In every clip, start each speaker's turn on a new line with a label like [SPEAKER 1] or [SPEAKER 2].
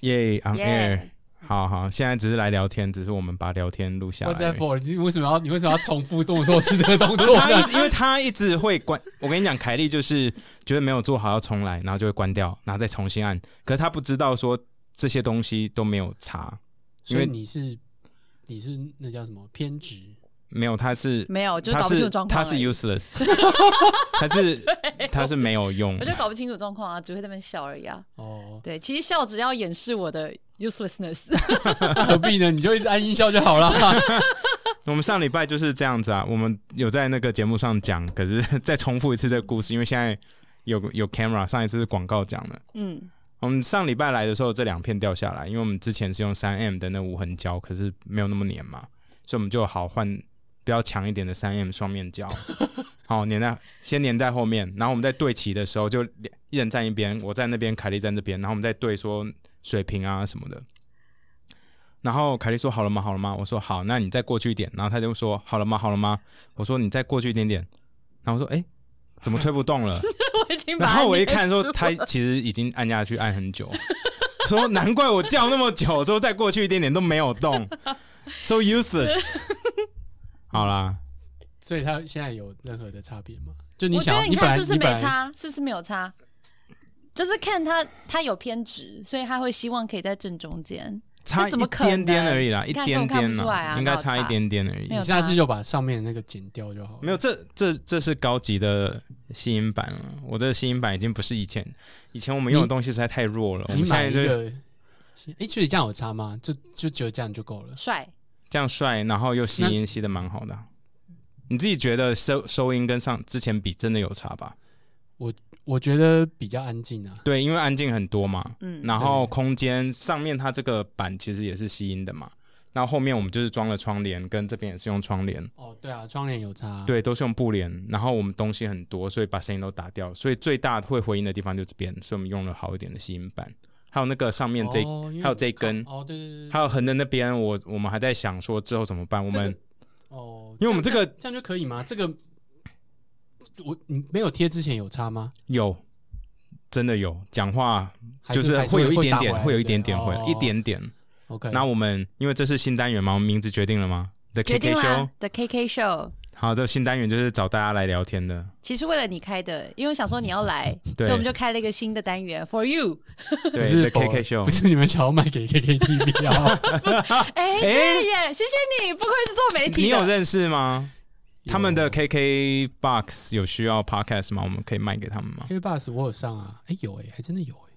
[SPEAKER 1] 耶、on air，
[SPEAKER 2] 耶
[SPEAKER 1] 好好，现在只是来聊天，只是我们把聊天录下来。
[SPEAKER 3] Whatever，你为什么要你为什么要重复这么多次这个动 作
[SPEAKER 1] 他
[SPEAKER 3] 呢？
[SPEAKER 1] 一因为他一直会关，我跟你讲，凯莉就是觉得没有做好要重来，然后就会关掉，然后再重新按。可是他不知道说这些东西都没有查，因
[SPEAKER 3] 所
[SPEAKER 1] 为
[SPEAKER 3] 以你是你是那叫什么偏执？
[SPEAKER 1] 没有，他是
[SPEAKER 2] 没有，就
[SPEAKER 1] 他
[SPEAKER 2] 搞不清
[SPEAKER 1] 是
[SPEAKER 2] 楚状况
[SPEAKER 1] 他
[SPEAKER 2] 而已。
[SPEAKER 1] 是 useless，他 是他是没有用
[SPEAKER 2] 我，就搞不清楚状况啊，只会在那边笑而已啊。
[SPEAKER 3] 哦，
[SPEAKER 2] 对，其实笑只要掩饰我的 uselessness。
[SPEAKER 3] 那何必呢？你就一直按音效就好了。
[SPEAKER 1] 我们上礼拜就是这样子啊，我们有在那个节目上讲，可是再重复一次这个故事，因为现在有有 camera，上一次是广告讲的。
[SPEAKER 2] 嗯，
[SPEAKER 1] 我们上礼拜来的时候，这两片掉下来，因为我们之前是用三 M 的那无痕胶，可是没有那么粘嘛，所以我们就好换比较强一点的三 M 双面胶，好粘在先粘在后面，然后我们在对齐的时候就两一人站一边，我在那边，凯莉在那边，然后我们再对说水平啊什么的。然后凯莉说：“好了吗？好了吗？”我说：“好。”那你再过去一点。然后他就说：“好了吗？好了吗？”我说：“你再过去一点点。”然后我说：“哎，怎么推不动了？”
[SPEAKER 2] 我已经把
[SPEAKER 1] 然
[SPEAKER 2] 它
[SPEAKER 1] 后我一
[SPEAKER 2] 捏
[SPEAKER 1] 看说
[SPEAKER 2] 住，
[SPEAKER 1] 他其实已经按下去按很久，说难怪我叫那么久，说再过去一点点都没有 动，so useless。好啦，
[SPEAKER 3] 所以他现在有任何的差别吗？就你
[SPEAKER 2] 我觉
[SPEAKER 3] 想
[SPEAKER 2] 得
[SPEAKER 3] 要，
[SPEAKER 2] 你
[SPEAKER 3] 本
[SPEAKER 2] 看
[SPEAKER 3] 来
[SPEAKER 2] 是不是
[SPEAKER 3] 你
[SPEAKER 2] 没
[SPEAKER 3] 本来
[SPEAKER 2] 差，是不是没有差？就是看他他有偏执，所以他会希望可以在正中间。
[SPEAKER 1] 差
[SPEAKER 2] 那
[SPEAKER 1] 一
[SPEAKER 2] 怎么可能
[SPEAKER 1] 点点而已啦，一
[SPEAKER 2] 你看
[SPEAKER 1] 点
[SPEAKER 2] 根本
[SPEAKER 1] 点
[SPEAKER 2] 看不出来
[SPEAKER 1] 啦，
[SPEAKER 2] 啊
[SPEAKER 1] 应该
[SPEAKER 2] 哪有
[SPEAKER 1] 差一
[SPEAKER 2] 差
[SPEAKER 1] 点点而已
[SPEAKER 2] 没。有
[SPEAKER 3] 你下次就把上面那个剪掉就好了。
[SPEAKER 1] 没有，这这这是高级的吸音板了。我的吸音板已经不是以前，以前我们用的
[SPEAKER 3] 你
[SPEAKER 1] 东西实在太弱了。我
[SPEAKER 3] 你
[SPEAKER 1] 们现
[SPEAKER 3] 买
[SPEAKER 1] 在
[SPEAKER 3] 一
[SPEAKER 1] 就
[SPEAKER 3] 个。哎，所以这样有差吗？就就只有这样就够了。
[SPEAKER 2] 帅，
[SPEAKER 1] 这样帅，然后又吸音吸的蛮好的啊。你自己觉得收收音跟上之前比真的有差吧？
[SPEAKER 3] 我觉得比较安静啊。
[SPEAKER 1] 对，因为安静很多嘛。
[SPEAKER 2] 嗯，
[SPEAKER 1] 然后
[SPEAKER 3] 对
[SPEAKER 1] 空间上面它这个板其实也是吸音的嘛，然后后面我们就是装了窗帘，跟这边也是用窗帘，
[SPEAKER 3] 哦，对啊，窗帘有差啊。
[SPEAKER 1] 对，都是用布帘，然后我们东西很多，所以把声音都打掉，所以最大会回音的地方就这边，所以我们用了好一点的吸音板，还有那个上面这，
[SPEAKER 3] 哦因为
[SPEAKER 1] 还有这一根
[SPEAKER 3] 哦，对对对
[SPEAKER 1] 还
[SPEAKER 3] 对，
[SPEAKER 1] 有横的那边，我我们还在想说之后怎么办，我
[SPEAKER 3] 这个
[SPEAKER 1] 们、
[SPEAKER 3] 哦，
[SPEAKER 1] 因为我们这个
[SPEAKER 3] 这样就可以吗？这个我你没有贴之前有差吗？
[SPEAKER 1] 有。真的有讲话，
[SPEAKER 3] 还
[SPEAKER 1] 就是
[SPEAKER 3] 还
[SPEAKER 1] 会有一点
[SPEAKER 3] 打回
[SPEAKER 1] 点，
[SPEAKER 3] 来
[SPEAKER 1] 会有一
[SPEAKER 3] 对
[SPEAKER 1] 点点回来，
[SPEAKER 3] 哦
[SPEAKER 1] 一点点。
[SPEAKER 3] OK，
[SPEAKER 1] 那我们因为这是新单元嘛，我们名字决定了吗？The
[SPEAKER 2] 决
[SPEAKER 1] KK
[SPEAKER 2] 定
[SPEAKER 1] Show
[SPEAKER 2] 啦。The KK Show
[SPEAKER 1] 好，这个新单元就是找大家来聊天的。
[SPEAKER 2] 其实为了你开的，因为我想说你要 来，
[SPEAKER 1] 对
[SPEAKER 2] 所以我们就开了一个新的单元 For You。
[SPEAKER 3] 不
[SPEAKER 1] 对
[SPEAKER 3] 是
[SPEAKER 1] ，The KK
[SPEAKER 3] for-
[SPEAKER 1] Show。
[SPEAKER 3] 不 是你们想要卖给 KKTV 啊？
[SPEAKER 2] 哎、对耶，谢谢你，不愧是做媒
[SPEAKER 1] 你
[SPEAKER 2] 体
[SPEAKER 1] 有
[SPEAKER 2] 的。
[SPEAKER 1] 认识吗？他们的
[SPEAKER 3] 有
[SPEAKER 1] KK Box 有需要 Podcast 吗？我们可以卖给他们吗？
[SPEAKER 3] K Bus 我有上啊，哎有哎，还真的有哎，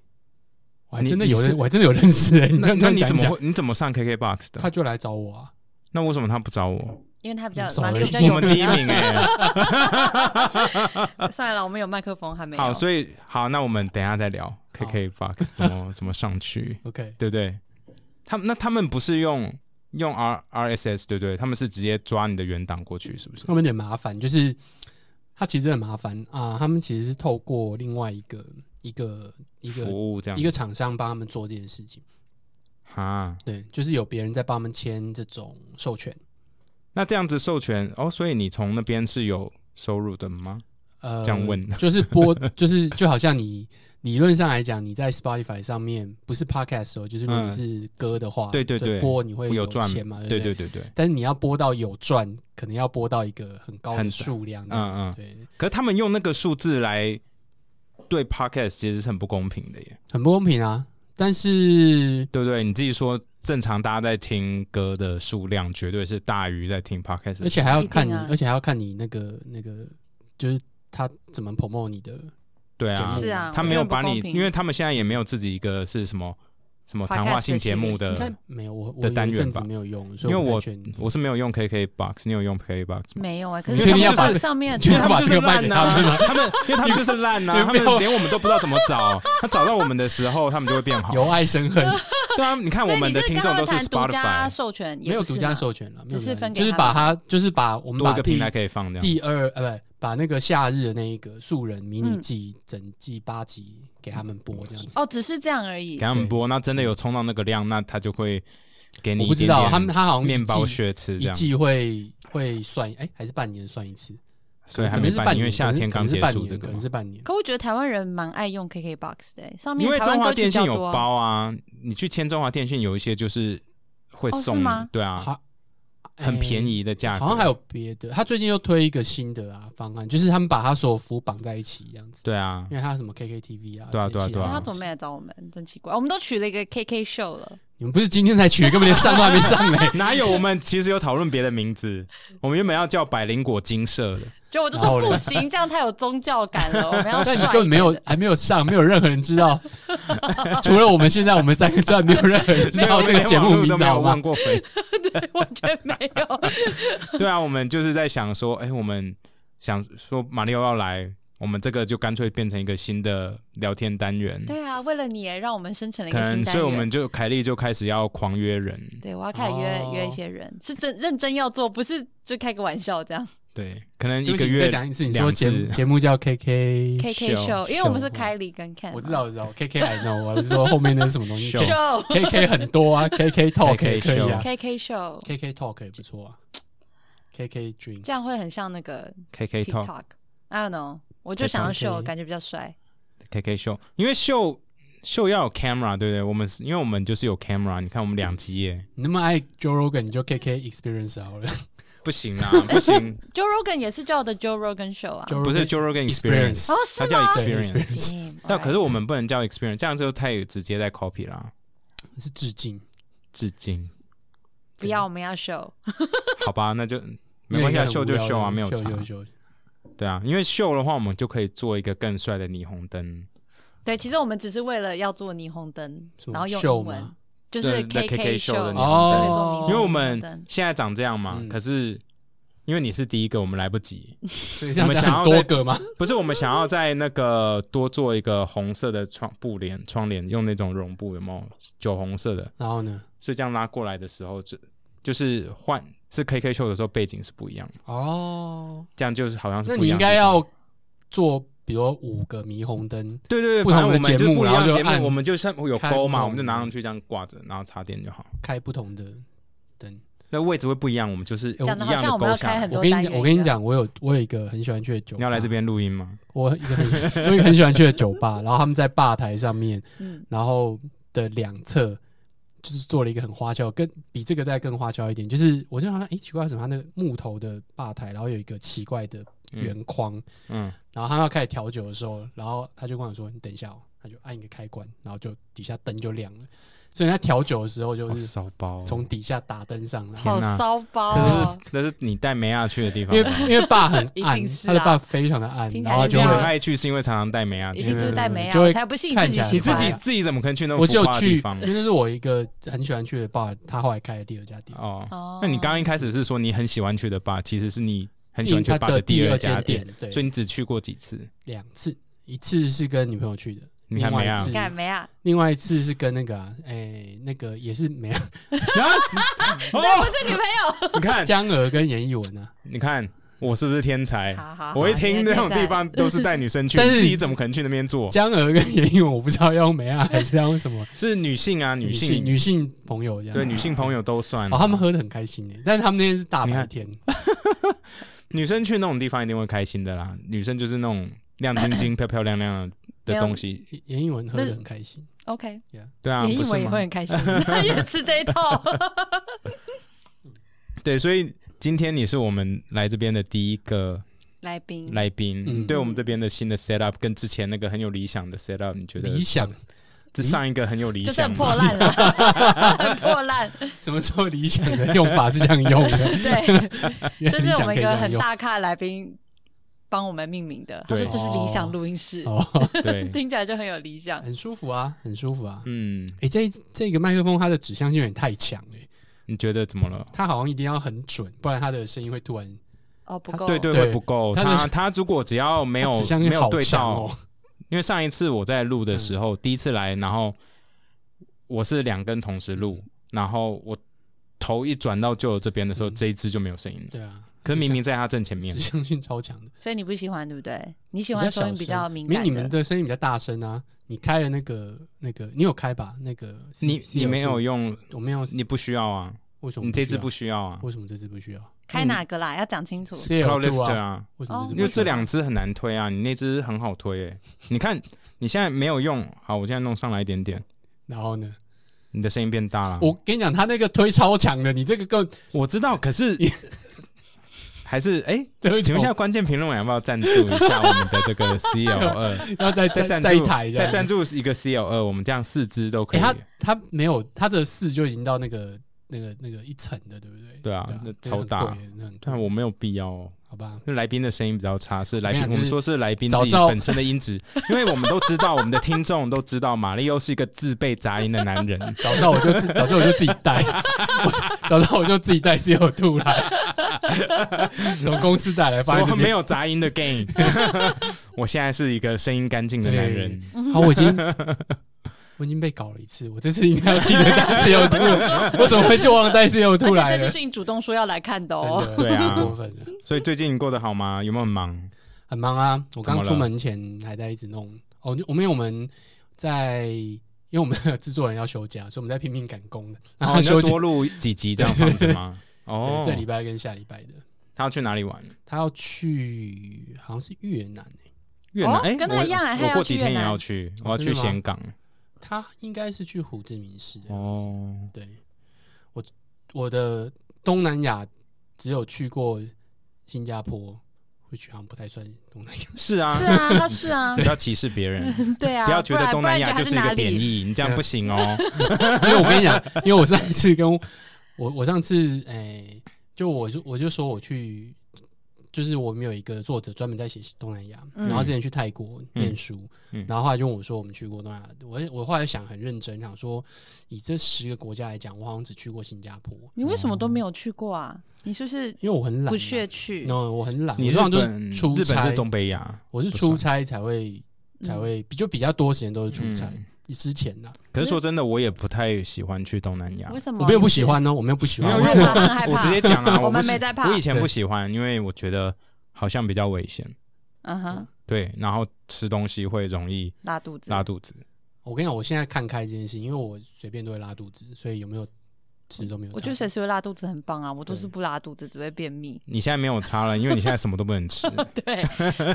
[SPEAKER 3] 我还
[SPEAKER 1] 你
[SPEAKER 3] 真的
[SPEAKER 1] 你
[SPEAKER 3] 有
[SPEAKER 1] 是
[SPEAKER 3] 认，我还真的有 认识哎，你
[SPEAKER 1] 那
[SPEAKER 3] 这样
[SPEAKER 1] 那
[SPEAKER 3] 这样
[SPEAKER 1] 你
[SPEAKER 3] 讲
[SPEAKER 1] 怎
[SPEAKER 3] 一
[SPEAKER 1] 么
[SPEAKER 3] 讲，
[SPEAKER 1] 会你怎么上 KK Box
[SPEAKER 3] 他
[SPEAKER 1] 的？
[SPEAKER 3] 就来找我啊，
[SPEAKER 1] 那为什么他不找我？
[SPEAKER 2] 因为他比较
[SPEAKER 3] I'm
[SPEAKER 2] 马
[SPEAKER 3] sorry
[SPEAKER 2] 力比较
[SPEAKER 1] 我
[SPEAKER 2] 有
[SPEAKER 1] 们第一
[SPEAKER 2] 名啊。
[SPEAKER 1] 名 哎。
[SPEAKER 2] 算了，我们有麦克风还没有。
[SPEAKER 1] 好，所以好，那我们等一下再聊 KK Box 怎 么怎么上去，
[SPEAKER 3] OK，
[SPEAKER 1] 对不对？他们那他们不是用用 R RSS 对不对？他们是直接抓你的原档过去，是不是？
[SPEAKER 3] 他们有点麻烦，就是他其实很麻烦啊，他们其实是透过另外一个一个一个
[SPEAKER 1] 服务这样
[SPEAKER 3] 一个厂商帮他们做这件事情，
[SPEAKER 1] 啊？
[SPEAKER 3] 对，就是有别人在帮他们签这种授权。
[SPEAKER 1] 那这样子授权哦，所以你从那边是有收入的吗？
[SPEAKER 3] 呃，
[SPEAKER 1] 这样问
[SPEAKER 3] 就是播， 就是就好像你理论上来讲，你在 Spotify 上面不是 Podcast 的时候，就是如果
[SPEAKER 1] 嗯
[SPEAKER 3] 你是歌的话，
[SPEAKER 1] 对对对
[SPEAKER 3] 播啊你会
[SPEAKER 1] 有赚
[SPEAKER 3] 钱嘛，
[SPEAKER 1] 对
[SPEAKER 3] 不
[SPEAKER 1] 对对对。
[SPEAKER 3] 但是你要播到有赚，可能要播到一个很高
[SPEAKER 1] 很
[SPEAKER 3] 的数量这样子，
[SPEAKER 1] 嗯嗯
[SPEAKER 3] 对，
[SPEAKER 1] 可是他们用那个数字来对 podcast 其实是很不公平的耶，
[SPEAKER 3] 很不公平啊。但是
[SPEAKER 1] 对不对？你自己说，正常大家在听歌的数量绝对是大于在听 podcast，的
[SPEAKER 3] 而且还要
[SPEAKER 2] 一定
[SPEAKER 3] 看你，
[SPEAKER 2] 啊
[SPEAKER 3] 而且还要看你那个那个，就是他怎么 promote 你的，
[SPEAKER 1] 对啊，
[SPEAKER 2] 是啊，
[SPEAKER 1] 他没有把
[SPEAKER 2] 我
[SPEAKER 1] 你
[SPEAKER 2] 觉得很不公，平
[SPEAKER 1] 因为他们现在也没有自己一个是什么什么
[SPEAKER 2] Podcast
[SPEAKER 1] 谈话性节目
[SPEAKER 3] 应该
[SPEAKER 1] 的，
[SPEAKER 3] 没有我我
[SPEAKER 1] 的
[SPEAKER 3] 有
[SPEAKER 1] 单
[SPEAKER 3] 一
[SPEAKER 1] 元
[SPEAKER 3] 阵子
[SPEAKER 1] 吧
[SPEAKER 3] 没有用，所
[SPEAKER 1] 因
[SPEAKER 3] 以
[SPEAKER 1] 为
[SPEAKER 3] 我
[SPEAKER 1] 我
[SPEAKER 3] 不太确定
[SPEAKER 1] 我是没有用 KK box，你有用 KK box 吗？
[SPEAKER 2] 没有哎、可
[SPEAKER 3] 你
[SPEAKER 2] 是
[SPEAKER 3] 确
[SPEAKER 2] 他
[SPEAKER 3] 定
[SPEAKER 2] 们
[SPEAKER 3] 要把
[SPEAKER 2] 就是上面
[SPEAKER 3] 你确定要
[SPEAKER 1] 他
[SPEAKER 3] 把
[SPEAKER 1] 们就
[SPEAKER 3] 这
[SPEAKER 1] 是
[SPEAKER 3] 个卖给
[SPEAKER 1] 烂
[SPEAKER 3] 他们
[SPEAKER 1] 啊
[SPEAKER 3] 吗？
[SPEAKER 1] 他们因为他们就是烂啊，
[SPEAKER 3] 你
[SPEAKER 1] 他
[SPEAKER 3] 不要
[SPEAKER 1] 们连我们都不知道怎么找，他找到我们的时候，他们就会变好。
[SPEAKER 3] 由爱生恨。
[SPEAKER 1] 对啊，你看
[SPEAKER 2] 所
[SPEAKER 1] 我
[SPEAKER 2] 以
[SPEAKER 1] 们
[SPEAKER 2] 你
[SPEAKER 1] 的
[SPEAKER 2] 是
[SPEAKER 1] 听
[SPEAKER 2] 跟
[SPEAKER 1] 众
[SPEAKER 2] 他
[SPEAKER 1] 都
[SPEAKER 2] 们
[SPEAKER 1] 是
[SPEAKER 2] 谈独家
[SPEAKER 1] Spotify，
[SPEAKER 2] 授权，也
[SPEAKER 3] 啊没有
[SPEAKER 2] 不是
[SPEAKER 3] 独家
[SPEAKER 2] 嘛
[SPEAKER 3] 授权了，没有
[SPEAKER 2] 只
[SPEAKER 3] 独家
[SPEAKER 2] 是分给
[SPEAKER 3] 就是
[SPEAKER 2] 他
[SPEAKER 3] 把
[SPEAKER 2] 们
[SPEAKER 3] 它，就是把我们
[SPEAKER 1] 多
[SPEAKER 3] 把
[SPEAKER 1] 一个
[SPEAKER 3] 第
[SPEAKER 1] 平台可以放这样。
[SPEAKER 3] 第二呃，不，把那个夏日的那一个素人迷
[SPEAKER 2] 嗯
[SPEAKER 3] 你季整季八集给他们播这样子。
[SPEAKER 2] 哦，只是这样而已
[SPEAKER 1] 给。他们播，那真的有冲到那个量，那他就会嗯给你
[SPEAKER 3] 我
[SPEAKER 1] 一
[SPEAKER 3] 不知
[SPEAKER 1] 点
[SPEAKER 3] 道
[SPEAKER 1] 点
[SPEAKER 3] 他们他好像一
[SPEAKER 1] 面包
[SPEAKER 3] 季
[SPEAKER 1] 屑吃这
[SPEAKER 3] 一
[SPEAKER 1] 样，
[SPEAKER 3] 季会会算哎、还是半年算一次，
[SPEAKER 1] 所以还
[SPEAKER 3] 可
[SPEAKER 1] 没
[SPEAKER 3] 能是
[SPEAKER 1] 办，
[SPEAKER 3] 半
[SPEAKER 1] 因为
[SPEAKER 3] 年，
[SPEAKER 1] 夏天
[SPEAKER 3] 可
[SPEAKER 1] 刚
[SPEAKER 3] 能是
[SPEAKER 1] 结
[SPEAKER 3] 半
[SPEAKER 1] 束
[SPEAKER 3] 年
[SPEAKER 1] 这个
[SPEAKER 3] 可
[SPEAKER 1] 嘛
[SPEAKER 3] 能。是半年。
[SPEAKER 2] 可我觉得台湾人蛮爱用 KKBOX 的欸、上面
[SPEAKER 1] 因为
[SPEAKER 2] 台湾
[SPEAKER 1] 中华
[SPEAKER 2] 歌曲
[SPEAKER 1] 电
[SPEAKER 2] 比
[SPEAKER 1] 信
[SPEAKER 2] 较
[SPEAKER 1] 有
[SPEAKER 2] 多啊。
[SPEAKER 1] 包啊，你去签中华电信有一些就是会
[SPEAKER 2] 哦是
[SPEAKER 1] 送，
[SPEAKER 2] 吗
[SPEAKER 1] 对啊，
[SPEAKER 3] 好，
[SPEAKER 1] 很便
[SPEAKER 3] 宜。
[SPEAKER 1] 宜啊的价格，
[SPEAKER 3] 好像还有别的，他最近又推一个新的啊方案，就是他们把他所有服务绑在一起这样子，
[SPEAKER 1] 对 啊，
[SPEAKER 3] 因为他什么 KKTV 啊，
[SPEAKER 1] 对啊
[SPEAKER 3] 这些
[SPEAKER 1] 对啊对
[SPEAKER 2] 那
[SPEAKER 1] 啊
[SPEAKER 2] 哎他怎么没来找我们？真奇怪，我们都取了一个 KK show 了。
[SPEAKER 3] 你们不是今天才取，根本连上都还没上嘞。
[SPEAKER 1] 哪有？我们其实有讨论别的名字，我们原本要叫百灵果金社的，
[SPEAKER 2] 就我就
[SPEAKER 3] 然后
[SPEAKER 2] 说
[SPEAKER 3] 嘞
[SPEAKER 2] 不行，这样太有宗教感了，我们 要帅
[SPEAKER 3] 但
[SPEAKER 2] 一
[SPEAKER 3] 你
[SPEAKER 2] 点的。
[SPEAKER 3] 根本没有，还没有上，没有任何人 知道，除了我们现在我们三个之外，没有任何人知道这个节目名
[SPEAKER 1] 都
[SPEAKER 3] 字
[SPEAKER 1] 没有
[SPEAKER 3] 好吗
[SPEAKER 1] 问？过粉。
[SPEAKER 2] 我觉得没有。
[SPEAKER 1] 对啊，我们就是在想说，哎、我们想说马里奥要来，我们这个就干脆变成一个新的聊天单元。
[SPEAKER 2] 对啊，为了你耶，让我们生成了一
[SPEAKER 1] 可
[SPEAKER 2] 个新
[SPEAKER 1] 能，
[SPEAKER 2] 单
[SPEAKER 1] 所以
[SPEAKER 2] 元。
[SPEAKER 1] 我们就凯莉就开始要狂约人，
[SPEAKER 2] 对我要开始约、
[SPEAKER 3] 哦
[SPEAKER 2] 约一些人，是真认真要做，不是就开个玩笑这样。
[SPEAKER 1] 对，可能
[SPEAKER 3] 对
[SPEAKER 1] 一
[SPEAKER 3] 不
[SPEAKER 1] 个
[SPEAKER 3] 起你再
[SPEAKER 1] 月
[SPEAKER 3] 讲一次，你
[SPEAKER 1] 两
[SPEAKER 3] 说节目
[SPEAKER 1] 次
[SPEAKER 3] 节目叫 KK，
[SPEAKER 2] K K
[SPEAKER 1] show，
[SPEAKER 2] show，因为我们是
[SPEAKER 3] show
[SPEAKER 2] 凯里跟 Ken，
[SPEAKER 3] 我知道我知道 KK I know，我是说后面那是什么东西
[SPEAKER 1] Show
[SPEAKER 2] show
[SPEAKER 3] KK 很多啊，KK Talk 也可以啊
[SPEAKER 2] K K show，
[SPEAKER 3] ，KK Talk 也不错啊，KK Dream
[SPEAKER 2] 这样会很像那个
[SPEAKER 1] K K Talk
[SPEAKER 2] TikTok。I don't know，我就想要
[SPEAKER 3] TikTok
[SPEAKER 2] show，感觉比较帅。
[SPEAKER 1] K K 秀，因为秀秀要有 camera，对不对？我们是因为我们就是有 camera，你看我们两集耶，
[SPEAKER 3] 你那么爱 Joe Rogan，你就 KK Experience 好了。
[SPEAKER 1] 不行 啊，不行，
[SPEAKER 2] Joe Rogan 也是叫的 Joe Rogan show 啊。
[SPEAKER 3] Joe
[SPEAKER 1] 不是
[SPEAKER 3] Rogan-
[SPEAKER 1] Joe Rogan
[SPEAKER 3] Experience
[SPEAKER 1] experience，
[SPEAKER 2] 哦，是
[SPEAKER 1] 它
[SPEAKER 2] 吗？
[SPEAKER 1] 叫
[SPEAKER 3] 对
[SPEAKER 1] experience。
[SPEAKER 3] Experience
[SPEAKER 1] 但可是
[SPEAKER 2] 我
[SPEAKER 1] 我们不能叫 experience，这样就太直接在 copy 啦。
[SPEAKER 3] 是致敬，
[SPEAKER 1] 至今，
[SPEAKER 2] 不要，我们要 show。
[SPEAKER 1] 好吧，那就没关系啊，秀就秀啊，没有差。
[SPEAKER 3] 秀秀秀。
[SPEAKER 1] 对啊，因为秀的话，我们就可以做一个更帅的霓虹灯，
[SPEAKER 2] 对，其实我们只是为了要做霓虹灯
[SPEAKER 3] 什，么
[SPEAKER 2] 然后用
[SPEAKER 3] show
[SPEAKER 2] 英文
[SPEAKER 3] 吗，
[SPEAKER 2] 就
[SPEAKER 1] 对
[SPEAKER 2] 是
[SPEAKER 1] 那 KK show 的
[SPEAKER 2] show，
[SPEAKER 1] 霓
[SPEAKER 3] 虹灯
[SPEAKER 2] 对做霓
[SPEAKER 3] 哦
[SPEAKER 2] 虹
[SPEAKER 1] 因为我
[SPEAKER 2] 灯
[SPEAKER 1] 们现在长这样嘛。
[SPEAKER 3] 嗯
[SPEAKER 1] 可是因为你是第一个，我们来不 及。
[SPEAKER 3] 所以像
[SPEAKER 1] 你
[SPEAKER 3] 这
[SPEAKER 1] 们想
[SPEAKER 3] 样
[SPEAKER 1] 要
[SPEAKER 3] 很多
[SPEAKER 1] 再
[SPEAKER 3] 个吗？
[SPEAKER 1] 不是，我们想要在那个多做一个红色的窗布帘，窗帘用那种绒布，有没有酒红色的？
[SPEAKER 3] 然后呢？
[SPEAKER 1] 所以这样拉过来的时候，就就是换是 KK 秀的时候背景是不一样的，
[SPEAKER 3] 哦，
[SPEAKER 1] 这样就是好像是
[SPEAKER 3] 那
[SPEAKER 1] 不
[SPEAKER 3] 你
[SPEAKER 1] 一样
[SPEAKER 3] 应
[SPEAKER 1] 的
[SPEAKER 3] 该
[SPEAKER 1] 地方
[SPEAKER 3] 要做，比如五个霓虹灯，
[SPEAKER 1] 对对对，
[SPEAKER 3] 不
[SPEAKER 1] 反
[SPEAKER 3] 同
[SPEAKER 1] 正我
[SPEAKER 3] 的
[SPEAKER 1] 们
[SPEAKER 3] 节
[SPEAKER 1] 就
[SPEAKER 3] 目
[SPEAKER 1] 不一
[SPEAKER 3] 然后
[SPEAKER 1] 样
[SPEAKER 3] 就
[SPEAKER 1] 节
[SPEAKER 3] 按
[SPEAKER 1] 目，我们就像有
[SPEAKER 3] 开
[SPEAKER 1] 钩
[SPEAKER 3] 不
[SPEAKER 1] 嘛，
[SPEAKER 3] 同
[SPEAKER 1] 我们就拿
[SPEAKER 3] 的
[SPEAKER 1] 上去这样挂着，然后插电就好。
[SPEAKER 3] 开不同的灯。
[SPEAKER 1] 那位置会不一样，我们就是一
[SPEAKER 2] 讲得好
[SPEAKER 1] 样的
[SPEAKER 2] 像我们
[SPEAKER 1] 勾
[SPEAKER 2] 要
[SPEAKER 1] 下
[SPEAKER 2] 开
[SPEAKER 1] 来
[SPEAKER 2] 很。
[SPEAKER 3] 我
[SPEAKER 2] 多
[SPEAKER 3] 跟
[SPEAKER 2] 单
[SPEAKER 3] 你
[SPEAKER 2] 元一
[SPEAKER 3] 讲，
[SPEAKER 2] 样
[SPEAKER 3] 我跟你讲，我有我有一个很喜欢去的酒吧，
[SPEAKER 1] 你要来这，边录音吗？
[SPEAKER 3] 我一个很我有一个很喜欢去的酒吧，然后他们在吧台上面，
[SPEAKER 2] 嗯，
[SPEAKER 3] 然后的两侧就是做了一个很花俏，跟比这个再更花俏一点，就是我就好像诶，奇怪，为什么它那个木头的吧台，然后有一个奇怪的圆框，
[SPEAKER 1] 嗯，
[SPEAKER 3] 然后他要开始调酒的时候，然后他就跟我说：“你等一下哦。”他就按一个开关，然后就底下灯就亮了。所以他调酒的时候就
[SPEAKER 1] 好
[SPEAKER 3] 是
[SPEAKER 1] 骚包哦，
[SPEAKER 3] 从底下打灯上来，
[SPEAKER 1] 天
[SPEAKER 2] 好
[SPEAKER 1] 哪
[SPEAKER 2] 骚包
[SPEAKER 1] 这
[SPEAKER 2] 哦
[SPEAKER 1] 是，那是你带梅亚去的地
[SPEAKER 3] 因
[SPEAKER 1] 方
[SPEAKER 3] 为
[SPEAKER 1] 吗。
[SPEAKER 3] 因为爸很
[SPEAKER 2] 一定
[SPEAKER 3] 暗，
[SPEAKER 2] 是
[SPEAKER 3] 他的
[SPEAKER 2] 啊
[SPEAKER 3] 爸非常的暗，
[SPEAKER 2] 听起来
[SPEAKER 3] 然后
[SPEAKER 2] 是
[SPEAKER 1] 就
[SPEAKER 3] 就
[SPEAKER 2] 这
[SPEAKER 1] 很
[SPEAKER 2] 样啊
[SPEAKER 3] 会。
[SPEAKER 1] 爱去，是因为常常带梅亚
[SPEAKER 2] 一
[SPEAKER 1] 去。
[SPEAKER 2] 定就是戴美啊，
[SPEAKER 3] 就会
[SPEAKER 2] 我才不信你自己
[SPEAKER 1] 你
[SPEAKER 2] 喜
[SPEAKER 3] 看起
[SPEAKER 1] 自
[SPEAKER 3] 来
[SPEAKER 2] 欢
[SPEAKER 1] 己
[SPEAKER 2] 啊。
[SPEAKER 1] 自己怎么可能去那么
[SPEAKER 3] 我就
[SPEAKER 1] 浮
[SPEAKER 3] 有
[SPEAKER 1] 夸的
[SPEAKER 3] 去
[SPEAKER 1] 地，方
[SPEAKER 3] 因？为那是我一个很喜欢去的爸，他后来开了第二家店，
[SPEAKER 1] 哦，
[SPEAKER 2] 哦
[SPEAKER 1] 那你刚刚一开始是说你很喜欢去的吧，其实是你很喜欢去
[SPEAKER 3] 他
[SPEAKER 1] 吧
[SPEAKER 3] 的
[SPEAKER 1] 第
[SPEAKER 3] 二
[SPEAKER 1] 家
[SPEAKER 3] 间
[SPEAKER 1] 店，，
[SPEAKER 3] 对，
[SPEAKER 1] 所以你只去过几次？
[SPEAKER 3] 两次，一次是跟女朋友去的，
[SPEAKER 1] 你看
[SPEAKER 3] 另外
[SPEAKER 1] 没
[SPEAKER 3] 一
[SPEAKER 1] 啊
[SPEAKER 3] 次
[SPEAKER 2] 干没啊？
[SPEAKER 3] 另外一次是跟那个啊哎、那个也是啊没有
[SPEAKER 2] 这
[SPEAKER 1] 哦
[SPEAKER 2] 不是女朋友。
[SPEAKER 1] 你 看，
[SPEAKER 3] 江娥跟严艺文啊，
[SPEAKER 1] 你看，我是不是天才？
[SPEAKER 2] 好好好，
[SPEAKER 1] 哎我一听
[SPEAKER 2] 你的
[SPEAKER 1] 那种
[SPEAKER 2] 天才
[SPEAKER 1] 地，方都是带女生去，
[SPEAKER 3] 但
[SPEAKER 1] 你
[SPEAKER 3] 是
[SPEAKER 1] 自己怎么可能去那边做？
[SPEAKER 3] 江娥跟严艺文我不知道要用梅啊还是要用什么
[SPEAKER 1] 是女性啊， 女
[SPEAKER 3] 性
[SPEAKER 1] 性，
[SPEAKER 3] 女性朋友这样，
[SPEAKER 1] 对女性朋友都算。
[SPEAKER 3] 哦他们喝的很开心哎、但是他们那天是大
[SPEAKER 1] 你
[SPEAKER 3] 白
[SPEAKER 1] 看
[SPEAKER 3] 天，
[SPEAKER 1] 女生去那种地方一定会开心的啦。女生就是那种亮晶晶、漂漂亮亮的东西，
[SPEAKER 3] 严艺文喝的很开心，
[SPEAKER 2] OK，
[SPEAKER 1] 对啊，
[SPEAKER 2] 严
[SPEAKER 1] 不
[SPEAKER 2] 艺
[SPEAKER 1] 是
[SPEAKER 2] 文也会
[SPEAKER 1] 吗？
[SPEAKER 2] 很开心， 他也吃这一套。
[SPEAKER 1] 对，所以今天你是我们来这边的第一个
[SPEAKER 2] 来宾，
[SPEAKER 1] 来宾，
[SPEAKER 3] 嗯
[SPEAKER 1] 对我们这边的新的 set up 跟之前那个很有理想的 set up，你觉得
[SPEAKER 3] 理想
[SPEAKER 1] 这上一个很有理
[SPEAKER 2] 就是
[SPEAKER 1] 想吗？
[SPEAKER 2] 很破烂了，很破烂。
[SPEAKER 3] 什么时候理想的用法是这样用 的？
[SPEAKER 2] 对，
[SPEAKER 3] 原
[SPEAKER 2] 这
[SPEAKER 3] 来
[SPEAKER 2] 是我们一个
[SPEAKER 3] 理想可
[SPEAKER 2] 很
[SPEAKER 3] 以这样用
[SPEAKER 2] 大咖的来宾帮我们命名的。他说
[SPEAKER 1] 对
[SPEAKER 2] 这是理想录音室，
[SPEAKER 3] 哦，
[SPEAKER 1] 对，
[SPEAKER 2] 听起来就很有理想。
[SPEAKER 3] 很舒服啊，很舒服啊。
[SPEAKER 1] 嗯，
[SPEAKER 3] 哎、这一这个麦克风它的指向性有点太强哎、
[SPEAKER 1] 你觉得怎么了？
[SPEAKER 3] 它好像一定要很准，不然它的声音会突然
[SPEAKER 2] 哦，不够，
[SPEAKER 1] 啊对对，
[SPEAKER 3] 对
[SPEAKER 1] 会不够。
[SPEAKER 3] 他的
[SPEAKER 1] 他他如果只要没有
[SPEAKER 3] 它指向
[SPEAKER 1] 没
[SPEAKER 3] 性
[SPEAKER 1] 有
[SPEAKER 3] 好
[SPEAKER 1] 对
[SPEAKER 3] 强
[SPEAKER 1] 到，
[SPEAKER 3] 哦。
[SPEAKER 1] 因为上一次我在录的时候，第一次来，然后我是两根同时录，然后我头一转到舅舅这边的时候，这一只就没有声音了。
[SPEAKER 3] 对啊，
[SPEAKER 1] 可是明明在他正前面
[SPEAKER 3] 指，向性超强的，
[SPEAKER 2] 所以你不喜欢对不对？你喜
[SPEAKER 3] 比
[SPEAKER 2] 欢
[SPEAKER 3] 较
[SPEAKER 2] 收音
[SPEAKER 3] 小
[SPEAKER 2] 比
[SPEAKER 3] 声
[SPEAKER 2] 较敏
[SPEAKER 3] 因
[SPEAKER 2] 感
[SPEAKER 3] 为你们的声音比较大声啊。你开了那个那个，你有开吧？那个 C-
[SPEAKER 1] 你
[SPEAKER 3] C-
[SPEAKER 1] 你没有
[SPEAKER 3] CLQ
[SPEAKER 1] 用，
[SPEAKER 3] 我没有，
[SPEAKER 1] 你不需要啊。
[SPEAKER 3] 为什么
[SPEAKER 1] 你这支
[SPEAKER 3] 需要
[SPEAKER 1] 不需要嗯啊
[SPEAKER 3] 为什么这支不需要
[SPEAKER 2] 开哪个啦？要讲清楚。
[SPEAKER 1] ，Cloudlift
[SPEAKER 3] 啊？
[SPEAKER 1] 啊，
[SPEAKER 3] 为什么这支不需要？
[SPEAKER 1] 因为这两支很难推啊，你那支很好推诶、你看你现在没有用，好，我现在弄上来一点点，
[SPEAKER 3] 然后呢？
[SPEAKER 1] 你的声音变大了。
[SPEAKER 3] 我跟你讲，他那个推超强的，你这个更
[SPEAKER 1] 我知道，可是还是哎、
[SPEAKER 3] 对，
[SPEAKER 1] 请问一下，关键评论网要不要赞助一下我们的这个 CL 二？
[SPEAKER 3] 要再
[SPEAKER 1] 再
[SPEAKER 3] 再
[SPEAKER 1] 赞
[SPEAKER 3] 再一
[SPEAKER 1] 助
[SPEAKER 3] 台这样，
[SPEAKER 1] 再赞助一个 CL 二，我们这样四支都可
[SPEAKER 3] 欸
[SPEAKER 1] 以。
[SPEAKER 3] 他他没有他的四就已经到那个那个那个一层的，对不对？
[SPEAKER 1] 对啊那
[SPEAKER 3] 这
[SPEAKER 1] 超
[SPEAKER 3] 很
[SPEAKER 1] 大
[SPEAKER 3] 贵耶，那很
[SPEAKER 1] 但
[SPEAKER 3] 贵
[SPEAKER 1] 我没有必要哦，
[SPEAKER 3] 好吧？
[SPEAKER 1] 因为来宾的声音比较差，是来宾
[SPEAKER 3] 没有
[SPEAKER 1] 我们
[SPEAKER 3] 就是
[SPEAKER 1] 说是来宾
[SPEAKER 3] 早
[SPEAKER 1] 自己
[SPEAKER 3] 知道
[SPEAKER 1] 本身的音 质，因为我们都知道，我们的听众都知道，马里奥是一个自备杂音的 男人。
[SPEAKER 3] 早知道我就自早知道我就自己带， 我早知道我就自己带 CO two 来， 从公司带来放在
[SPEAKER 1] 说
[SPEAKER 3] 这
[SPEAKER 1] 没
[SPEAKER 3] 边。
[SPEAKER 1] 有杂音的 game，我现在是一个声音干净的男人。
[SPEAKER 3] 对，好，我已经 我已经被搞了一次，我这次应该要记得带 CO two，我怎 么会就忘了带 CO
[SPEAKER 2] 而
[SPEAKER 3] two 来
[SPEAKER 2] 且这
[SPEAKER 3] 了
[SPEAKER 2] 次？是你主动说要来看的
[SPEAKER 3] 真
[SPEAKER 2] 哦。
[SPEAKER 3] 的，
[SPEAKER 1] 对啊
[SPEAKER 3] 太过分了，
[SPEAKER 1] 所以最近过得好吗？有没有很忙？
[SPEAKER 3] 很忙啊！我
[SPEAKER 1] 怎么
[SPEAKER 3] 刚
[SPEAKER 1] 了
[SPEAKER 3] 出门前还在一直弄哦，我们因为我们在，因为我们的制作人要休假，所以我们在拼命赶工的。然
[SPEAKER 1] 然后
[SPEAKER 3] 后
[SPEAKER 1] 哦你就
[SPEAKER 3] 啊休假、
[SPEAKER 1] 多录几集这样放着 吗？哦，
[SPEAKER 3] 对这礼拜跟下礼拜的，
[SPEAKER 1] 他要去哪里玩？
[SPEAKER 3] 他要去好像是越南、欸、
[SPEAKER 1] 越南？
[SPEAKER 2] 哦
[SPEAKER 1] 哎，
[SPEAKER 2] 跟他
[SPEAKER 1] 我
[SPEAKER 2] 一样哎他
[SPEAKER 1] 我
[SPEAKER 2] 要
[SPEAKER 1] 过
[SPEAKER 2] 去
[SPEAKER 1] 几
[SPEAKER 2] 越
[SPEAKER 1] 天也
[SPEAKER 2] 南
[SPEAKER 1] 要去，我要
[SPEAKER 3] 真
[SPEAKER 1] 去
[SPEAKER 3] 的吗
[SPEAKER 1] 岘港。
[SPEAKER 3] 他应该是去胡志明市的样子。
[SPEAKER 1] 哦，
[SPEAKER 3] 对，我我的东南亚只有去过新加坡，会去好像不太算东南亚。
[SPEAKER 1] 是啊
[SPEAKER 2] 是，啊，他是 啊
[SPEAKER 1] 不，要歧视别人。
[SPEAKER 2] 对啊。
[SPEAKER 1] 不要觉得
[SPEAKER 2] 然
[SPEAKER 1] 东南
[SPEAKER 2] 不
[SPEAKER 1] 亚
[SPEAKER 2] 然
[SPEAKER 1] 就
[SPEAKER 2] 就是
[SPEAKER 1] 一
[SPEAKER 2] 哪
[SPEAKER 1] 个贬
[SPEAKER 2] 里？
[SPEAKER 1] 义，你这嗯样不行 哦。
[SPEAKER 3] 因为我跟你讲，因为我上次跟我我上次哎、就我就我就说我去，就是我们有一个作者专门在写东南亚，
[SPEAKER 2] 嗯
[SPEAKER 3] 然后之前去泰国念书，
[SPEAKER 1] 嗯
[SPEAKER 3] 然后后来就问我说我们去过东南亚，我我后来想很认真想说，以这十个国家来讲，我好像只去过新加坡，
[SPEAKER 2] 你为什么都没有去过啊？你是不是
[SPEAKER 3] 因为我很懒、
[SPEAKER 2] 不屑。去？
[SPEAKER 3] no，我很懒，啊
[SPEAKER 1] 你
[SPEAKER 3] 我
[SPEAKER 1] 日
[SPEAKER 3] 通常都
[SPEAKER 1] 本，
[SPEAKER 3] 是出
[SPEAKER 1] 日本
[SPEAKER 3] 差
[SPEAKER 1] 是东北亚，
[SPEAKER 3] 我是
[SPEAKER 1] 不
[SPEAKER 3] 出
[SPEAKER 1] 算
[SPEAKER 3] 差才会才
[SPEAKER 2] 嗯
[SPEAKER 3] 会比就比较多时间都是出差
[SPEAKER 1] 嗯。
[SPEAKER 3] 之前呢，
[SPEAKER 1] 可是说真的，我也不太喜欢去东南亚
[SPEAKER 2] 为。什么？
[SPEAKER 3] 我没有不喜欢哦呢，我没有不喜
[SPEAKER 1] 没
[SPEAKER 3] 欢
[SPEAKER 1] 有，
[SPEAKER 2] 我
[SPEAKER 1] 因
[SPEAKER 3] 我，
[SPEAKER 1] 为
[SPEAKER 2] 害怕很害
[SPEAKER 1] 我我
[SPEAKER 2] 怕
[SPEAKER 1] 直接讲啊，
[SPEAKER 2] 我们
[SPEAKER 1] 不
[SPEAKER 2] 没
[SPEAKER 1] 喜
[SPEAKER 2] 在怕
[SPEAKER 1] 我以前不
[SPEAKER 3] 对
[SPEAKER 1] 喜欢，因为我觉得好像比较危险。
[SPEAKER 2] 嗯哼，
[SPEAKER 1] 对，然后吃东西会容易
[SPEAKER 2] 拉肚子。
[SPEAKER 1] 拉肚子。
[SPEAKER 3] 我跟你讲，我现在看开这件事，情，因为我随便都会拉肚子，所以有没有吃都没有差。
[SPEAKER 2] 我觉得随时会拉肚子很棒啊，我都
[SPEAKER 3] 对
[SPEAKER 2] 是不拉肚子，只会 便秘。
[SPEAKER 1] 你现在没有差了，因为你现在什么都不能 吃。
[SPEAKER 2] 对，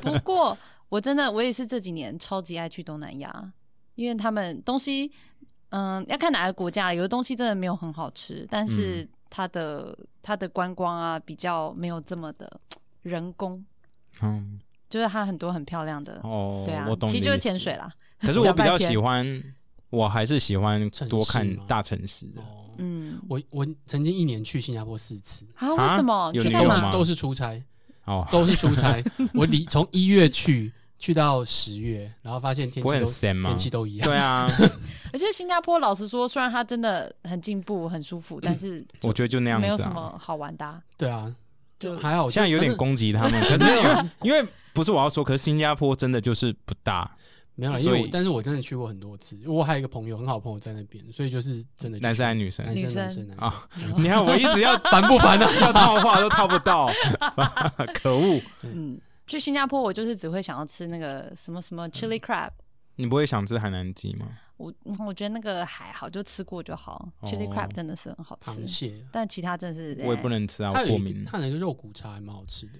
[SPEAKER 2] 不过我真的我也是这几年超级爱去东南亚，因为他们东西，嗯，要看哪个国家，有的东西真的没有很好吃，但是
[SPEAKER 1] 嗯
[SPEAKER 2] 它的、它的观光啊比较没有这么的人工，
[SPEAKER 1] 嗯，
[SPEAKER 2] 就是它很多很漂亮的，
[SPEAKER 1] 哦，
[SPEAKER 2] 对啊
[SPEAKER 1] 我，懂。
[SPEAKER 2] 其实就是潜水。啦，
[SPEAKER 1] 可是我比
[SPEAKER 2] 讲
[SPEAKER 1] 较
[SPEAKER 2] 半天
[SPEAKER 1] 喜欢，我还是喜欢
[SPEAKER 3] 城
[SPEAKER 1] 多
[SPEAKER 3] 市
[SPEAKER 1] 看
[SPEAKER 3] 吗
[SPEAKER 1] 大城市的。
[SPEAKER 3] 哦，
[SPEAKER 2] 嗯，
[SPEAKER 3] 我我曾经一年去新加坡四次，
[SPEAKER 2] 啊，
[SPEAKER 1] 啊
[SPEAKER 2] 为什么
[SPEAKER 1] 有
[SPEAKER 2] 去
[SPEAKER 1] 旅
[SPEAKER 2] 干
[SPEAKER 1] 游
[SPEAKER 3] 都是
[SPEAKER 1] 吗
[SPEAKER 2] 嘛？
[SPEAKER 3] 都是出差，
[SPEAKER 1] 哦，
[SPEAKER 3] 都是出 差。我离从一月去去到十月，然后发现天
[SPEAKER 1] 不会
[SPEAKER 3] 气
[SPEAKER 1] 很
[SPEAKER 3] 都
[SPEAKER 1] 咸吗
[SPEAKER 3] 天？气都一样。
[SPEAKER 1] 对啊，
[SPEAKER 2] 而且新加坡老实说，虽然它真的很进步、很舒服，但是
[SPEAKER 1] 嗯我觉得就那样
[SPEAKER 2] 没有
[SPEAKER 1] 子
[SPEAKER 2] 什
[SPEAKER 1] 啊。
[SPEAKER 2] 么好玩的、啊。
[SPEAKER 3] 对啊，就
[SPEAKER 2] 就
[SPEAKER 3] 还好。
[SPEAKER 1] 我现在有点
[SPEAKER 3] 公
[SPEAKER 1] 攻击他 们，可是因
[SPEAKER 3] 啊
[SPEAKER 1] 为因为不是我要说，可是新加坡真的就是不大，
[SPEAKER 3] 没有啦，因
[SPEAKER 1] 所以
[SPEAKER 3] 为我但是我真的去过很多次，因为我还有一个朋友很好的朋友在那边，所以就是真的就
[SPEAKER 1] 男生还是女
[SPEAKER 3] 男
[SPEAKER 1] 生
[SPEAKER 2] 女
[SPEAKER 3] 生
[SPEAKER 2] 生
[SPEAKER 3] 男生男生
[SPEAKER 1] 啊？
[SPEAKER 2] 嗯
[SPEAKER 1] 你看我一直 要
[SPEAKER 3] 烦不烦 啊？
[SPEAKER 1] 要套话都套不 到，可恶！
[SPEAKER 2] 嗯，去新加坡我就是只会想要吃那个什么什
[SPEAKER 1] 嗯
[SPEAKER 2] 么 chili crab，、
[SPEAKER 1] 你不会想吃海南鸡吗？
[SPEAKER 2] 我嗯我觉得那个还好，就吃过就好。
[SPEAKER 1] 哦
[SPEAKER 2] chili crab 真的是很好吃
[SPEAKER 3] 螃，蟹，
[SPEAKER 2] 但其他真的是
[SPEAKER 1] 我也不能吃啊，
[SPEAKER 3] 它
[SPEAKER 1] 我
[SPEAKER 3] 有
[SPEAKER 1] 过
[SPEAKER 3] 一
[SPEAKER 1] 敏
[SPEAKER 3] 个。它有一个肉骨茶还蛮好吃的，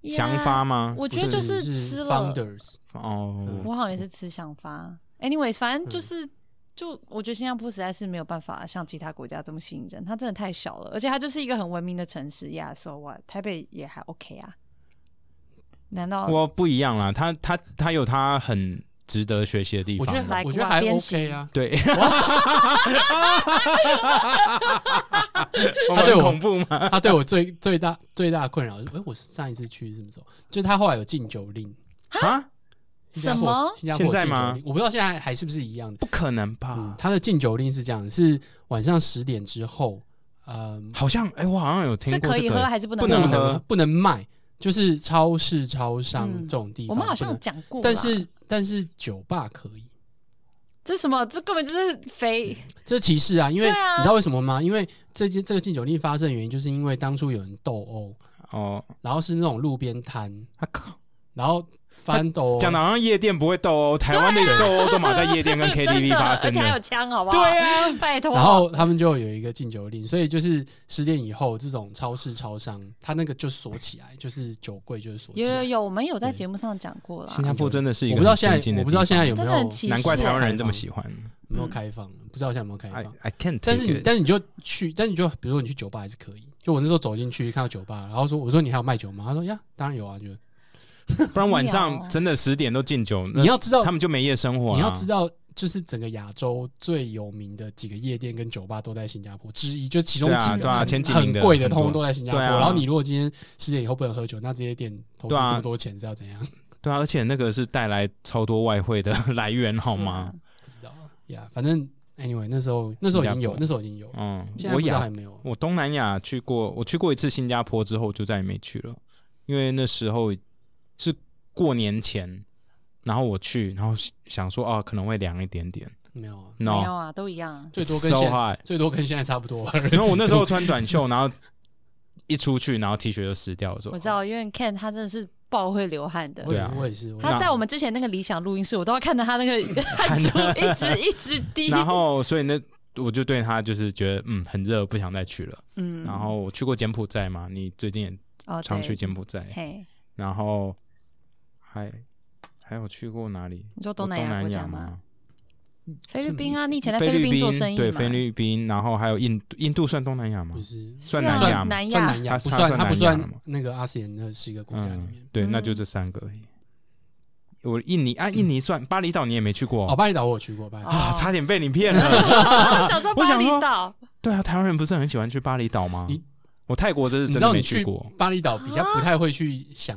[SPEAKER 2] Yeah，
[SPEAKER 1] 想法吗？
[SPEAKER 2] 我觉得就
[SPEAKER 3] 不是
[SPEAKER 2] 吃了，
[SPEAKER 3] Founders，
[SPEAKER 1] 哦
[SPEAKER 3] 嗯，
[SPEAKER 2] 我好像也是吃想法。Anyway，反正
[SPEAKER 1] 嗯
[SPEAKER 2] 就是。就我觉得新加坡实在是没有办法像其他国家这么吸引人，它真的太小了，而且它就是一个很文明的城市，Yeah，so what？台北也还 OK 啊？难道
[SPEAKER 1] 我不一样啦，他他他有他很值得学习的地
[SPEAKER 3] 我觉得
[SPEAKER 1] 方。
[SPEAKER 3] 还
[SPEAKER 2] Like
[SPEAKER 3] 我觉得还
[SPEAKER 2] 瓦边形
[SPEAKER 3] OK 啊。
[SPEAKER 1] 对， 我
[SPEAKER 3] 他对
[SPEAKER 1] 们
[SPEAKER 3] 我
[SPEAKER 1] 恐怖吗？
[SPEAKER 3] 他对我最最大最大的困扰是，哎、我上一次去是什么时候？就是他后来有禁酒令，
[SPEAKER 1] 啊，
[SPEAKER 3] 新加
[SPEAKER 2] 什
[SPEAKER 3] 坡
[SPEAKER 2] 么
[SPEAKER 3] 新加坡有
[SPEAKER 1] 现
[SPEAKER 3] 禁
[SPEAKER 1] 在
[SPEAKER 3] 酒
[SPEAKER 1] 吗
[SPEAKER 3] 令，我不知道现在还是不是一样的。
[SPEAKER 1] 不可能
[SPEAKER 3] 嗯
[SPEAKER 1] 吧，？
[SPEAKER 3] 他的禁酒令是这样，是晚上十点之后，嗯、
[SPEAKER 1] 好像哎，我好像有
[SPEAKER 2] 是
[SPEAKER 1] 听过
[SPEAKER 2] 可以
[SPEAKER 1] 这
[SPEAKER 2] 喝
[SPEAKER 1] 个。
[SPEAKER 2] 还是不能
[SPEAKER 1] 不
[SPEAKER 2] 喝？
[SPEAKER 1] 能
[SPEAKER 3] 不
[SPEAKER 1] 喝
[SPEAKER 3] 能不能卖，就是超市、超商、
[SPEAKER 2] 嗯
[SPEAKER 3] 这种地
[SPEAKER 2] 我
[SPEAKER 3] 方，
[SPEAKER 2] 们好像
[SPEAKER 3] 不
[SPEAKER 2] 有
[SPEAKER 3] 能
[SPEAKER 2] 讲过啦，
[SPEAKER 3] 但是但是酒吧可以，
[SPEAKER 2] 这是什么？这根本就是肥
[SPEAKER 1] 嗯
[SPEAKER 3] 这是歧视啊！因为
[SPEAKER 2] 对啊
[SPEAKER 3] 你知道为什么吗？因为这件这个禁酒令发生的原因，就是因为当初有人斗殴，
[SPEAKER 1] 哦，
[SPEAKER 3] 然后是那种路边摊，
[SPEAKER 1] 他靠，
[SPEAKER 3] 然后反斗
[SPEAKER 1] 讲的好像夜店不会斗殴，台湾的斗殴都嘛在夜店跟
[SPEAKER 2] 真
[SPEAKER 1] KTV
[SPEAKER 2] 的
[SPEAKER 1] 发生
[SPEAKER 2] 而且还有
[SPEAKER 1] 的。
[SPEAKER 2] 枪，好不好？
[SPEAKER 1] 对啊，
[SPEAKER 2] 拜托。
[SPEAKER 3] 然后他们就有一个禁酒令，所以就是十点以后，这种超市、超商，它那个就锁起来，就是酒柜就是锁起
[SPEAKER 2] 有
[SPEAKER 3] 来。
[SPEAKER 2] 有有，我们有在
[SPEAKER 3] 对
[SPEAKER 2] 节目上讲过啦
[SPEAKER 1] 新。加坡真的是一
[SPEAKER 3] 我
[SPEAKER 1] 个
[SPEAKER 3] 不知道
[SPEAKER 1] 很
[SPEAKER 3] 现
[SPEAKER 1] 先进
[SPEAKER 3] 在，
[SPEAKER 1] 的地方，
[SPEAKER 3] 我不知道现在有没
[SPEAKER 2] 真的很
[SPEAKER 3] 有
[SPEAKER 2] 奇
[SPEAKER 1] 难怪
[SPEAKER 2] 是
[SPEAKER 1] 台湾人这么喜欢。
[SPEAKER 3] 有没有开放，不知道现在有没有开
[SPEAKER 2] 啊
[SPEAKER 1] I
[SPEAKER 3] 放。
[SPEAKER 1] I can't，
[SPEAKER 3] 但是
[SPEAKER 1] take
[SPEAKER 3] 你，
[SPEAKER 1] it
[SPEAKER 3] 但是你就去，但你就比如说你去酒吧还是可以。就我那时候走进去看到酒吧，然后说我说你还有卖酒吗？他说呀，当然有啊，就
[SPEAKER 1] 不然晚
[SPEAKER 2] 不
[SPEAKER 1] 上
[SPEAKER 2] 要
[SPEAKER 1] 真的十点都敬酒，那
[SPEAKER 3] 啊你要知道
[SPEAKER 1] 嗯他，们就没夜生活啊。
[SPEAKER 3] 你要知道，就是整个亚洲最有名的几个夜店跟酒吧都在新加坡之一，就其中
[SPEAKER 1] 对
[SPEAKER 3] 几
[SPEAKER 1] 啊
[SPEAKER 3] 个
[SPEAKER 1] 对啊
[SPEAKER 3] 很
[SPEAKER 1] 前几名
[SPEAKER 3] 很
[SPEAKER 1] 的
[SPEAKER 3] 贵
[SPEAKER 1] 很
[SPEAKER 3] 通通
[SPEAKER 1] 多
[SPEAKER 3] 都在新加坡。
[SPEAKER 1] 对啊
[SPEAKER 3] 然后你如果今天十点以后不能喝酒，那这些店投资
[SPEAKER 1] 对啊
[SPEAKER 3] 这么多钱是要怎样？
[SPEAKER 1] 对啊，而且那个是带来超多外汇的 来源，
[SPEAKER 3] 啊
[SPEAKER 1] 好吗？
[SPEAKER 3] 不知道啊 呀反正 anyway，那时候那时候已经有
[SPEAKER 1] 新加坡，
[SPEAKER 3] 那时候已经有，
[SPEAKER 1] 嗯，
[SPEAKER 3] 现在
[SPEAKER 1] 我
[SPEAKER 3] 不知道
[SPEAKER 1] 亚
[SPEAKER 3] 还没有。
[SPEAKER 1] 我东南亚去过，我去过一次新加坡之后就再也没去了，因为那时候是过年前，然后我去，然后想说啊可能会凉一点点
[SPEAKER 3] 没有啊，
[SPEAKER 2] 没有
[SPEAKER 1] ，no，
[SPEAKER 2] 啊，都一样。
[SPEAKER 3] 最多跟
[SPEAKER 1] so
[SPEAKER 3] 现在
[SPEAKER 1] high。
[SPEAKER 3] 最多跟现在差不 多吧。
[SPEAKER 1] 然后我那时候穿短袖，然后一出去，然后 T 恤就湿掉了，说
[SPEAKER 2] 我知道，因为 Ken 他真的是爆会流汗的
[SPEAKER 3] 我。
[SPEAKER 1] 对
[SPEAKER 3] 也
[SPEAKER 1] 啊
[SPEAKER 3] 我也是，我也是
[SPEAKER 2] 他在我们之前那个理想录音室，我都要看到他那 个汗珠一直一直滴。
[SPEAKER 1] 然后所以那我就对他就是觉得嗯很热，不想再去了。
[SPEAKER 2] 嗯，
[SPEAKER 1] 然后我去过柬埔寨嘛，你最近也
[SPEAKER 2] 哦，
[SPEAKER 1] 常去
[SPEAKER 2] 对
[SPEAKER 1] 柬埔寨，
[SPEAKER 2] 嘿，
[SPEAKER 1] 然后还还有去过哪里？
[SPEAKER 2] 你说
[SPEAKER 1] 东
[SPEAKER 2] 东南亚国家
[SPEAKER 1] 亚
[SPEAKER 2] 吗？
[SPEAKER 1] 吗？
[SPEAKER 2] 菲律宾啊，你以前在
[SPEAKER 1] 菲
[SPEAKER 2] 律
[SPEAKER 1] 宾
[SPEAKER 2] 宾做生意
[SPEAKER 1] 对
[SPEAKER 2] 嘛
[SPEAKER 1] 菲律宾，然后还有印度，印度算东南亚吗
[SPEAKER 3] 不？是
[SPEAKER 2] 是
[SPEAKER 1] 算
[SPEAKER 2] 啊
[SPEAKER 1] 南亚吗
[SPEAKER 2] 南
[SPEAKER 3] 算
[SPEAKER 2] 亚
[SPEAKER 3] 南
[SPEAKER 1] 它
[SPEAKER 3] 亚，不
[SPEAKER 1] 它
[SPEAKER 3] 算
[SPEAKER 1] 算
[SPEAKER 3] 它不
[SPEAKER 1] 南亚
[SPEAKER 3] 算
[SPEAKER 1] 了嘛
[SPEAKER 3] 那个阿斯言的十个国家里面
[SPEAKER 1] 嗯。，对，
[SPEAKER 2] 嗯
[SPEAKER 1] 那就这三个而已。我印尼啊，印尼算巴厘岛你也没去过
[SPEAKER 3] 哦，巴厘岛我有去过，巴厘岛。
[SPEAKER 1] 啊，
[SPEAKER 2] 哦
[SPEAKER 1] 差点被你骗 了。
[SPEAKER 2] 我想说
[SPEAKER 1] 我
[SPEAKER 2] 巴
[SPEAKER 1] 想
[SPEAKER 2] 厘
[SPEAKER 1] 说
[SPEAKER 2] 岛，
[SPEAKER 1] 对啊，台湾人不是很喜欢去巴厘岛吗
[SPEAKER 3] 你？
[SPEAKER 1] 我泰国真是
[SPEAKER 3] 你
[SPEAKER 1] 真
[SPEAKER 3] 知
[SPEAKER 1] 的
[SPEAKER 3] 道
[SPEAKER 1] 没
[SPEAKER 3] 你
[SPEAKER 1] 去
[SPEAKER 3] 去
[SPEAKER 1] 过
[SPEAKER 3] 巴厘岛比较不太会去想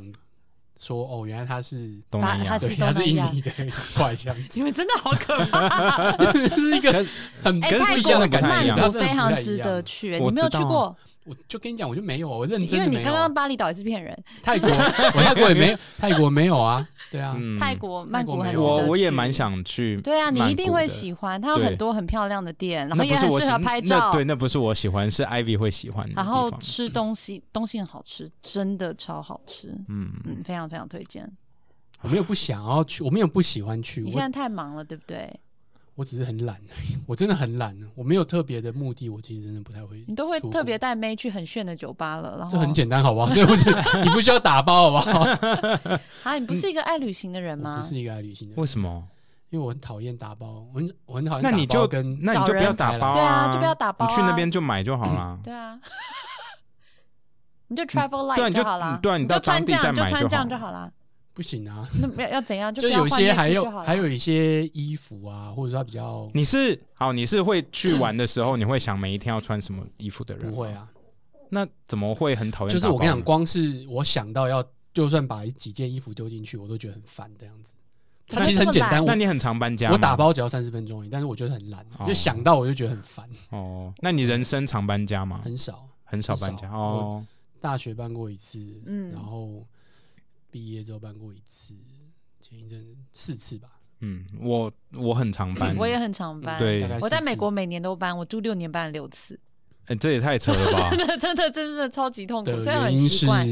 [SPEAKER 3] 说哦，原来它是
[SPEAKER 1] 东南亚
[SPEAKER 2] 它，是
[SPEAKER 3] 对，
[SPEAKER 2] 东
[SPEAKER 3] 啊它
[SPEAKER 2] 南
[SPEAKER 3] 是印
[SPEAKER 2] 亚
[SPEAKER 3] 尼的一块这样子，
[SPEAKER 2] 你们真的好可怕！
[SPEAKER 3] 是一个
[SPEAKER 1] 跟
[SPEAKER 3] 很
[SPEAKER 2] 哎，
[SPEAKER 1] 跟
[SPEAKER 2] 泰
[SPEAKER 1] 世
[SPEAKER 2] 国
[SPEAKER 1] 界的不
[SPEAKER 3] 感
[SPEAKER 1] 太
[SPEAKER 3] 觉
[SPEAKER 1] 一
[SPEAKER 2] 曼
[SPEAKER 1] 样
[SPEAKER 3] 它
[SPEAKER 2] 谷
[SPEAKER 3] 真的
[SPEAKER 2] 非
[SPEAKER 3] 不
[SPEAKER 2] 常
[SPEAKER 3] 太一
[SPEAKER 2] 值
[SPEAKER 3] 样
[SPEAKER 2] 得。去，
[SPEAKER 1] 我
[SPEAKER 2] 你没有
[SPEAKER 1] 知
[SPEAKER 2] 去
[SPEAKER 1] 道啊
[SPEAKER 2] 过，
[SPEAKER 3] 我就跟你讲，我就没有，我认
[SPEAKER 2] 因
[SPEAKER 3] 真
[SPEAKER 2] 为
[SPEAKER 3] 的
[SPEAKER 2] 你
[SPEAKER 3] 没有
[SPEAKER 2] 刚刚巴厘岛也是骗人，
[SPEAKER 3] 泰国，我泰国也没有，泰国没有啊，对啊，
[SPEAKER 1] 嗯
[SPEAKER 2] 泰国曼谷很
[SPEAKER 3] 没
[SPEAKER 2] 值
[SPEAKER 3] 有
[SPEAKER 2] 得
[SPEAKER 1] 我我也
[SPEAKER 2] 去
[SPEAKER 1] 蛮。想去。
[SPEAKER 2] 对啊，你一定会
[SPEAKER 1] 欢。
[SPEAKER 2] 喜欢，它有
[SPEAKER 1] 对
[SPEAKER 2] 很多很漂亮的店，然
[SPEAKER 1] 那
[SPEAKER 2] 后
[SPEAKER 1] 不
[SPEAKER 2] 也
[SPEAKER 1] 是
[SPEAKER 2] 很
[SPEAKER 1] 我
[SPEAKER 2] 适
[SPEAKER 1] 喜
[SPEAKER 2] 合拍
[SPEAKER 1] 那
[SPEAKER 2] 照，
[SPEAKER 1] 对，那不是我喜欢，是 Ivy 会喜欢的地
[SPEAKER 2] 然后
[SPEAKER 1] 方。
[SPEAKER 2] 吃东西，东西很好吃，真的超好吃，
[SPEAKER 1] 嗯，
[SPEAKER 2] 嗯，非常非常推荐。
[SPEAKER 3] 我没有不想要去，我没有不喜欢去，
[SPEAKER 2] 你现在
[SPEAKER 3] 我
[SPEAKER 2] 太忙了，对不对？
[SPEAKER 3] 我只是很懒，我真的很懒，我没有特别的目的，我其实真的不太会
[SPEAKER 2] 你。都会
[SPEAKER 3] 出国
[SPEAKER 2] 特别带妹去很炫的酒吧了，然后
[SPEAKER 3] 这很简单，好不好？这不是你不需要打包，好不好？
[SPEAKER 2] 啊，
[SPEAKER 1] 嗯
[SPEAKER 2] 你不是一个爱旅行的人
[SPEAKER 3] 我
[SPEAKER 2] 吗？
[SPEAKER 3] 不是一个爱旅行的人，
[SPEAKER 1] 为什么？
[SPEAKER 3] 因为我很讨厌打包，我很我很讨厌打
[SPEAKER 1] 那
[SPEAKER 3] 包。
[SPEAKER 1] 你就
[SPEAKER 3] 跟
[SPEAKER 1] 那你就不要打包
[SPEAKER 2] 对啊，就不要打包、啊，
[SPEAKER 1] 你去那边就买就好啦。
[SPEAKER 2] 对啊，你就 travel
[SPEAKER 1] 嗯对啊
[SPEAKER 2] light
[SPEAKER 1] 你就
[SPEAKER 2] 好啦，
[SPEAKER 1] 嗯对啊你
[SPEAKER 2] 你
[SPEAKER 1] 到
[SPEAKER 2] 就穿
[SPEAKER 1] 当地
[SPEAKER 2] 这样，
[SPEAKER 1] 再买
[SPEAKER 2] 就
[SPEAKER 1] 就
[SPEAKER 2] 穿这样
[SPEAKER 1] 好
[SPEAKER 2] 就好啦。
[SPEAKER 3] 不行啊，
[SPEAKER 2] 那没有要怎样？
[SPEAKER 3] 就
[SPEAKER 2] 不要
[SPEAKER 3] 有一
[SPEAKER 2] 换
[SPEAKER 3] 些
[SPEAKER 2] 内
[SPEAKER 3] 还
[SPEAKER 2] 裤
[SPEAKER 3] 有
[SPEAKER 2] 就好啦
[SPEAKER 3] 还有一些衣服啊，或者说它比较
[SPEAKER 1] 你是好，你是会去玩的时候，你会想每一天要穿什么衣服的人？
[SPEAKER 3] 不会。啊，
[SPEAKER 1] 那怎么会很讨厌？
[SPEAKER 3] 就是我跟你讲，，光是我想到要就算把几件衣服丢进去，我都觉得很烦这样子。它
[SPEAKER 2] 那
[SPEAKER 3] 其实很
[SPEAKER 2] 这么
[SPEAKER 3] 简单，
[SPEAKER 1] 那
[SPEAKER 3] 我
[SPEAKER 1] 你很常搬家吗
[SPEAKER 3] 我打包只要三十分钟而已，但是我觉得很懒，
[SPEAKER 1] 哦
[SPEAKER 3] 就想到我就觉得很烦，
[SPEAKER 1] 哦。那你人生常搬家吗？
[SPEAKER 3] 很少。
[SPEAKER 1] 很少搬家
[SPEAKER 3] 很少
[SPEAKER 1] 哦。
[SPEAKER 3] 大学搬过一次，
[SPEAKER 2] 嗯
[SPEAKER 3] 然后毕业之后搬过一次，前一阵四次吧，
[SPEAKER 1] 嗯，我我很常
[SPEAKER 3] 嗯
[SPEAKER 1] 搬，
[SPEAKER 2] 我也很常搬，
[SPEAKER 1] 对
[SPEAKER 3] 大概四次
[SPEAKER 2] 我在美国每年都搬，我住六年搬了六次，
[SPEAKER 1] 哎，这也太扯了吧！
[SPEAKER 2] 真的真的真的超级痛苦，
[SPEAKER 3] 的
[SPEAKER 2] 虽然
[SPEAKER 3] 原
[SPEAKER 2] 很
[SPEAKER 3] 因
[SPEAKER 2] 习
[SPEAKER 3] 是
[SPEAKER 2] 惯，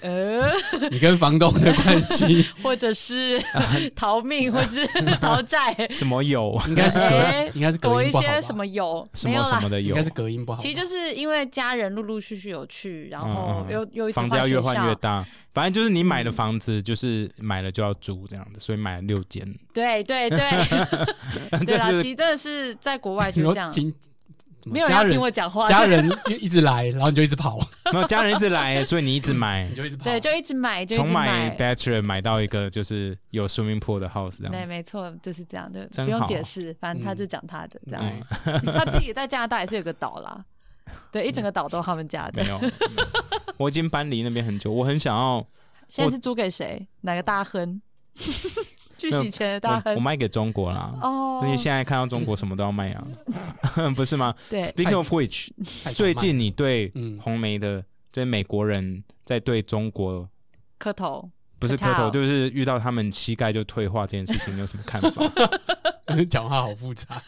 [SPEAKER 2] 呃，
[SPEAKER 3] 你跟房东的关 系，
[SPEAKER 2] 或者是
[SPEAKER 3] 啊
[SPEAKER 2] 逃命，或 是逃债，
[SPEAKER 1] 什么有
[SPEAKER 3] 应该是
[SPEAKER 2] 哎
[SPEAKER 3] 隔应该是
[SPEAKER 2] 躲
[SPEAKER 3] 隔
[SPEAKER 2] 一
[SPEAKER 3] 音不好吧
[SPEAKER 2] 些什么油，
[SPEAKER 1] 什
[SPEAKER 2] 没有
[SPEAKER 1] 么什
[SPEAKER 2] 啦
[SPEAKER 1] 么。的
[SPEAKER 3] 应
[SPEAKER 1] 有
[SPEAKER 3] 该，是隔音不好吧。
[SPEAKER 2] 其实就是因为家人陆陆续续有去，然后
[SPEAKER 1] 嗯嗯嗯
[SPEAKER 2] 又又一直
[SPEAKER 1] 房子要越
[SPEAKER 2] 学
[SPEAKER 1] 换
[SPEAKER 2] 校
[SPEAKER 1] 越，大，反正就是你买的房子就是买了就要租这样子，所以买了六间。
[SPEAKER 2] 对对 对，对啦，
[SPEAKER 1] 这是
[SPEAKER 2] 其实真的是在国外
[SPEAKER 3] 你
[SPEAKER 2] 就
[SPEAKER 3] 说
[SPEAKER 2] 这样，
[SPEAKER 3] 亲，怎么
[SPEAKER 2] 没有人
[SPEAKER 3] 家
[SPEAKER 2] 要
[SPEAKER 3] 人
[SPEAKER 2] 听我讲话，
[SPEAKER 3] 家人就一直来，然后你就一直跑，
[SPEAKER 1] 没有家人一直来，所以你一直买
[SPEAKER 3] 你，就一直跑。
[SPEAKER 2] 对，就一直买，就一
[SPEAKER 1] 从
[SPEAKER 2] 直
[SPEAKER 1] 买 bachelor 买到一个就是有 swimming pool 的 house 这
[SPEAKER 2] 对，
[SPEAKER 1] 样子。
[SPEAKER 2] 没错，就是这样，对，
[SPEAKER 1] 真
[SPEAKER 2] 不用
[SPEAKER 1] 好嗯
[SPEAKER 2] 解释，反正他
[SPEAKER 3] 嗯
[SPEAKER 2] 就讲他的这样。
[SPEAKER 1] 哎
[SPEAKER 3] 对
[SPEAKER 2] 他自己在加拿大也是有个岛啦，对，一整个岛都他们家的
[SPEAKER 1] 没。有，嗯 我已经搬离那边很久，我很想要
[SPEAKER 2] 现在是租给谁？哪个大亨？ 去洗钱的大
[SPEAKER 1] 我我
[SPEAKER 2] 亨
[SPEAKER 1] 卖给中国啦。
[SPEAKER 2] 哦
[SPEAKER 1] 所，以现在看到中国什么都要卖啊， 不是吗
[SPEAKER 2] 对，
[SPEAKER 1] ？Speaking of which，
[SPEAKER 3] 太爽
[SPEAKER 1] 最
[SPEAKER 3] 慢
[SPEAKER 1] 近
[SPEAKER 3] 了
[SPEAKER 1] 你对
[SPEAKER 3] 嗯
[SPEAKER 1] 红梅的这美国人在对中国
[SPEAKER 2] 磕头。
[SPEAKER 1] 不是
[SPEAKER 2] 磕
[SPEAKER 1] 磕头，
[SPEAKER 2] 头
[SPEAKER 1] 就是遇到他们膝盖就退化这件事情，你有什么看 法？
[SPEAKER 3] 讲话好 复杂。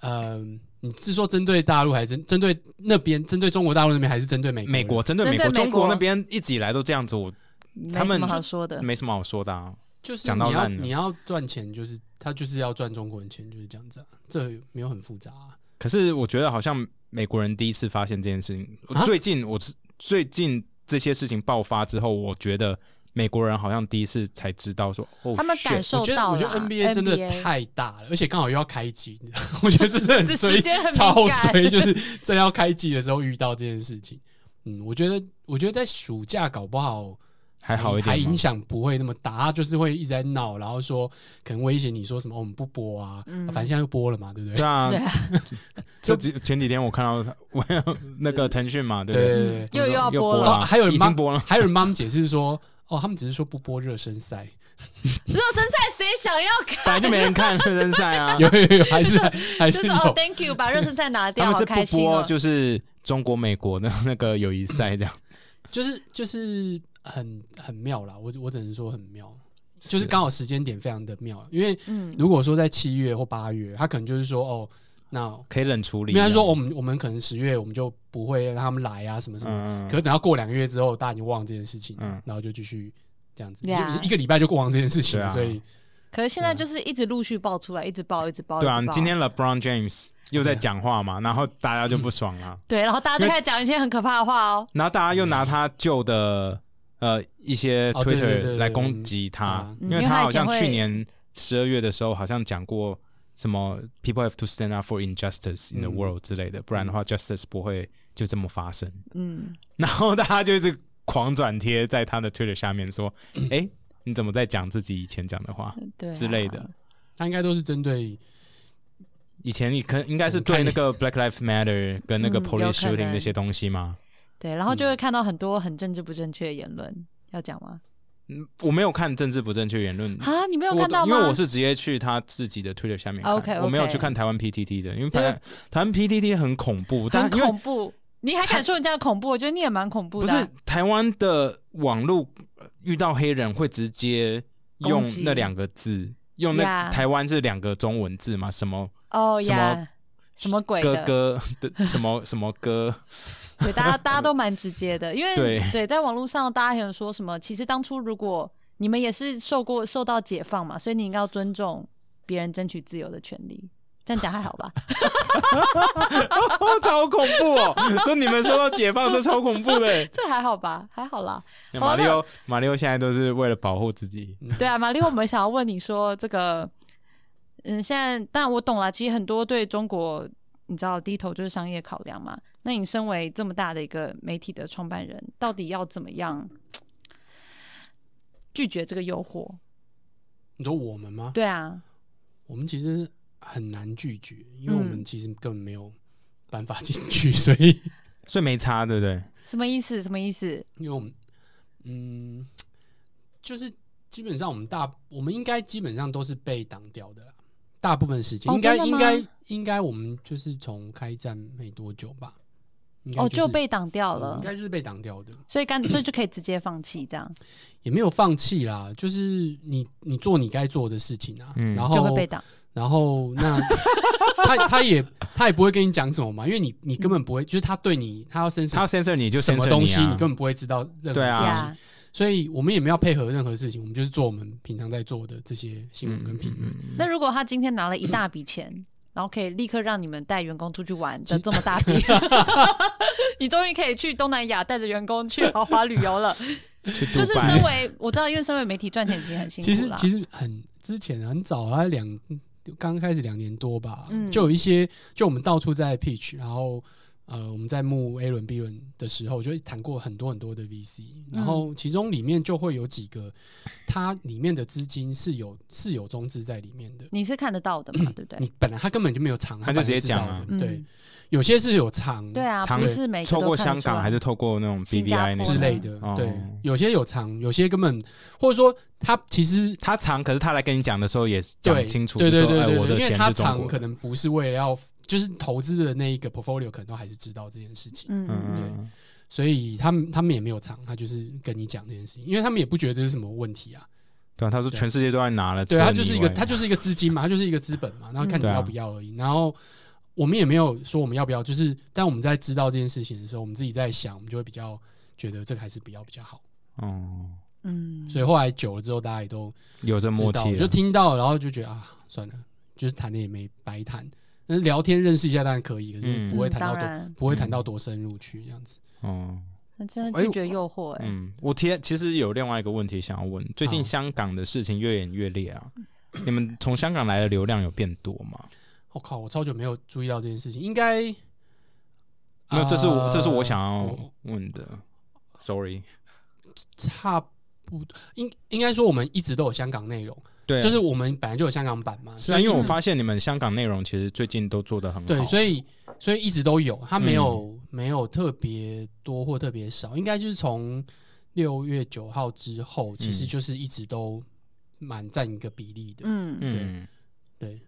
[SPEAKER 3] 嗯，你是说针对大陆，还是针针对那边？针对中国大陆那边，还是针对美国？
[SPEAKER 1] 美国针对
[SPEAKER 2] 针
[SPEAKER 1] 美
[SPEAKER 2] 对
[SPEAKER 1] 国，
[SPEAKER 2] 美
[SPEAKER 1] 中国
[SPEAKER 2] 国
[SPEAKER 1] 那边一直以来都这样子，我
[SPEAKER 2] 没
[SPEAKER 1] 他
[SPEAKER 2] 什
[SPEAKER 1] 们
[SPEAKER 2] 么
[SPEAKER 1] 就
[SPEAKER 2] 好说的。
[SPEAKER 1] 没什么好说的、啊。
[SPEAKER 3] 就是
[SPEAKER 1] 讲到
[SPEAKER 3] 你要
[SPEAKER 1] 烂了
[SPEAKER 3] 你要赚钱，就是他就是要赚中国人钱，就是这样子啊，这没有很复杂、啊。
[SPEAKER 1] 可是我觉得好像美国人第一次发现这件事情。
[SPEAKER 3] 啊
[SPEAKER 1] 最近我是最近这些事情爆发之后，我觉得美国人好像第一次才知道说，哦，
[SPEAKER 2] 他们
[SPEAKER 1] shit，
[SPEAKER 2] 感受
[SPEAKER 3] 我觉得
[SPEAKER 2] 到
[SPEAKER 3] 我觉
[SPEAKER 2] 了
[SPEAKER 3] 得 NBA 真的
[SPEAKER 2] NBA
[SPEAKER 3] 太大了，而且刚好又要开机，你知道吗 我觉得这是很
[SPEAKER 2] 这
[SPEAKER 3] 衰
[SPEAKER 2] 时间很敏
[SPEAKER 3] 超
[SPEAKER 2] 感
[SPEAKER 3] 衰，就是正要开机的时候遇到这件事情。嗯，我觉得我觉得在暑假搞不好
[SPEAKER 1] 还好一
[SPEAKER 3] 还
[SPEAKER 1] 点哦吗
[SPEAKER 3] 影响不会那么大，他就是会一直在闹，然后说可能威胁你说什么、哦、我们不播啊，
[SPEAKER 2] 嗯
[SPEAKER 3] 反正现在又播了嘛，对不对
[SPEAKER 1] 对？啊
[SPEAKER 2] 对，啊，
[SPEAKER 1] 这几前几天我看到他我那个腾讯嘛，对不
[SPEAKER 3] 对
[SPEAKER 1] 对？
[SPEAKER 3] 对对。
[SPEAKER 2] 嗯又又要
[SPEAKER 1] 又
[SPEAKER 2] 播
[SPEAKER 1] 播
[SPEAKER 2] 了
[SPEAKER 1] 了，
[SPEAKER 3] 哦，还有人
[SPEAKER 1] 已
[SPEAKER 3] 帮
[SPEAKER 1] 经播了
[SPEAKER 3] 还有人帮他们解释说，哦，他们只是说不播热身赛，
[SPEAKER 2] 热身赛谁想要看？
[SPEAKER 1] 本来就没人看热身赛 啊，
[SPEAKER 3] 有 有有，还是还
[SPEAKER 2] 就是是哦
[SPEAKER 3] 有。
[SPEAKER 2] ，Thank you，把热身赛拿
[SPEAKER 1] 他
[SPEAKER 2] 掉，
[SPEAKER 1] 们
[SPEAKER 2] 好
[SPEAKER 1] 是
[SPEAKER 2] 开
[SPEAKER 1] 不
[SPEAKER 2] 心
[SPEAKER 1] 播
[SPEAKER 2] 哦。
[SPEAKER 1] 就是中国美国的那个友谊赛这样。
[SPEAKER 3] 就是就是很很妙啦，我我只能说很妙，就是
[SPEAKER 1] 是
[SPEAKER 3] 刚好时间点非常的妙。因为
[SPEAKER 2] 嗯，
[SPEAKER 3] 如果说在七月或八月，他可能就是说哦，那
[SPEAKER 1] 可以冷处理
[SPEAKER 3] 应
[SPEAKER 1] 这样。
[SPEAKER 3] 该说我们我们可能十月我们就不会让他们来啊什么什么，
[SPEAKER 1] 嗯，
[SPEAKER 3] 可是等到过两个月之后，大家已经忘了这件事情，
[SPEAKER 1] 嗯
[SPEAKER 3] 然后就继续这样子，
[SPEAKER 2] 对啊
[SPEAKER 3] 就一个礼拜就忘了这件事情，
[SPEAKER 1] 对啊
[SPEAKER 3] 所以
[SPEAKER 2] 可是现在就是一直陆续爆出来，一直爆，一直
[SPEAKER 3] 哦
[SPEAKER 2] 爆，
[SPEAKER 1] 啊对啊
[SPEAKER 2] 一直，爆
[SPEAKER 1] 今天 LeBron James 又在讲话
[SPEAKER 3] 嗯
[SPEAKER 1] 嘛，然后大家就不爽 了、
[SPEAKER 2] 对，然后大家就开始讲一些很可怕的话哦。
[SPEAKER 1] 然后大家又拿他旧的呃一些
[SPEAKER 3] 哦对对对对
[SPEAKER 1] Twitter 来攻击他，
[SPEAKER 2] 嗯
[SPEAKER 1] 因为
[SPEAKER 2] 因为他
[SPEAKER 1] 他好像
[SPEAKER 2] 以前会
[SPEAKER 1] 去年十二月的时候好像讲过什么 “People have to stand up for injustice in the
[SPEAKER 3] 嗯
[SPEAKER 1] world” 之类的，不然的话 justice 不会就这么发生。
[SPEAKER 2] 嗯，
[SPEAKER 1] 然后大家就一直狂转贴在他的 Twitter 下面说：“哎、你怎么在讲自己以前讲的话
[SPEAKER 2] 对啊
[SPEAKER 1] 之类的。？”
[SPEAKER 3] 他应该都是针对
[SPEAKER 1] 以前你可应该是对那个 Black Lives Matter 跟那个
[SPEAKER 2] 嗯
[SPEAKER 1] police
[SPEAKER 2] 有可能
[SPEAKER 1] shooting 那些东西嘛，
[SPEAKER 2] 对，然后就会看到很多很政治不正确的言论，要讲吗？
[SPEAKER 1] 嗯，我没有看政治不正确言论，
[SPEAKER 2] 啊，你没有
[SPEAKER 1] 嗯我
[SPEAKER 2] 看到
[SPEAKER 1] 因
[SPEAKER 2] 吗？啊
[SPEAKER 1] 为我是直接去他自己的 Twitter 下面看
[SPEAKER 2] OK，OK
[SPEAKER 1] 我没有去看台湾 PTT 的，因为台
[SPEAKER 2] 因为
[SPEAKER 1] 湾台湾 PTT 很恐怖，但
[SPEAKER 2] 很
[SPEAKER 1] 因为
[SPEAKER 2] 恐怖，你还敢说人家恐怖？我觉得你也蛮恐怖
[SPEAKER 1] 不
[SPEAKER 2] 的啊。
[SPEAKER 1] 是台湾的网络呃遇到黑人会直接用
[SPEAKER 2] 攻击
[SPEAKER 1] 那两个字，用那
[SPEAKER 2] Yeah
[SPEAKER 1] 台湾是两个中文字嘛，什么
[SPEAKER 2] 哦
[SPEAKER 1] 什么
[SPEAKER 2] 呀，什么鬼
[SPEAKER 1] 哥
[SPEAKER 2] 的？
[SPEAKER 1] 哥的什么什么哥，
[SPEAKER 2] 对，大家大家都蛮直接的，因为
[SPEAKER 1] 对
[SPEAKER 2] 在网络上大家有说什么，其实当初如果你们也是受过受到解放嘛，所以你应该要尊重别人争取自由的权利。这样讲还好吧？
[SPEAKER 1] 哦，超恐怖哦！说你们说到解放，这超恐怖的。
[SPEAKER 2] 这还好吧？还好啦。
[SPEAKER 1] 那马里奥马里奥现在都是为了保护自己，
[SPEAKER 3] 嗯
[SPEAKER 2] 对啊，玛丽，我们想要问你说这个， 嗯，现在但我懂了，其实很多对中国，你知道低头就是商业考量嘛。那你身为这么大的一个媒体的创办人，到底要怎么样拒绝这个诱惑？
[SPEAKER 3] 你说我们吗？
[SPEAKER 2] 对啊，
[SPEAKER 3] 我们其实很难拒绝，因为我们
[SPEAKER 2] 嗯
[SPEAKER 3] 其实根本没有办法进去，
[SPEAKER 1] 嗯
[SPEAKER 3] 所以
[SPEAKER 1] 所以没差，对不对？
[SPEAKER 2] 什么意思？什么意思？
[SPEAKER 3] 因为我们嗯，就是基本上我们大我们应该基本上都是被挡掉的啦，大部分时间、
[SPEAKER 2] 哦
[SPEAKER 3] 应该
[SPEAKER 2] 真的
[SPEAKER 3] 应
[SPEAKER 2] 吗
[SPEAKER 3] 该应该我们就是从开战没多久吧，应该
[SPEAKER 2] 哦，
[SPEAKER 3] 是
[SPEAKER 2] 就被挡掉
[SPEAKER 3] 嗯
[SPEAKER 2] 了
[SPEAKER 3] 应，该就是被挡掉的，
[SPEAKER 2] 所以干 所以就可以直接放弃这样，
[SPEAKER 3] 也没有放弃啦，就是你你做你该做的事情啊，
[SPEAKER 1] 嗯
[SPEAKER 3] 然后
[SPEAKER 2] 就会被挡。
[SPEAKER 3] 然后 那他他也他也不会跟你讲什么嘛，因为你你根本不会，就是他对你他要伸手
[SPEAKER 1] 他要 censor 你就 censor
[SPEAKER 3] 什么东西，
[SPEAKER 1] 你
[SPEAKER 3] 你
[SPEAKER 1] 啊
[SPEAKER 3] 根本不会知道任
[SPEAKER 1] 对
[SPEAKER 3] 何
[SPEAKER 1] 啊
[SPEAKER 3] 事情，
[SPEAKER 2] 呀，
[SPEAKER 3] 所以我们也没有配合任何事情，我们就是做我们平常在做的这些新闻
[SPEAKER 1] 嗯
[SPEAKER 3] 跟评论。
[SPEAKER 2] 那如果他今天拿了一大笔 钱，然后可以立刻让你们带员工出去玩 的这么大笔， 你终于可以去东南亚带着员工去豪华旅游 了。
[SPEAKER 1] 去
[SPEAKER 2] 就
[SPEAKER 1] 杜
[SPEAKER 2] 是身
[SPEAKER 1] 拜。
[SPEAKER 2] 为我知道，因为身为媒体赚钱其实很辛
[SPEAKER 3] 其
[SPEAKER 2] 苦
[SPEAKER 3] 实
[SPEAKER 2] 啦。
[SPEAKER 3] 其实很之前很早啊，两刚开始两年多吧，
[SPEAKER 2] 嗯
[SPEAKER 3] 就有一些就我们到处在 pitch，然后呃我们在募 A 轮 B 轮的时候，就谈过很多很多的 VC，然
[SPEAKER 2] 嗯
[SPEAKER 3] 后其中里面就会有几个，它里面的资金是有是有中资在里面的。
[SPEAKER 2] 你是看得到的嘛，对不对？
[SPEAKER 3] 嗯你本来他根本就没有藏，
[SPEAKER 1] 他就
[SPEAKER 3] 本来
[SPEAKER 1] 直接
[SPEAKER 3] 知道
[SPEAKER 1] 讲啊
[SPEAKER 3] 的对
[SPEAKER 2] 嗯，，
[SPEAKER 3] 有些是有藏，
[SPEAKER 2] 对啊，
[SPEAKER 1] 常
[SPEAKER 2] 不是每个
[SPEAKER 1] 透
[SPEAKER 2] 都
[SPEAKER 1] 过
[SPEAKER 2] 看得
[SPEAKER 1] 香港
[SPEAKER 2] 出来
[SPEAKER 1] 还是透过那种
[SPEAKER 2] 新加
[SPEAKER 1] BVI 那
[SPEAKER 2] 坡
[SPEAKER 1] 种
[SPEAKER 3] 之类的，
[SPEAKER 1] 哦
[SPEAKER 3] 对，有些有藏，有些根本或者说他其实
[SPEAKER 1] 他藏，可是他来跟你讲的时候也
[SPEAKER 3] 对
[SPEAKER 1] 讲清楚，
[SPEAKER 3] 对对
[SPEAKER 1] 就说
[SPEAKER 3] 对
[SPEAKER 1] 哎
[SPEAKER 3] 对
[SPEAKER 1] 我的
[SPEAKER 3] 对，因为
[SPEAKER 1] 钱
[SPEAKER 3] 他
[SPEAKER 1] 是中
[SPEAKER 3] 藏
[SPEAKER 1] 国
[SPEAKER 3] 可
[SPEAKER 1] 的，
[SPEAKER 3] 能不是为了要，就是投资的那一个 portfolio 可能都还是知道这件事情，
[SPEAKER 2] 嗯
[SPEAKER 1] 嗯
[SPEAKER 2] 嗯
[SPEAKER 1] 嗯，
[SPEAKER 3] 所以他们他们也没有藏，他就是跟你讲这件事情，因为他们也不觉得这是什么问题啊，
[SPEAKER 1] 对啊，他说全世界都在拿了，除
[SPEAKER 3] 对，
[SPEAKER 1] 了
[SPEAKER 3] 他就是
[SPEAKER 1] 你
[SPEAKER 3] 一
[SPEAKER 1] 以
[SPEAKER 3] 个
[SPEAKER 1] 外
[SPEAKER 3] 他就是一个资金嘛，他就是一个资本嘛，然后看你
[SPEAKER 1] 嗯
[SPEAKER 3] 要不要而已，然后我们也没有说我们要不要，就是但我们在知道这件事情的时候，我们自己在想，我们就会比较觉得这个还是不要比较好。
[SPEAKER 1] 哦，
[SPEAKER 2] 嗯，
[SPEAKER 3] 所以后来久了之后，大家也都
[SPEAKER 1] 有这
[SPEAKER 3] 知
[SPEAKER 1] 默
[SPEAKER 3] 道，
[SPEAKER 1] 契啊
[SPEAKER 3] 我就
[SPEAKER 1] 了，
[SPEAKER 3] 听到，然后就觉得啊，算了，就是谈的也没白谈。但是聊天认识一下当然可以，可是
[SPEAKER 1] 嗯
[SPEAKER 3] 不会
[SPEAKER 2] 嗯
[SPEAKER 3] 谈到
[SPEAKER 2] 当
[SPEAKER 3] 多、
[SPEAKER 2] 然，
[SPEAKER 3] 不会谈到多深入去这样子。
[SPEAKER 1] 哦，
[SPEAKER 2] 那真的
[SPEAKER 1] 哎
[SPEAKER 2] 拒
[SPEAKER 1] 我
[SPEAKER 2] 绝诱惑、哎、
[SPEAKER 1] 嗯，我其其实有另外一个问题想要问，最近
[SPEAKER 3] 好
[SPEAKER 1] 香港的事情越演越烈啊，你们从香港来的流量有变多吗？
[SPEAKER 3] 我、哦靠，我超久没有注意到这件事情，应该
[SPEAKER 1] 没有，这是我
[SPEAKER 3] 呃
[SPEAKER 1] 这是我想要
[SPEAKER 3] 我
[SPEAKER 1] 问的，sorry，
[SPEAKER 3] 差不多应应该说我们一直都有香港内容，
[SPEAKER 1] 对啊，
[SPEAKER 3] 就是我们本来就有香港版嘛，
[SPEAKER 1] 是
[SPEAKER 3] 所
[SPEAKER 1] 啊，
[SPEAKER 3] 以
[SPEAKER 1] 因为我
[SPEAKER 3] 一直
[SPEAKER 1] 发现你们香港内容其实最近都做得嗯很好，嗯
[SPEAKER 3] 对，
[SPEAKER 1] 以
[SPEAKER 3] 所以所以一直都有，它没有、没有特别多或特别少，应该就是从六月九号之后，其实
[SPEAKER 1] 嗯
[SPEAKER 3] 就是一直都蛮占一个比例的，
[SPEAKER 2] 嗯
[SPEAKER 1] 嗯
[SPEAKER 3] 对，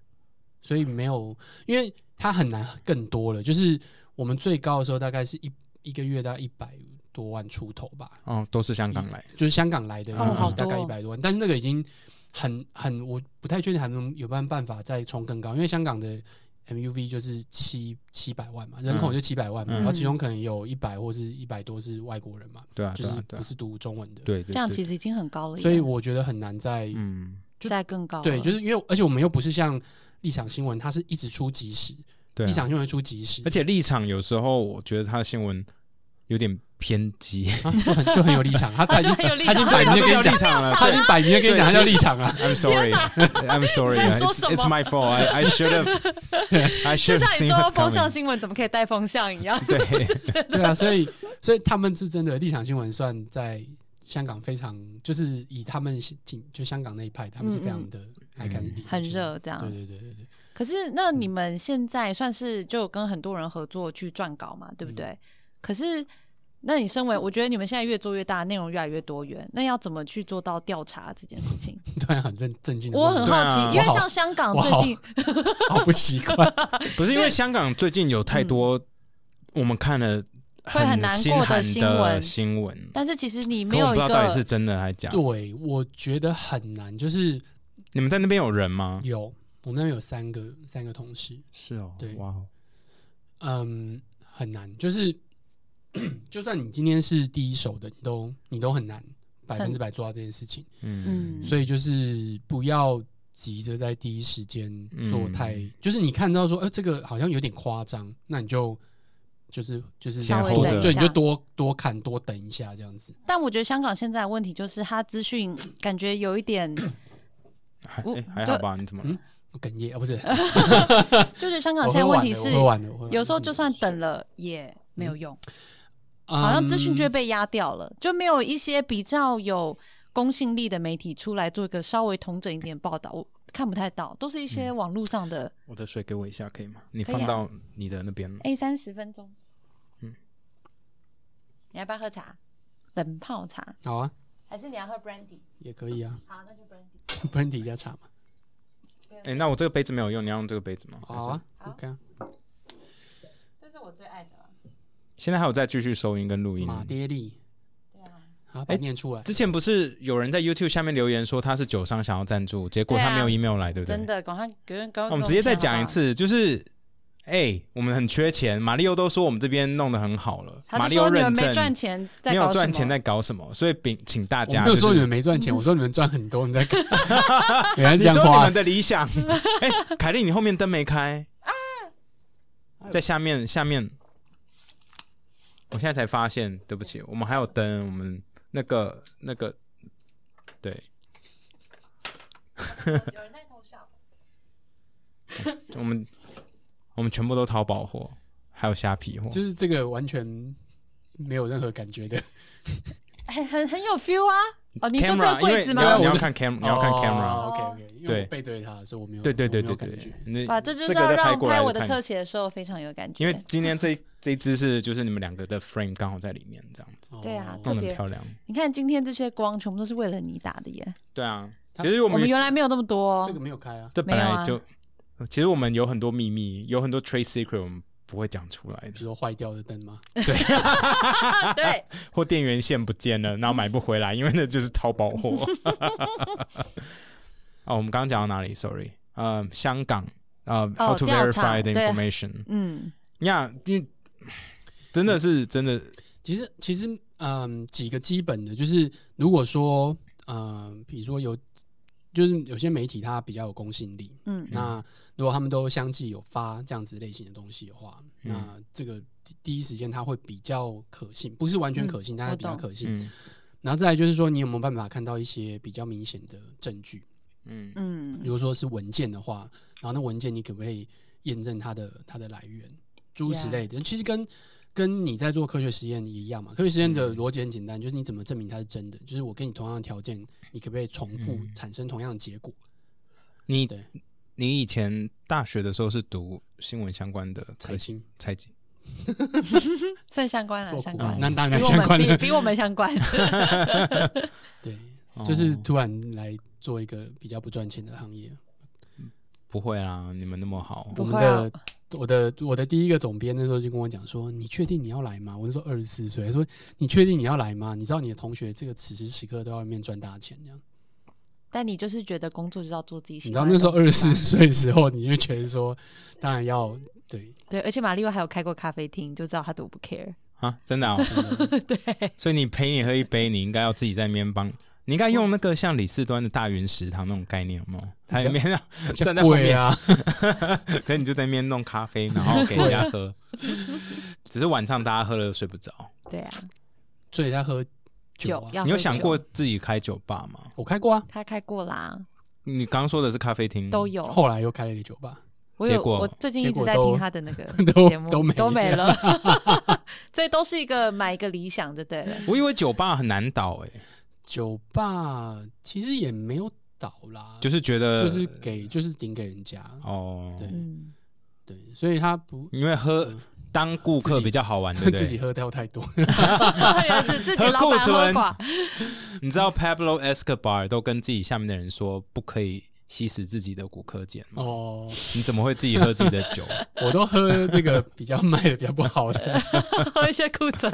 [SPEAKER 3] 所以没有，因为它很难更多了，就是我们最高的时候大概是一一个月大概一百多万出头吧，
[SPEAKER 1] 哦，都是香港来，
[SPEAKER 3] 就是香港来的，
[SPEAKER 1] 哦好
[SPEAKER 3] 大概
[SPEAKER 2] 多
[SPEAKER 3] 一
[SPEAKER 2] 哦
[SPEAKER 3] 百多万，但是那个已经很很，我不太确定还能有没有办法再冲更高，因为香港的 MUV 就是七七百万嘛，人口就七百万嘛，
[SPEAKER 1] 嗯
[SPEAKER 3] 然后其中可能有一百或是一百多是外国人嘛，
[SPEAKER 1] 对啊，
[SPEAKER 3] 就
[SPEAKER 1] 对
[SPEAKER 3] 是
[SPEAKER 1] 啊，对啊，
[SPEAKER 3] 不是读中文的，
[SPEAKER 1] 对对，
[SPEAKER 2] 这样
[SPEAKER 1] 对
[SPEAKER 2] 其实已经很高了耶，
[SPEAKER 3] 所以我觉得很难再、
[SPEAKER 1] 嗯，
[SPEAKER 3] 就
[SPEAKER 2] 再更高了，
[SPEAKER 3] 对，就是因为而且我们又不是像立场新闻，它是一直出即时，
[SPEAKER 1] 对啊
[SPEAKER 3] 立，场新闻出即时，
[SPEAKER 1] 而且立场有时候我觉得他的新闻有点偏激，
[SPEAKER 3] 啊、就很就很有立场，他他已 经
[SPEAKER 2] 他就很有立
[SPEAKER 3] 他已
[SPEAKER 2] 场
[SPEAKER 3] 经摆明
[SPEAKER 1] 他都
[SPEAKER 3] 的跟
[SPEAKER 1] 有
[SPEAKER 3] 你
[SPEAKER 1] 立
[SPEAKER 3] 讲，
[SPEAKER 1] 场了，
[SPEAKER 3] 他已经摆明的跟你讲，他叫立场啊。
[SPEAKER 1] I'm sorry. I'm sorry.
[SPEAKER 2] 你在
[SPEAKER 1] It's
[SPEAKER 2] 说什么
[SPEAKER 1] it's my fault. I I should have. I
[SPEAKER 2] 就
[SPEAKER 1] should
[SPEAKER 2] 像
[SPEAKER 1] have
[SPEAKER 2] 你
[SPEAKER 1] seen
[SPEAKER 2] 说
[SPEAKER 1] what's
[SPEAKER 2] 风向
[SPEAKER 1] coming.
[SPEAKER 2] 新闻怎么可以带风向一样，
[SPEAKER 1] 对，
[SPEAKER 3] 对啊，所以所以他们是真的立场新闻算在香港非常，就是以他们挺就香港那一派，他们是非常的爱看立场
[SPEAKER 2] 嗯很
[SPEAKER 3] 新闻。
[SPEAKER 2] 热这啊样。
[SPEAKER 3] 对对对对对，
[SPEAKER 2] 可是，那你们现在算是就有跟很多人合作去撰稿嘛，对不对？可是，那你身为我觉得你们现在越做越大，内容越来越多元，那要怎么去做到调查这件事情？
[SPEAKER 3] 突然啊很震震惊的，
[SPEAKER 2] 我很好奇，
[SPEAKER 1] 对啊
[SPEAKER 2] 因为
[SPEAKER 3] 我好
[SPEAKER 2] 像香港
[SPEAKER 3] 我
[SPEAKER 2] 最
[SPEAKER 3] 好
[SPEAKER 2] 近，
[SPEAKER 3] 好不 习惯。
[SPEAKER 2] 啊
[SPEAKER 1] 不是因为香港最近有太多我们看了
[SPEAKER 2] 嗯会很难过
[SPEAKER 1] 心
[SPEAKER 2] 的
[SPEAKER 1] 寒
[SPEAKER 2] 新
[SPEAKER 1] 的
[SPEAKER 2] 闻
[SPEAKER 1] 新闻，
[SPEAKER 2] 但是其实你
[SPEAKER 1] 可
[SPEAKER 2] 没
[SPEAKER 1] 我
[SPEAKER 2] 有
[SPEAKER 1] 不知
[SPEAKER 2] 一
[SPEAKER 1] 道到底
[SPEAKER 2] 个
[SPEAKER 1] 是真的还是假的。
[SPEAKER 3] 对，我觉得很难，就是
[SPEAKER 1] 你们在那边有人吗？
[SPEAKER 3] 有我们那边有三个三个同事，
[SPEAKER 1] 是哦
[SPEAKER 3] 对
[SPEAKER 1] 哇哦，
[SPEAKER 3] 嗯，很难，就是 就算你今天是第一手的，你都你都很难百分之百做到这件事情。
[SPEAKER 1] 嗯
[SPEAKER 2] 嗯，
[SPEAKER 3] 所以就是不要急着在第一时间做
[SPEAKER 1] 嗯
[SPEAKER 3] 太，就是你看到说，呃，这个好像有点夸张，那你就就是就是
[SPEAKER 1] 先
[SPEAKER 3] 多
[SPEAKER 1] hold 着
[SPEAKER 3] 对，你就
[SPEAKER 2] 下
[SPEAKER 3] 多多看多等一下这样子。
[SPEAKER 2] 但我觉得香港现在的问题就是，它资讯感觉有一点，
[SPEAKER 1] 还
[SPEAKER 2] 我
[SPEAKER 1] 哎还好吧？你怎么了？
[SPEAKER 3] 嗯我哽咽，啊不是，
[SPEAKER 2] 就是香港
[SPEAKER 3] 我
[SPEAKER 2] 呃现在
[SPEAKER 3] 喝
[SPEAKER 2] 问
[SPEAKER 3] 完
[SPEAKER 2] 题
[SPEAKER 3] 了，
[SPEAKER 2] 是
[SPEAKER 3] 我，喝完了，我嗯喝完
[SPEAKER 2] 有
[SPEAKER 3] 了
[SPEAKER 2] 时候就算等了也没有用，
[SPEAKER 3] 嗯
[SPEAKER 2] 好像资讯就会被压掉了，就没有一些比较有公信力的媒体出来做一个稍微统整一点报道，我看不太到，都是一
[SPEAKER 1] 嗯
[SPEAKER 2] 些网络上的。
[SPEAKER 1] 我的水给我一下可以吗？你
[SPEAKER 2] 可以啊
[SPEAKER 1] 放到你的那边吗。
[SPEAKER 2] 哎，三十分钟，
[SPEAKER 1] 嗯
[SPEAKER 2] 你要不要喝茶？冷泡茶，
[SPEAKER 3] 好啊，
[SPEAKER 2] 还是你要喝 brandy？
[SPEAKER 3] 也可以啊，
[SPEAKER 2] 好，那就 brandy。
[SPEAKER 3] 不然底下茶嘛。
[SPEAKER 2] 啊
[SPEAKER 1] 哎，那我这个杯子没有用，你要用这个杯子吗？
[SPEAKER 3] 好
[SPEAKER 1] 还
[SPEAKER 3] 啊
[SPEAKER 1] 是。
[SPEAKER 3] ，OK 啊，
[SPEAKER 2] 这是我最爱的啊了。
[SPEAKER 1] 现在还有在继续收音跟录音。
[SPEAKER 3] 马爹利，
[SPEAKER 2] 对啊，
[SPEAKER 3] 好，
[SPEAKER 1] 哎
[SPEAKER 3] 把它念出来。
[SPEAKER 1] 之前不是有人在 YouTube 下面留言说他是酒商想要赞助，结果
[SPEAKER 2] 对啊
[SPEAKER 1] 他没有 email 来，对不对？
[SPEAKER 2] 真的，赶快，赶快，
[SPEAKER 1] 那我们直接再讲一。次，就是，哎、我们很缺钱，马里奥都说我们这边弄得很好了，
[SPEAKER 2] 他
[SPEAKER 1] 马
[SPEAKER 2] 就
[SPEAKER 1] 里奥
[SPEAKER 2] 说你
[SPEAKER 1] 认
[SPEAKER 2] 们没
[SPEAKER 1] 证
[SPEAKER 2] 赚钱，在
[SPEAKER 1] 没
[SPEAKER 2] 搞
[SPEAKER 1] 有
[SPEAKER 2] 什
[SPEAKER 1] 赚
[SPEAKER 2] 么
[SPEAKER 1] 钱在搞什么，所以请请大
[SPEAKER 3] 我
[SPEAKER 1] 家、
[SPEAKER 3] 没
[SPEAKER 1] 就
[SPEAKER 3] 有
[SPEAKER 1] 是，
[SPEAKER 3] 说你们没赚钱，我说你们赚很多，你在 干原来是
[SPEAKER 1] 你
[SPEAKER 3] 这样
[SPEAKER 1] 说你
[SPEAKER 3] 花
[SPEAKER 1] 们。的理 想，哎、凯莉，你后面灯没开啊，在下面下面，我现在才发现，对不起，我们还有灯，我们那个那个，对，
[SPEAKER 2] 有人在偷笑。
[SPEAKER 1] 我们我们全部都淘宝货，还有虾皮货，
[SPEAKER 3] 就是这个完全没有任何感觉的。
[SPEAKER 2] 很很很有 feel 啊！哦，你说这
[SPEAKER 1] camera，
[SPEAKER 2] 个
[SPEAKER 1] 因为
[SPEAKER 2] 柜子
[SPEAKER 1] 你
[SPEAKER 2] 吗？
[SPEAKER 1] 要
[SPEAKER 3] 我哦
[SPEAKER 1] 你要
[SPEAKER 3] 就
[SPEAKER 1] 看 camera，你要看 camera。
[SPEAKER 3] OK
[SPEAKER 2] 哦
[SPEAKER 3] OK，因为
[SPEAKER 1] 对
[SPEAKER 3] 我背对他，所以我没有
[SPEAKER 1] 对对对
[SPEAKER 3] 我没
[SPEAKER 1] 对
[SPEAKER 3] 有
[SPEAKER 1] 对
[SPEAKER 3] 感觉，
[SPEAKER 1] 那
[SPEAKER 2] 哇，这就是
[SPEAKER 1] 个
[SPEAKER 2] 要
[SPEAKER 1] 再拍
[SPEAKER 2] 让
[SPEAKER 1] 过来
[SPEAKER 2] 拍我的
[SPEAKER 1] 看
[SPEAKER 2] 特欸写的时候非常有感觉。
[SPEAKER 1] 因为今天这这一支是就是你们两个的 frame 刚好在里面，这样 子
[SPEAKER 2] 对啊
[SPEAKER 3] 哦
[SPEAKER 2] 特
[SPEAKER 1] 弄得
[SPEAKER 2] 别
[SPEAKER 1] 很漂亮。
[SPEAKER 2] 你看今天这些光全部都是为了你打的耶，
[SPEAKER 1] 对啊，
[SPEAKER 3] 它
[SPEAKER 1] 其实我
[SPEAKER 2] 我们
[SPEAKER 1] 们
[SPEAKER 2] 原来没有那么多
[SPEAKER 3] 这
[SPEAKER 2] 哦
[SPEAKER 3] 个。 没有开啊，
[SPEAKER 1] 这本
[SPEAKER 2] 没有
[SPEAKER 1] 来
[SPEAKER 2] 啊
[SPEAKER 1] 就，其实我们有很多秘密，有很多 trade secret 我们不会讲出来
[SPEAKER 3] 比
[SPEAKER 1] 的，
[SPEAKER 3] 如说坏掉的灯吗？
[SPEAKER 2] 啊对，
[SPEAKER 1] 或电源线不见了，然后买不回来，因为那就是淘宝货。哦，我们刚刚讲到哪里？Sorry，呃，香港，呃、
[SPEAKER 2] 哦
[SPEAKER 1] h o w to
[SPEAKER 2] 调查
[SPEAKER 1] verify the
[SPEAKER 2] 对
[SPEAKER 1] information？
[SPEAKER 2] 嗯，
[SPEAKER 1] 呀，因为真的是真的，
[SPEAKER 3] 其实其实嗯，几个基本的就是，如果说嗯，比如说有，就是有些媒体它比较有公信力，
[SPEAKER 2] 嗯
[SPEAKER 3] 那如果他们都相继有发这样子类型的东西的话，
[SPEAKER 1] 嗯
[SPEAKER 3] 那这个第第一时间它会比较可信，不是完全可信，但它
[SPEAKER 2] 嗯我
[SPEAKER 3] 比较
[SPEAKER 2] 懂
[SPEAKER 3] 可信。
[SPEAKER 1] 嗯
[SPEAKER 3] 然后再来就是说，你有没有办法看到一些比较明显的证据？
[SPEAKER 1] 嗯
[SPEAKER 2] 嗯
[SPEAKER 3] 比如说是文件的话，然后那文件你可不可以验证它的它的来源，诸如此
[SPEAKER 2] Yeah
[SPEAKER 3] 类的？其实跟跟你在做科学实验一样嘛。科学实验的
[SPEAKER 1] 嗯
[SPEAKER 3] 逻辑很简单，就是你怎么证明它是真的？就是我给你同样的条件，你可不可以重复
[SPEAKER 1] 嗯
[SPEAKER 3] 产生同样的结果？
[SPEAKER 1] 你
[SPEAKER 3] 对
[SPEAKER 1] 你以前大学的时候是读新闻相关的
[SPEAKER 3] 财
[SPEAKER 1] 科系，
[SPEAKER 3] 经
[SPEAKER 1] 财经，
[SPEAKER 2] 所以相关了，
[SPEAKER 3] 做
[SPEAKER 2] 嗯相
[SPEAKER 3] 苦
[SPEAKER 2] 关
[SPEAKER 3] 啊
[SPEAKER 2] 啦，
[SPEAKER 3] 那当
[SPEAKER 2] 比
[SPEAKER 3] 然
[SPEAKER 2] 我
[SPEAKER 3] 相关
[SPEAKER 2] 们比
[SPEAKER 3] 的，
[SPEAKER 2] 比我们相关，
[SPEAKER 3] 对，
[SPEAKER 1] 哦
[SPEAKER 3] 就是突然来做一个比较不赚钱的行业。
[SPEAKER 1] 不会啊，你们那么好，
[SPEAKER 2] 不
[SPEAKER 3] 我
[SPEAKER 2] 会
[SPEAKER 3] 们
[SPEAKER 2] 啊
[SPEAKER 3] 的我的我的第一个总编那时候就跟我讲说：“你确定你要来吗？”我那时候二十四岁，他说：“你确定你要来吗？你知道你的同学这个此时此刻都在外面赚大钱，这样。
[SPEAKER 2] 但你就是觉得工作就是要做自己
[SPEAKER 3] 你
[SPEAKER 2] 喜
[SPEAKER 3] 知道
[SPEAKER 2] 欢的
[SPEAKER 3] 那
[SPEAKER 2] 东西吧。
[SPEAKER 3] 时候二十四
[SPEAKER 2] 啊
[SPEAKER 3] 岁的时候，你就觉得说，当然要对，
[SPEAKER 2] 对，而且马里奥还有开过咖啡厅，就知道他多不 care。
[SPEAKER 1] 啊， 真的、哦，
[SPEAKER 3] 呃
[SPEAKER 1] 所以你陪你喝一杯，你应该要自己在那边帮，你应该用那个像李四端的大云食堂那种概念，有没有？他里面 站在后
[SPEAKER 3] 贵
[SPEAKER 1] 面，
[SPEAKER 3] 啊，
[SPEAKER 1] 可是你就在那边弄咖啡，然后给人
[SPEAKER 3] 啊
[SPEAKER 1] 家喝，只是晚上大家喝了睡不着。
[SPEAKER 2] 对啊，
[SPEAKER 3] 所以他喝酒啊。
[SPEAKER 2] 要
[SPEAKER 1] 你有
[SPEAKER 2] 喝
[SPEAKER 1] 想
[SPEAKER 2] 酒
[SPEAKER 1] 过自己开酒吧吗？
[SPEAKER 3] 我开过啊，
[SPEAKER 2] 他开过啦，
[SPEAKER 1] 你刚说的是咖啡厅，
[SPEAKER 2] 都有。
[SPEAKER 3] 嗯后来又开了一个酒吧，
[SPEAKER 2] 我
[SPEAKER 1] 结
[SPEAKER 2] 有，
[SPEAKER 1] 果
[SPEAKER 2] 我最近一
[SPEAKER 3] 结
[SPEAKER 2] 直
[SPEAKER 3] 果
[SPEAKER 2] 在听
[SPEAKER 3] 都
[SPEAKER 2] 他的那个
[SPEAKER 3] 都
[SPEAKER 2] 节目，
[SPEAKER 3] 都没
[SPEAKER 2] 都没
[SPEAKER 3] 了
[SPEAKER 2] 了， 所以都是一个买一个理想就对了。
[SPEAKER 1] 我以为酒吧很难倒、欸，哎，
[SPEAKER 3] 酒吧其实也没有倒啦，
[SPEAKER 1] 就是呃觉得
[SPEAKER 3] 就是给就是顶给人家，
[SPEAKER 1] 哦，
[SPEAKER 3] 对
[SPEAKER 2] 嗯，
[SPEAKER 3] 对，所以他不
[SPEAKER 1] 因为喝
[SPEAKER 3] 嗯
[SPEAKER 1] 当顾客
[SPEAKER 3] 自己
[SPEAKER 1] 比较好 玩，对不
[SPEAKER 3] 自己
[SPEAKER 1] 对？
[SPEAKER 3] 喝掉太多，
[SPEAKER 1] 嗯
[SPEAKER 2] 也是自 己
[SPEAKER 1] 喝
[SPEAKER 2] 老
[SPEAKER 1] 库
[SPEAKER 2] 板喝
[SPEAKER 1] 存
[SPEAKER 2] 垮，
[SPEAKER 1] 你知道 Pablo Escobar 都跟自己下面的人说不可以吸食自己的骨科碱 吗？
[SPEAKER 3] 哦，
[SPEAKER 1] 你怎么会自己喝自己的 酒？
[SPEAKER 3] 我都喝那个比较卖的比较不 好的，
[SPEAKER 2] 喝一些库 存。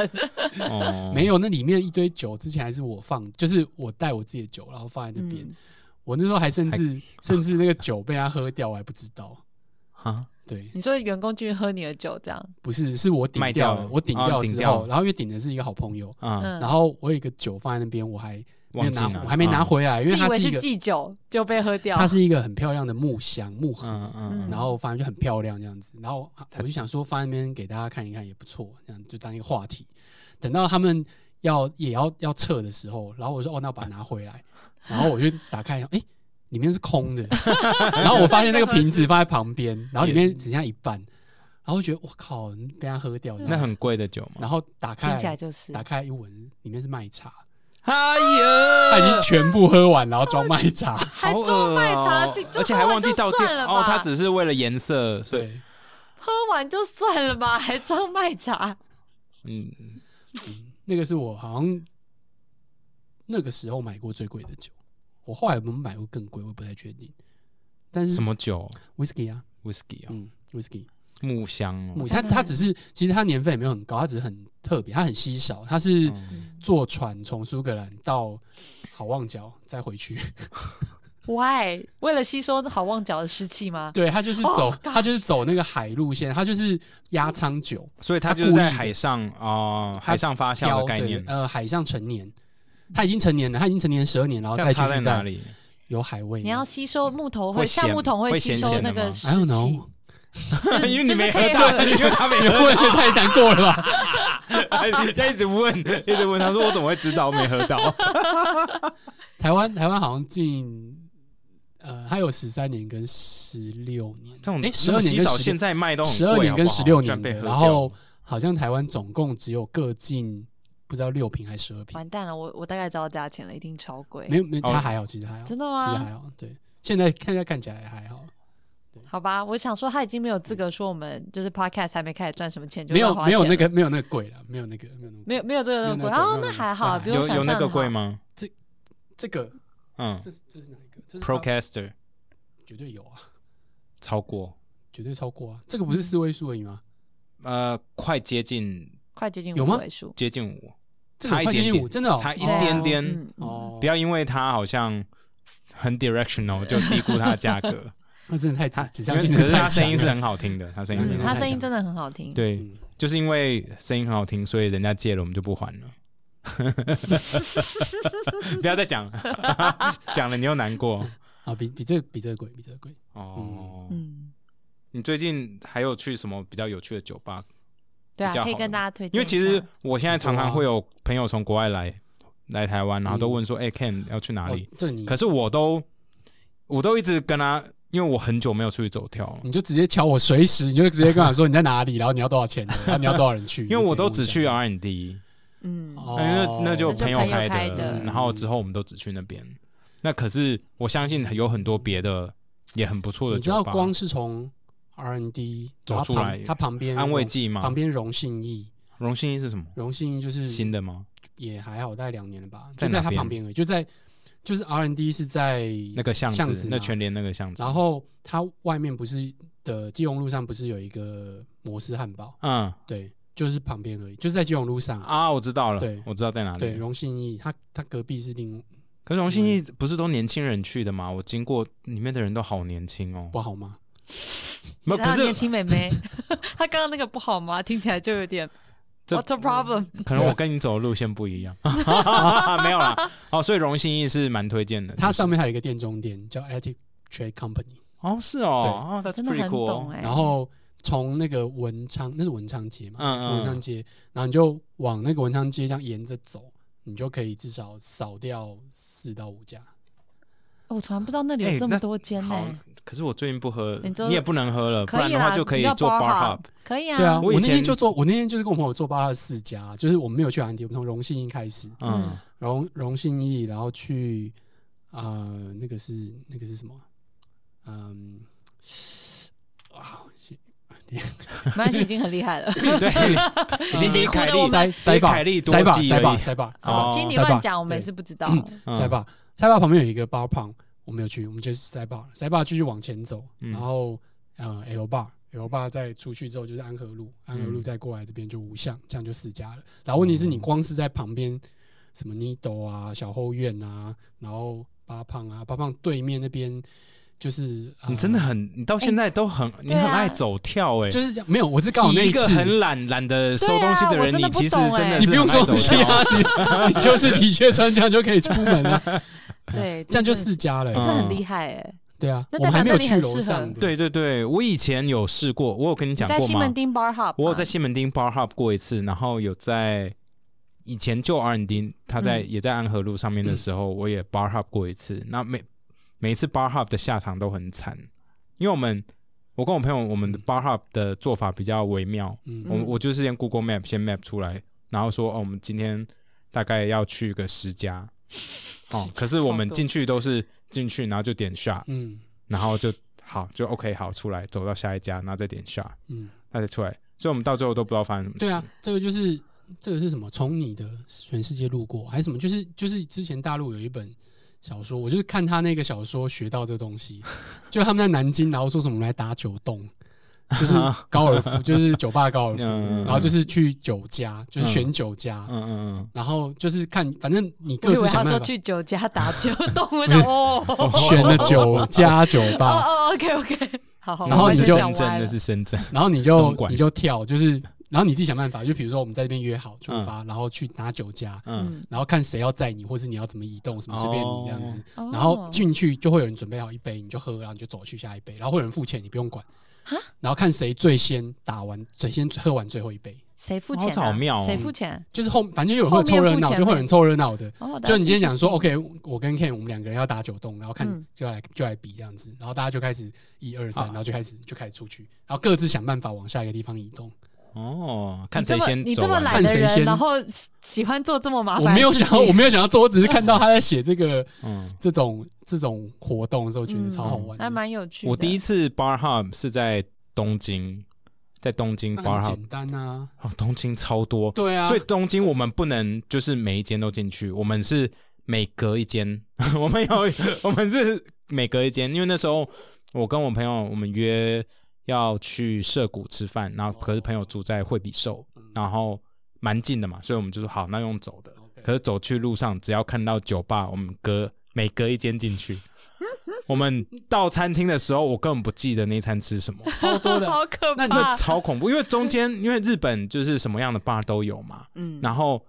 [SPEAKER 1] 哦，
[SPEAKER 3] 没有，那里面一堆酒，之前还是我放，就是我带我自己的酒，然后放在那边。
[SPEAKER 2] 嗯，
[SPEAKER 3] 我那时候还甚 至甚至那个酒被他喝掉，我还不知道。
[SPEAKER 1] 啊，
[SPEAKER 3] 对，
[SPEAKER 2] 你说员工去喝你的酒这样，
[SPEAKER 3] 不是，是我顶
[SPEAKER 1] 卖
[SPEAKER 3] 掉
[SPEAKER 1] 掉
[SPEAKER 3] 了，
[SPEAKER 1] 了
[SPEAKER 3] 我顶
[SPEAKER 1] 哦
[SPEAKER 3] 掉
[SPEAKER 1] 顶
[SPEAKER 3] 之
[SPEAKER 1] 掉
[SPEAKER 3] 后，然后因为顶的是一个好朋友，
[SPEAKER 1] 嗯，
[SPEAKER 2] 嗯，
[SPEAKER 3] 然后我有一个酒放在那边，我还没有
[SPEAKER 1] 忘记啊
[SPEAKER 3] 拿，
[SPEAKER 1] 拿
[SPEAKER 3] 我还没拿回来，因
[SPEAKER 2] 自
[SPEAKER 3] 为
[SPEAKER 2] 以
[SPEAKER 3] 它
[SPEAKER 2] 为
[SPEAKER 3] 是一
[SPEAKER 2] 是哦
[SPEAKER 3] 个
[SPEAKER 2] 忌酒就被喝掉
[SPEAKER 3] 它。是一个很漂亮的木箱木盒，
[SPEAKER 1] 嗯嗯嗯
[SPEAKER 2] 嗯
[SPEAKER 3] 然后反正就很漂亮这样子。然后啊我就想说放在那边给大家看一看也不错，这样就当一个话题。等到他们要也要要撤的时候，然后我说哦，那我把它拿回来。然后我就打开，哎，里面是空的。然后我发现那个瓶子放在旁边，然后里面只剩下一半。然后我觉得我靠，被他喝掉。
[SPEAKER 1] 啊那很贵的酒吗？
[SPEAKER 3] 然后打
[SPEAKER 2] 听起来
[SPEAKER 3] 开
[SPEAKER 2] 就是
[SPEAKER 3] 打开一闻，里面是麦茶，
[SPEAKER 1] 哎呀，
[SPEAKER 3] 他已经全部喝完，然后装麦茶。
[SPEAKER 2] 还
[SPEAKER 1] 好恶
[SPEAKER 2] 做卖茶
[SPEAKER 1] 哦
[SPEAKER 2] 就就
[SPEAKER 1] 而且
[SPEAKER 2] 喝
[SPEAKER 1] 还
[SPEAKER 2] 完
[SPEAKER 1] 忘记
[SPEAKER 2] 就
[SPEAKER 1] 倒掉
[SPEAKER 2] 算了
[SPEAKER 1] 哦
[SPEAKER 2] 吧，
[SPEAKER 1] 他只是为了颜色，所以
[SPEAKER 3] 对，
[SPEAKER 2] 喝完就算了吧， 还装卖茶。
[SPEAKER 1] 嗯，
[SPEAKER 3] 那个是我好像那个时候买过最贵的酒，我后来有没有买过更贵，我不太确定。但是
[SPEAKER 1] 什么酒
[SPEAKER 3] whisky 啊，
[SPEAKER 1] ？whisky 啊，
[SPEAKER 3] 嗯，whisky
[SPEAKER 1] 木香
[SPEAKER 3] 母
[SPEAKER 1] 哦，
[SPEAKER 3] 它它只是其实它年份也没有很高，它只是很特别，它很稀少，它是
[SPEAKER 1] 嗯
[SPEAKER 3] 坐船从苏格兰到好望角再回去，
[SPEAKER 2] Why？为了吸收好望角的湿气吗？
[SPEAKER 3] 对，它
[SPEAKER 2] 哦
[SPEAKER 3] 就是走、它就是走那个海路线，它就是压舱酒
[SPEAKER 1] 所以他
[SPEAKER 3] 他
[SPEAKER 1] 就是
[SPEAKER 3] 故
[SPEAKER 1] 在
[SPEAKER 3] 意的
[SPEAKER 1] 海上哦，
[SPEAKER 3] 他
[SPEAKER 1] 海上发酵
[SPEAKER 3] 漂
[SPEAKER 1] 的概念
[SPEAKER 3] 对，呃，海上成年。它已经成年了，它已经成年十二年，然后
[SPEAKER 1] 这
[SPEAKER 3] 再
[SPEAKER 1] 样
[SPEAKER 3] 继
[SPEAKER 1] 差
[SPEAKER 3] 续
[SPEAKER 1] 哪
[SPEAKER 3] 在
[SPEAKER 1] 里？
[SPEAKER 3] 有海味。
[SPEAKER 2] 你要吸收木头
[SPEAKER 1] 会
[SPEAKER 2] 橡
[SPEAKER 1] 咸
[SPEAKER 2] 木桶
[SPEAKER 1] 会
[SPEAKER 2] 吸
[SPEAKER 1] 咸
[SPEAKER 2] 收
[SPEAKER 1] 咸
[SPEAKER 2] 那
[SPEAKER 1] 的
[SPEAKER 2] 个
[SPEAKER 1] 吗
[SPEAKER 2] 湿
[SPEAKER 3] I
[SPEAKER 2] 气
[SPEAKER 3] don't know，，
[SPEAKER 2] 就
[SPEAKER 1] 因为你
[SPEAKER 2] 就是
[SPEAKER 1] 没
[SPEAKER 2] 可
[SPEAKER 1] 喝
[SPEAKER 2] 以
[SPEAKER 1] 到，
[SPEAKER 2] 喝
[SPEAKER 1] 因为他没
[SPEAKER 3] 你
[SPEAKER 1] 喝
[SPEAKER 3] 问的太难过了吧？
[SPEAKER 1] 到， 他一直问，一直问，他说我怎么会知道我没喝 到？
[SPEAKER 3] 台湾台湾好像近呃，它有十三年跟十六年，
[SPEAKER 1] 这种
[SPEAKER 3] 哎，十
[SPEAKER 1] 那
[SPEAKER 3] 二
[SPEAKER 1] 么
[SPEAKER 3] 年
[SPEAKER 1] 稀
[SPEAKER 3] 跟
[SPEAKER 1] 少，
[SPEAKER 3] 十
[SPEAKER 1] 现在卖都很
[SPEAKER 3] 十二
[SPEAKER 1] 贵
[SPEAKER 3] 年跟
[SPEAKER 1] 好不好
[SPEAKER 3] 十六
[SPEAKER 1] 居
[SPEAKER 3] 年
[SPEAKER 1] 然被
[SPEAKER 3] 的，
[SPEAKER 1] 喝
[SPEAKER 3] 然
[SPEAKER 1] 掉
[SPEAKER 3] 后好像台湾总共只有各进不知道六瓶还是十二瓶，
[SPEAKER 2] 完蛋了，我我大概知道价钱了，一定超贵。
[SPEAKER 3] 没有没有，
[SPEAKER 1] 哦
[SPEAKER 3] 它还好，其实还好，
[SPEAKER 2] 真的
[SPEAKER 3] 其实还
[SPEAKER 2] 吗？
[SPEAKER 3] 好，对，现在现在看起来还好，
[SPEAKER 2] 好吧，我想说他已经没有资格
[SPEAKER 1] 嗯
[SPEAKER 2] 说我们就是 podcast 还没开始赚什么钱就
[SPEAKER 3] 没有
[SPEAKER 2] 乱花
[SPEAKER 3] 没有
[SPEAKER 2] 钱
[SPEAKER 3] 那个
[SPEAKER 2] 了
[SPEAKER 3] 没有那个贵了，没有那个没有那个
[SPEAKER 2] 没有没有这个那么
[SPEAKER 3] 没
[SPEAKER 2] 贵
[SPEAKER 3] 有那个
[SPEAKER 2] 哦，
[SPEAKER 3] 没有那
[SPEAKER 2] 那
[SPEAKER 3] 个
[SPEAKER 2] 还好，
[SPEAKER 3] 对啊
[SPEAKER 2] 比我
[SPEAKER 1] 有
[SPEAKER 2] 想
[SPEAKER 1] 有那
[SPEAKER 2] 象啊
[SPEAKER 1] 个
[SPEAKER 2] 的
[SPEAKER 1] 贵
[SPEAKER 2] 好？
[SPEAKER 1] 吗？
[SPEAKER 3] 这个，
[SPEAKER 1] 嗯
[SPEAKER 3] 这是这是哪一个？这是它
[SPEAKER 1] ，Procaster
[SPEAKER 3] 绝对有啊，
[SPEAKER 1] 超过，
[SPEAKER 3] 绝对超过啊，这个不是四位数而已吗？
[SPEAKER 1] 呃，快接近
[SPEAKER 2] 快接近
[SPEAKER 3] 有
[SPEAKER 2] 五
[SPEAKER 3] 吗
[SPEAKER 2] 位数，
[SPEAKER 1] 接近五，
[SPEAKER 3] 这个
[SPEAKER 1] 差一
[SPEAKER 3] 快接
[SPEAKER 1] 点
[SPEAKER 3] 近五，
[SPEAKER 1] 点，
[SPEAKER 3] 真的哦
[SPEAKER 1] 差一
[SPEAKER 2] 对啊
[SPEAKER 1] 点点
[SPEAKER 2] 嗯嗯
[SPEAKER 3] 哦
[SPEAKER 1] 不，要因为它好像很 directional 就低估它的价格。
[SPEAKER 3] 那真的太
[SPEAKER 1] 他
[SPEAKER 3] 指指
[SPEAKER 1] 因
[SPEAKER 3] 向
[SPEAKER 1] 为
[SPEAKER 3] 性，
[SPEAKER 1] 可是他声音是很好听的，他声音是
[SPEAKER 3] 真
[SPEAKER 1] 很
[SPEAKER 2] 嗯，
[SPEAKER 1] 好听的
[SPEAKER 2] 他
[SPEAKER 3] 的
[SPEAKER 2] 声音真的很好听。
[SPEAKER 1] 对，
[SPEAKER 3] 嗯
[SPEAKER 1] 就是因为声音很好听，所以人家借了我们就不还 了。 不要再讲，讲了 你又难过
[SPEAKER 3] 啊，比比这个比这个贵，比这个贵。
[SPEAKER 1] 哦。
[SPEAKER 2] 嗯，
[SPEAKER 1] 你最近还有去什么比较有趣的酒吧？
[SPEAKER 2] 对
[SPEAKER 1] 比较
[SPEAKER 2] 啊，
[SPEAKER 1] 好
[SPEAKER 2] 可以跟大家推荐一下。
[SPEAKER 1] 因为其实哦我现在常常
[SPEAKER 3] 很多啊
[SPEAKER 1] 会有朋友从国外来来台湾，然后都问说：“哎、c a n 要去哪里
[SPEAKER 3] 哦？”这个你
[SPEAKER 1] 可是我都我都一直跟他，因为我很久没有出去走跳了，
[SPEAKER 3] 你就直接敲我，随时你就直接跟我说你在哪里，然后你要多 少钱，然后你要多少人去，
[SPEAKER 1] 因为我都只去
[SPEAKER 3] 啊。
[SPEAKER 1] R&D，
[SPEAKER 2] 嗯，
[SPEAKER 3] 哦
[SPEAKER 1] 因为那那就
[SPEAKER 2] 那就
[SPEAKER 1] 朋友
[SPEAKER 2] 朋友
[SPEAKER 1] 开
[SPEAKER 2] 开的
[SPEAKER 1] 然后之后我们都只去那边。那可是我相信有很多别的也很不错的
[SPEAKER 3] 你知
[SPEAKER 1] 酒
[SPEAKER 3] 道
[SPEAKER 1] 吧，
[SPEAKER 3] 光是从 R N D
[SPEAKER 1] 走出来
[SPEAKER 3] 它旁边
[SPEAKER 1] 安慰剂
[SPEAKER 3] 旁
[SPEAKER 1] 嘛，
[SPEAKER 3] 边嗯荣信义，
[SPEAKER 1] 荣幸一是什么？
[SPEAKER 3] 荣信义就是
[SPEAKER 1] 新的吗？
[SPEAKER 3] 也还好，大概两年了吧，
[SPEAKER 1] 在
[SPEAKER 3] 就
[SPEAKER 1] 哪
[SPEAKER 3] 在它
[SPEAKER 1] 边
[SPEAKER 3] 旁边而已，就在就是 R N D 是在
[SPEAKER 1] 那个巷
[SPEAKER 3] 巷
[SPEAKER 1] 子
[SPEAKER 3] 子，
[SPEAKER 1] 那
[SPEAKER 3] 嘛
[SPEAKER 1] 全联那个巷子。
[SPEAKER 3] 然，后它外面不是的基隆路上不是有一个摩斯汉堡，
[SPEAKER 1] 嗯
[SPEAKER 3] 对，就是旁边而已，就是在基隆路上。
[SPEAKER 1] 啊，我知道了
[SPEAKER 3] 对，
[SPEAKER 1] 我知道在哪
[SPEAKER 3] 对，
[SPEAKER 1] 里。啊
[SPEAKER 3] 荣信义，它它隔壁是另
[SPEAKER 1] 可是荣幸一不是都年轻人去的吗？我经过里面的人都好年轻哦
[SPEAKER 3] 不，好 吗？
[SPEAKER 1] 没有，
[SPEAKER 2] 然
[SPEAKER 1] 可
[SPEAKER 2] 后啊年
[SPEAKER 1] 是
[SPEAKER 2] 轻妹妹， 她刚刚那个不好吗？听起来就有点
[SPEAKER 1] 这嗯
[SPEAKER 2] What a problem？
[SPEAKER 1] 可
[SPEAKER 3] 啊
[SPEAKER 1] 能我跟你走的路线不 一样，没有啦。哦，所以荣幸一是蛮推荐的。
[SPEAKER 3] 它上面还有一个店中店叫 Attic Trade Company，
[SPEAKER 1] 哦是哦，哦，That's
[SPEAKER 2] 真的
[SPEAKER 1] pretty
[SPEAKER 2] 很
[SPEAKER 1] cool
[SPEAKER 2] 懂。哎。
[SPEAKER 3] 然后从那个文昌，那是文昌街嘛，
[SPEAKER 1] 嗯嗯
[SPEAKER 3] 文昌街，然后你就往那个文昌街这样沿着走，你就可以至少扫掉四到五家。
[SPEAKER 2] 哦我突然不知道那里
[SPEAKER 1] 哎
[SPEAKER 2] 有这
[SPEAKER 1] 那
[SPEAKER 2] 么多间呢
[SPEAKER 1] 好，，可是我最近不喝
[SPEAKER 2] 你，就
[SPEAKER 1] 你也不能喝了，不
[SPEAKER 2] 可
[SPEAKER 1] 然
[SPEAKER 2] 以
[SPEAKER 1] 的话
[SPEAKER 2] 啦，
[SPEAKER 1] 就可以
[SPEAKER 2] 你叫
[SPEAKER 1] 做 bar
[SPEAKER 2] bar
[SPEAKER 1] hop。
[SPEAKER 2] 可以啊，
[SPEAKER 3] 对啊，
[SPEAKER 1] 我
[SPEAKER 3] 我
[SPEAKER 1] 以
[SPEAKER 3] 那天
[SPEAKER 1] 前
[SPEAKER 3] 就做，我那天就是跟我朋友做八到四家，就是我们没有去安迪，我们从荣信义开始，
[SPEAKER 1] 嗯，
[SPEAKER 3] 荣荣信义，然后去啊、呃那个是那个是什么啊？嗯，啊，
[SPEAKER 2] 没关系，已经很厉害了。
[SPEAKER 1] 对，嗯已
[SPEAKER 3] 嗯
[SPEAKER 1] 经
[SPEAKER 2] 嗯已经
[SPEAKER 1] 比
[SPEAKER 2] 哭得
[SPEAKER 1] 凯
[SPEAKER 2] 我
[SPEAKER 1] 利
[SPEAKER 2] 们
[SPEAKER 3] 塞塞
[SPEAKER 1] 凯
[SPEAKER 3] 吧
[SPEAKER 1] 利多
[SPEAKER 3] 塞吧
[SPEAKER 1] 记
[SPEAKER 3] 塞
[SPEAKER 1] 而
[SPEAKER 3] 吧
[SPEAKER 1] 已
[SPEAKER 3] 塞吧塞吧
[SPEAKER 1] 哦
[SPEAKER 2] 哦，经你
[SPEAKER 3] 塞吧
[SPEAKER 2] 乱讲，我们也是不知道。
[SPEAKER 1] 嗯
[SPEAKER 3] 塞坝，塞坝旁边有一个 bar pong，我没有去，我们就是塞坝，塞坝继续往前走，
[SPEAKER 1] 嗯
[SPEAKER 3] 然后呃 L bar，L bar 再出去之后就是安和路，安和
[SPEAKER 1] 嗯
[SPEAKER 3] 路再过来这边就五巷，这样就四家了。然后问题是你光是在旁边什么 Nido 啊、小后院啊，然后八胖啊，八胖对面那边就是、呃
[SPEAKER 1] 你真的很，你到现在都很，你很
[SPEAKER 2] 对啊
[SPEAKER 1] 爱走跳哎。
[SPEAKER 3] 就是这样没有，我是刚好那
[SPEAKER 1] 你一个
[SPEAKER 3] 次。
[SPEAKER 1] 很懒懒得收东西的人，
[SPEAKER 2] 对
[SPEAKER 1] 你
[SPEAKER 2] 啊我真的不
[SPEAKER 1] 其实
[SPEAKER 2] 懂
[SPEAKER 1] 真
[SPEAKER 2] 哎
[SPEAKER 1] 的
[SPEAKER 3] 你
[SPEAKER 1] 是
[SPEAKER 3] 不用
[SPEAKER 1] 很爱
[SPEAKER 3] 收
[SPEAKER 1] 走
[SPEAKER 3] 东西
[SPEAKER 1] 跳。
[SPEAKER 3] 啊， 你你就是体恤穿这样就可以出门了，
[SPEAKER 2] 对，
[SPEAKER 3] 这样就
[SPEAKER 2] 真的
[SPEAKER 3] 四家了、
[SPEAKER 2] 哎这
[SPEAKER 1] 嗯
[SPEAKER 2] 很厉害哎。
[SPEAKER 3] 对啊，
[SPEAKER 2] 那
[SPEAKER 3] 我们
[SPEAKER 2] 代表
[SPEAKER 3] 还没有
[SPEAKER 2] 那里
[SPEAKER 3] 去
[SPEAKER 2] 很
[SPEAKER 3] 楼
[SPEAKER 2] 适合
[SPEAKER 3] 上的。
[SPEAKER 1] 对对对，我以前有试过，我有跟你
[SPEAKER 2] 你
[SPEAKER 1] 讲
[SPEAKER 2] 在
[SPEAKER 1] 过
[SPEAKER 2] 西门
[SPEAKER 1] 吗？
[SPEAKER 2] 町 bar 啊 hop，
[SPEAKER 1] 我有
[SPEAKER 2] 吗
[SPEAKER 1] 在西门町 bar hop 过一次，然后有在以前旧 R&D，他在、
[SPEAKER 2] 嗯
[SPEAKER 1] 也在安和路上面的时候，我也 bar hop 过一次。那每每一次 bar hop 的下场都很惨，因为我们我跟我朋友我们的 bar hop 的做法比较微妙，
[SPEAKER 3] 嗯
[SPEAKER 1] 我我就是先 Google Map 先 map 出来，然后说哦，我们今天大概要去个十家，哦，可是我们进去都是进去，然后就点 shot，
[SPEAKER 3] 嗯
[SPEAKER 1] 然后就好就 OK 好出来，走到下一家，然后再点 shot，
[SPEAKER 3] 嗯，
[SPEAKER 1] 那再出来，所以我们到最后都不知道发生什么事。
[SPEAKER 3] 对啊，，这个就是这个是什么？从你的全世界路过，还是什么？就是就是之前大陆有一本小说，我就是看他那个小说学到这东 西，就他们在南京，然后说什么来打九洞，就是高尔夫，就是酒吧高尔 夫，
[SPEAKER 1] 嗯
[SPEAKER 3] 然后就是去酒
[SPEAKER 2] 嗯
[SPEAKER 3] 家，就是选酒家，
[SPEAKER 1] 嗯嗯
[SPEAKER 3] 然后就是看，反正你
[SPEAKER 2] 我
[SPEAKER 3] 各
[SPEAKER 2] 以
[SPEAKER 3] 自
[SPEAKER 2] 为他
[SPEAKER 3] 想
[SPEAKER 2] 说
[SPEAKER 3] 办法。
[SPEAKER 2] 去酒家打 酒洞，我想哦，哦
[SPEAKER 3] 选了 酒家酒吧，
[SPEAKER 2] 哦，OK OK，好好，
[SPEAKER 1] 嗯，
[SPEAKER 3] 然后
[SPEAKER 2] 哦我
[SPEAKER 3] 你
[SPEAKER 2] 先
[SPEAKER 3] 就
[SPEAKER 2] 想
[SPEAKER 1] 深
[SPEAKER 2] 歪
[SPEAKER 1] 圳，
[SPEAKER 2] 了
[SPEAKER 1] 那是深圳，
[SPEAKER 3] 然后你
[SPEAKER 1] 东
[SPEAKER 3] 就
[SPEAKER 1] 莞
[SPEAKER 3] 你就跳，就是然后你自己想办法。就比如说我们在这边约好出发，然后去拿酒家，
[SPEAKER 1] 嗯，
[SPEAKER 3] 然后看谁要载你，或是你要怎么移动，什么随便你这样子。
[SPEAKER 2] 哦
[SPEAKER 3] 然后进去就会有人准备好一杯，你就喝，然后你就走去下一杯，然后会有人付钱，你不用管。然后看谁最先打完，最先喝完最后一杯，
[SPEAKER 2] 谁付钱啊？
[SPEAKER 1] 哦这好妙哦
[SPEAKER 2] 谁付钱？
[SPEAKER 3] 就是后反正就有人会有凑热
[SPEAKER 2] 后面付
[SPEAKER 3] 闹，
[SPEAKER 2] 钱
[SPEAKER 3] 就会有人凑热闹的。
[SPEAKER 2] 哦，
[SPEAKER 3] 就你今天讲说
[SPEAKER 2] that's interesting
[SPEAKER 3] ，OK，我跟 Ken 我们两个人要打九洞，然后看
[SPEAKER 2] 嗯
[SPEAKER 3] 就来就来比这样子，然后大家就开始一二三，
[SPEAKER 1] 啊
[SPEAKER 3] 然后就开始就开始出去，然后各自想办法往下一个地方移动。
[SPEAKER 1] 哦，看
[SPEAKER 2] 你
[SPEAKER 1] 谁
[SPEAKER 2] 这么
[SPEAKER 1] 先
[SPEAKER 2] 你
[SPEAKER 1] 走
[SPEAKER 2] 这么
[SPEAKER 1] 完。
[SPEAKER 2] 懒的
[SPEAKER 3] 看谁先
[SPEAKER 2] 人，然后喜喜欢做这么麻烦的
[SPEAKER 3] 我
[SPEAKER 2] 事情，
[SPEAKER 3] 没有想要，我没有想要做，我只是看到他在写这个
[SPEAKER 1] 嗯，
[SPEAKER 3] 这种这种活动的时候，觉得超好玩
[SPEAKER 2] 嗯
[SPEAKER 3] 的。
[SPEAKER 2] 还蛮有趣的。
[SPEAKER 1] 我第一次 bar hop 是在东京，在东京
[SPEAKER 2] 嗯
[SPEAKER 3] 那
[SPEAKER 1] bar
[SPEAKER 3] 很
[SPEAKER 1] hop，
[SPEAKER 3] 简单啊，
[SPEAKER 1] 哦，东京超多，
[SPEAKER 3] 对啊，
[SPEAKER 1] 所以东京我们不能就是每一间都进去，我们是每隔一间， 我们有我们是每隔一间，因为那时候我跟我朋友我们约要去涩谷吃饭，然后可是朋友住在惠比寿，然后蛮近的嘛，所以我们就说好，那用走的。可是走去路上，只要看到酒吧，我们隔每隔一间进去。我们到餐厅的时候，我根本不记得那一餐吃什么，
[SPEAKER 3] 超多的。
[SPEAKER 2] 好可
[SPEAKER 3] 那
[SPEAKER 2] 怕。
[SPEAKER 3] 你
[SPEAKER 1] 那超恐怖。因为中间，因为日本就是什么样的 bar 都有嘛，
[SPEAKER 2] 嗯，
[SPEAKER 1] 然后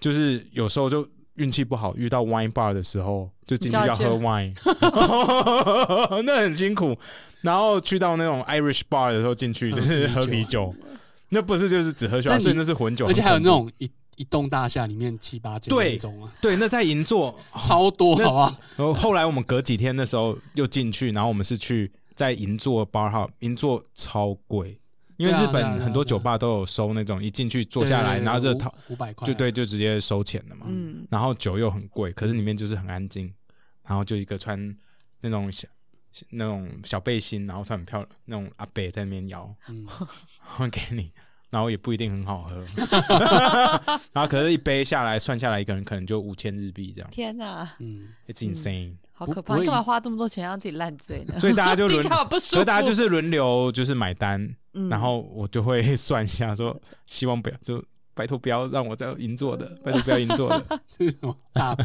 [SPEAKER 1] 就是有时候就运气不好，遇到 wine bar 的时候，就进去要喝 wine，那 很辛苦。然后去到那种 Irish bar 的时候，进去就是
[SPEAKER 3] 喝
[SPEAKER 1] 喝
[SPEAKER 3] 啤
[SPEAKER 1] 啤酒，那不是就是只喝酒啊，
[SPEAKER 3] 但你
[SPEAKER 1] 所以那是混酒，
[SPEAKER 3] 而且还有
[SPEAKER 1] 很
[SPEAKER 3] 那
[SPEAKER 1] 恐怖
[SPEAKER 3] 种一一栋大厦里面七八间
[SPEAKER 1] 对
[SPEAKER 3] 那种啊，
[SPEAKER 1] 对，那在银座。
[SPEAKER 3] 超多，
[SPEAKER 1] 那
[SPEAKER 3] 好不好？
[SPEAKER 1] 然后后来我们隔几天的时候又进去，然后我们是去在银座 bar hub，银座超贵。因为
[SPEAKER 3] 对啊
[SPEAKER 1] 日
[SPEAKER 3] 对
[SPEAKER 1] 本
[SPEAKER 3] 啊对啊
[SPEAKER 1] 很多
[SPEAKER 3] 对啊
[SPEAKER 1] 酒吧都有收那种一进去 坐下来，然后就掏
[SPEAKER 3] 五百块啊，
[SPEAKER 1] 就对，就直接收钱了嘛。
[SPEAKER 2] 嗯，
[SPEAKER 1] 然后酒又很贵，可是里面就是很安静，然后就一个穿那种小那种小背心，然后穿很漂亮那种阿北在那边摇，
[SPEAKER 3] 嗯，
[SPEAKER 1] 然后给你，然后也不一定很好 喝，然后可是一杯下来算下来一个人可能就五千日币这样
[SPEAKER 2] 天哪，
[SPEAKER 3] 嗯，
[SPEAKER 1] ，It's insane。
[SPEAKER 2] 好
[SPEAKER 3] 不
[SPEAKER 2] 可怕！
[SPEAKER 3] 不会
[SPEAKER 2] 你干嘛花这么多钱让自己烂醉呢？
[SPEAKER 1] 所以大家就
[SPEAKER 2] 听
[SPEAKER 1] 轮
[SPEAKER 2] 起来好不舒
[SPEAKER 1] 所
[SPEAKER 2] 服。
[SPEAKER 1] 以大家就是轮流就是买单，
[SPEAKER 2] 嗯
[SPEAKER 1] 然后我就会算一下说，希望不要就拜托不要让我在银座的，拜托不要银座 的，
[SPEAKER 3] 这是什么大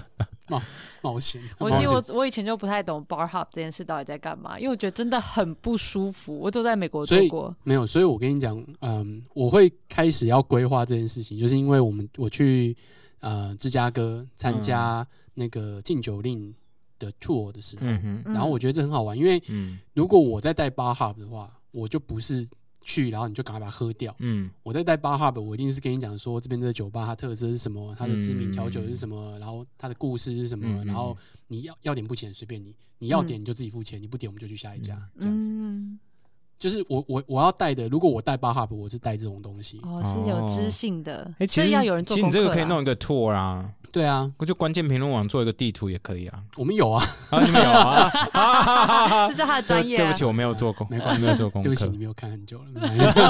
[SPEAKER 3] 冒冒险？
[SPEAKER 2] 我其实我我以前就不太懂 bar hop 这件事到底在干嘛，因为我觉得真的很不舒服。我就在美国
[SPEAKER 3] 所
[SPEAKER 2] 做
[SPEAKER 3] 以
[SPEAKER 2] 过，
[SPEAKER 3] 没有，所以我跟你讲，嗯，我会开始要规划这件事情，就是因为我们我去呃芝加哥参加那个禁酒令的 tour 的时候，
[SPEAKER 1] 嗯哼，
[SPEAKER 3] 然后我觉得这很好玩，因为
[SPEAKER 1] 嗯
[SPEAKER 3] 如果我在带 bar hub 的话，我就不是去，然后你就赶快把它喝掉。
[SPEAKER 1] 嗯
[SPEAKER 3] 我在带 bar hub，我一定是跟你讲说这边的酒吧它特色是什么，它的知名调酒是什么，然后它的故事是什么，
[SPEAKER 1] 嗯
[SPEAKER 3] 然后你要要点不点随便你，你要点你就自己付钱，你不点我们就去下
[SPEAKER 1] 嗯
[SPEAKER 3] 一家，这样子。
[SPEAKER 2] 嗯，
[SPEAKER 3] 就是我我我要带的，如果我带 bar hub，我是带这种东西。
[SPEAKER 2] 哦，是有知性的，
[SPEAKER 1] 哎、其
[SPEAKER 2] 所
[SPEAKER 1] 实
[SPEAKER 2] 以要有人做
[SPEAKER 1] 其实
[SPEAKER 2] 功
[SPEAKER 1] 你这
[SPEAKER 2] 课
[SPEAKER 1] 个
[SPEAKER 2] 啦。
[SPEAKER 1] 可以弄一个 tour 啊，
[SPEAKER 3] 对啊，
[SPEAKER 1] 就关键评论网做一个地图也可以 啊。
[SPEAKER 3] 我们有啊，
[SPEAKER 1] 啊，你们有啊？啊哈哈哈
[SPEAKER 2] 这是他的 专
[SPEAKER 1] 对
[SPEAKER 2] 业、
[SPEAKER 1] 对
[SPEAKER 2] 啊
[SPEAKER 1] 不。起，我没有做功，
[SPEAKER 3] 没关系
[SPEAKER 1] 我没有做功
[SPEAKER 3] 对不起，
[SPEAKER 1] 课
[SPEAKER 3] 你，没有看 很久了，没关系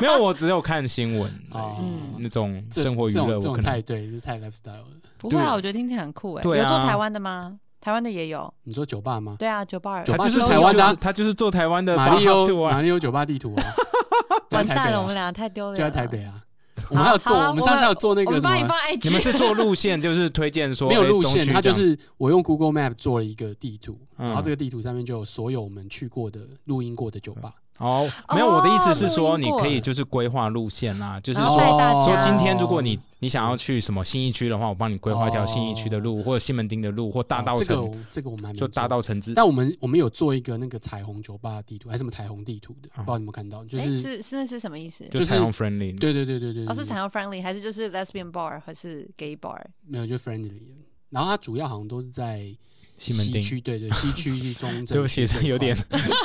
[SPEAKER 1] 没有，我只有看新闻
[SPEAKER 3] 哦
[SPEAKER 1] 嗯那种
[SPEAKER 3] 这
[SPEAKER 1] 生活娱
[SPEAKER 3] 这种
[SPEAKER 1] 乐，
[SPEAKER 3] 这
[SPEAKER 1] 我
[SPEAKER 3] 种
[SPEAKER 1] 可
[SPEAKER 3] 太
[SPEAKER 1] 能
[SPEAKER 3] 对，这太 lifestyle 了。
[SPEAKER 2] 不会啊，
[SPEAKER 1] 对
[SPEAKER 2] 我觉得听起来很酷哎、
[SPEAKER 1] 对啊
[SPEAKER 2] 有做台湾的吗？台湾的也有，
[SPEAKER 3] 你说酒吧吗？
[SPEAKER 2] 对啊，酒吧儿
[SPEAKER 3] 酒
[SPEAKER 1] 他
[SPEAKER 3] 吧
[SPEAKER 1] 就是
[SPEAKER 3] 是台湾的啊
[SPEAKER 1] 就是他就是做台湾的
[SPEAKER 3] 马里
[SPEAKER 1] bar tour
[SPEAKER 3] 欧
[SPEAKER 1] 啊
[SPEAKER 3] 马里欧酒吧地图 啊，就在
[SPEAKER 2] 完
[SPEAKER 3] 台
[SPEAKER 2] 蛋
[SPEAKER 3] 北
[SPEAKER 2] 了，我们
[SPEAKER 3] 啊，
[SPEAKER 2] 俩太丢脸了。
[SPEAKER 3] 就在台北啊。我们还有做，
[SPEAKER 2] 好啦
[SPEAKER 3] 我们上次还有做那
[SPEAKER 2] 我
[SPEAKER 3] 个
[SPEAKER 2] 们
[SPEAKER 3] 什
[SPEAKER 2] 帮你
[SPEAKER 3] 么啊
[SPEAKER 2] 放哎 IG，
[SPEAKER 1] 你们是做路线，就是推荐说
[SPEAKER 3] 没有
[SPEAKER 1] 哎
[SPEAKER 3] 路
[SPEAKER 1] 东
[SPEAKER 3] 线，
[SPEAKER 1] 区
[SPEAKER 3] 它就
[SPEAKER 1] 这样子
[SPEAKER 3] 是我用 Google Map 做了一个地图，
[SPEAKER 1] 嗯
[SPEAKER 3] 然后这个地图上面就有所有我们去过的录音过的酒吧。
[SPEAKER 1] 哦，没有我的意思是说，
[SPEAKER 2] 哦
[SPEAKER 1] 你可以就是规划路线啦，就是
[SPEAKER 2] 然
[SPEAKER 3] 哦
[SPEAKER 2] 后带
[SPEAKER 1] 说。
[SPEAKER 2] 哦大家
[SPEAKER 1] 说今天如果你你想要去什么新义区的话，我帮你规划一条新义区的路，或者西门町的路，或大道
[SPEAKER 3] 哦这个
[SPEAKER 1] 城，
[SPEAKER 3] 我这个我们还没
[SPEAKER 1] 就大
[SPEAKER 3] 做
[SPEAKER 1] 道城之
[SPEAKER 3] 但我们我们有做一个那个彩虹酒吧地图，还是什么彩虹地图的，
[SPEAKER 1] 嗯
[SPEAKER 3] 不知道你有没有看到，就
[SPEAKER 2] 哎
[SPEAKER 3] 是
[SPEAKER 2] 是是那是什么意思？
[SPEAKER 1] 就彩虹 friendly，
[SPEAKER 3] 对对对对对，
[SPEAKER 2] 哦，是
[SPEAKER 3] 对
[SPEAKER 2] 彩虹 friendly 还是就是 lesbian bar 还是 gay bar？
[SPEAKER 3] 没有就 friendly 的。然后它主要好像都是在
[SPEAKER 1] 西门町。
[SPEAKER 3] 区，对对，西区、中正区这一块。
[SPEAKER 1] 对不起，是有点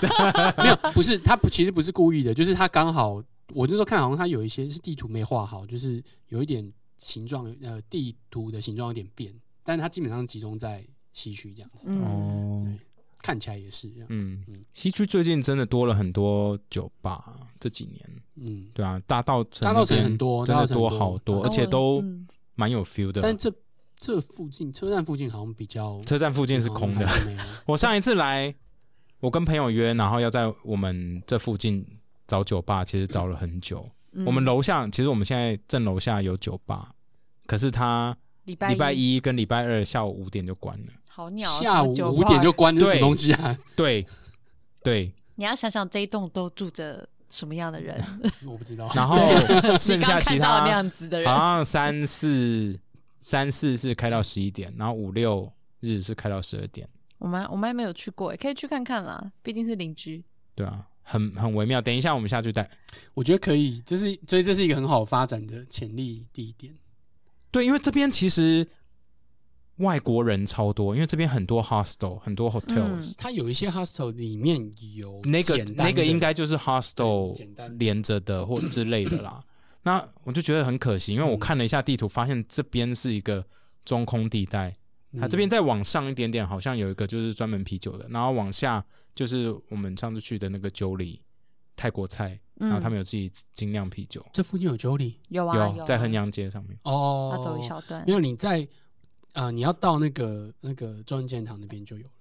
[SPEAKER 3] 没有，不是它不其实不是故意的，就是它刚好我那时候看好像它有一些是地图没画好，就是有一点形状，呃，地图的形状有点变，但是它基本上集中在西区这样子，
[SPEAKER 2] 嗯，
[SPEAKER 1] 哦。
[SPEAKER 3] 看起来也是这样子。
[SPEAKER 1] 嗯
[SPEAKER 3] 嗯
[SPEAKER 1] 西区最近真的多了很多酒吧，这几年
[SPEAKER 3] 嗯，
[SPEAKER 1] 对啊，大道城
[SPEAKER 3] 大道城
[SPEAKER 1] 那边
[SPEAKER 3] 很多
[SPEAKER 1] 真
[SPEAKER 3] 大
[SPEAKER 1] 的
[SPEAKER 3] 道城
[SPEAKER 1] 多
[SPEAKER 3] 很多哦
[SPEAKER 1] 好多，
[SPEAKER 3] 大
[SPEAKER 1] 而且都
[SPEAKER 2] 嗯
[SPEAKER 1] 蛮有 feel 的。
[SPEAKER 3] 但这这附近车站附近好像比较
[SPEAKER 1] 啊车站附近是空的
[SPEAKER 3] 好，像哦还没有。
[SPEAKER 1] 我上一次来，我跟朋友约，然后要在我们这附近找酒吧，其实找了很久。
[SPEAKER 2] 嗯
[SPEAKER 1] 我们楼下其实我们现在正楼下有酒吧，可是它
[SPEAKER 2] 礼拜
[SPEAKER 1] 礼拜一跟礼拜二下午五点就关了。
[SPEAKER 2] 好 鸟啊，
[SPEAKER 3] 下午
[SPEAKER 2] 什么
[SPEAKER 3] 五点
[SPEAKER 2] bar
[SPEAKER 3] 就关，这是什么
[SPEAKER 1] 对
[SPEAKER 3] 东西 啊？
[SPEAKER 1] 对，对，
[SPEAKER 2] 你要想想这一栋都住着什么样的 人，
[SPEAKER 3] 我不知道。
[SPEAKER 1] 然后剩
[SPEAKER 2] 你刚
[SPEAKER 1] 下其
[SPEAKER 2] 看到那
[SPEAKER 1] 他
[SPEAKER 2] 样子的人
[SPEAKER 1] 好，啊像三四三四是开到十一点，然后五六日是开到十二点，
[SPEAKER 2] 我们我们还没有去过，欸可以去看看啦，毕竟是邻居。
[SPEAKER 1] 对啊，很很微妙。等一下我们下去带。
[SPEAKER 3] 我觉得可以，就是所以这是一个很好发展的潜力地点。
[SPEAKER 1] 对，因为这边其实外国人超多，因为这边很多 hostel，很多
[SPEAKER 2] 嗯
[SPEAKER 1] hotels，、
[SPEAKER 3] 它有一些 hostel 里面有
[SPEAKER 1] 那个
[SPEAKER 3] 简单的
[SPEAKER 1] 那个应该就是
[SPEAKER 3] 简单
[SPEAKER 1] hostel
[SPEAKER 3] 的
[SPEAKER 1] 连着的 或之类的啦。那我就觉得很可惜，因为
[SPEAKER 3] 嗯
[SPEAKER 1] 我看了一下地图，发现这边是一个中空地带，
[SPEAKER 3] 嗯
[SPEAKER 1] 它啊这边再往上一点点，好像有一个就是专门啤酒的，然后往下就是我们上次去的那个酒里泰国菜，然后他们有自己精酿啤酒，
[SPEAKER 3] 这附近嗯有 Jolie
[SPEAKER 2] 嗯有啊
[SPEAKER 1] 有
[SPEAKER 2] 啊
[SPEAKER 1] 在衡阳街上面。
[SPEAKER 3] 哦
[SPEAKER 2] 要走一小段
[SPEAKER 3] 没，有你在呃，你要到那个那个中正纪念堂那边就有了。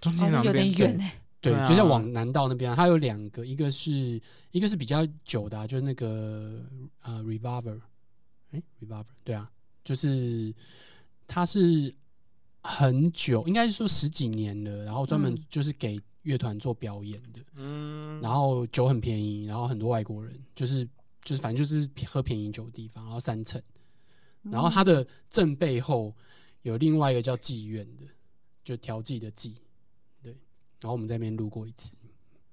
[SPEAKER 1] 中间
[SPEAKER 2] 哦
[SPEAKER 1] 那
[SPEAKER 2] 有点
[SPEAKER 1] 边
[SPEAKER 2] 远哎。
[SPEAKER 3] 对，
[SPEAKER 1] 对啊
[SPEAKER 3] 就在往南道那边啊、它有两个，一个是一个是比较久的、啊，就是那个呃 Revolver，哎、Revolver，对啊，就是它是很久，应该是说十几年了，然后专门
[SPEAKER 2] 嗯
[SPEAKER 3] 就是给乐团做表演的，
[SPEAKER 1] 嗯
[SPEAKER 3] 然后酒很便宜，然后很多外国人，就是就是反正就是喝便宜酒的地方，然后三层，
[SPEAKER 1] 嗯
[SPEAKER 3] 然后
[SPEAKER 2] 嗯
[SPEAKER 3] 它的正背后有另外一个叫妓院的，就调剂的妓，对，然后我们在那边录过一次，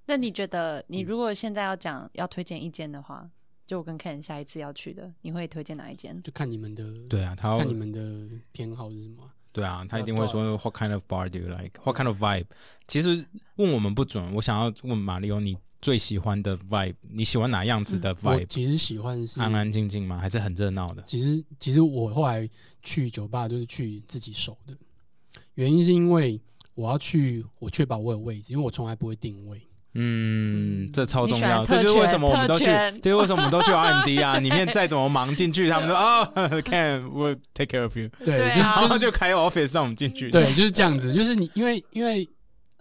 [SPEAKER 2] 那你觉得，你如果现在要讲要推荐一间的话，就我跟 Ken 下一次要去的，你会推荐哪一间？
[SPEAKER 3] 就看你们的
[SPEAKER 1] 对啊，他要
[SPEAKER 3] 看你们的偏好是什么啊。
[SPEAKER 1] 对啊，他一定会说 What kind of bar do you like? What kind of vibe? 其实问我们不准，我想要问马里欧，你最喜欢的 vibe，你喜欢哪样子的
[SPEAKER 3] 我
[SPEAKER 1] vibe？、
[SPEAKER 3] 其实喜欢是，
[SPEAKER 1] 安安静静吗？还是很热闹的？
[SPEAKER 3] 其实其实我后来去酒吧都是去自己守的，原因是因为我要去，我确保我有位置，因为我从来不会定位。
[SPEAKER 1] 嗯
[SPEAKER 2] 嗯，
[SPEAKER 1] 这超重
[SPEAKER 2] 你喜
[SPEAKER 1] 要，
[SPEAKER 2] 欢
[SPEAKER 1] 这就是为什么我们都去
[SPEAKER 2] 特权，
[SPEAKER 1] 这就是为什么我们都去 R&D 啊。你面再怎么忙进去，他们说 啊，Can we take care of you？
[SPEAKER 3] 对，
[SPEAKER 2] 对啊
[SPEAKER 3] 就是
[SPEAKER 1] 然后就开 office 让我们进去。
[SPEAKER 3] 对，就是这样子。就是你因为因为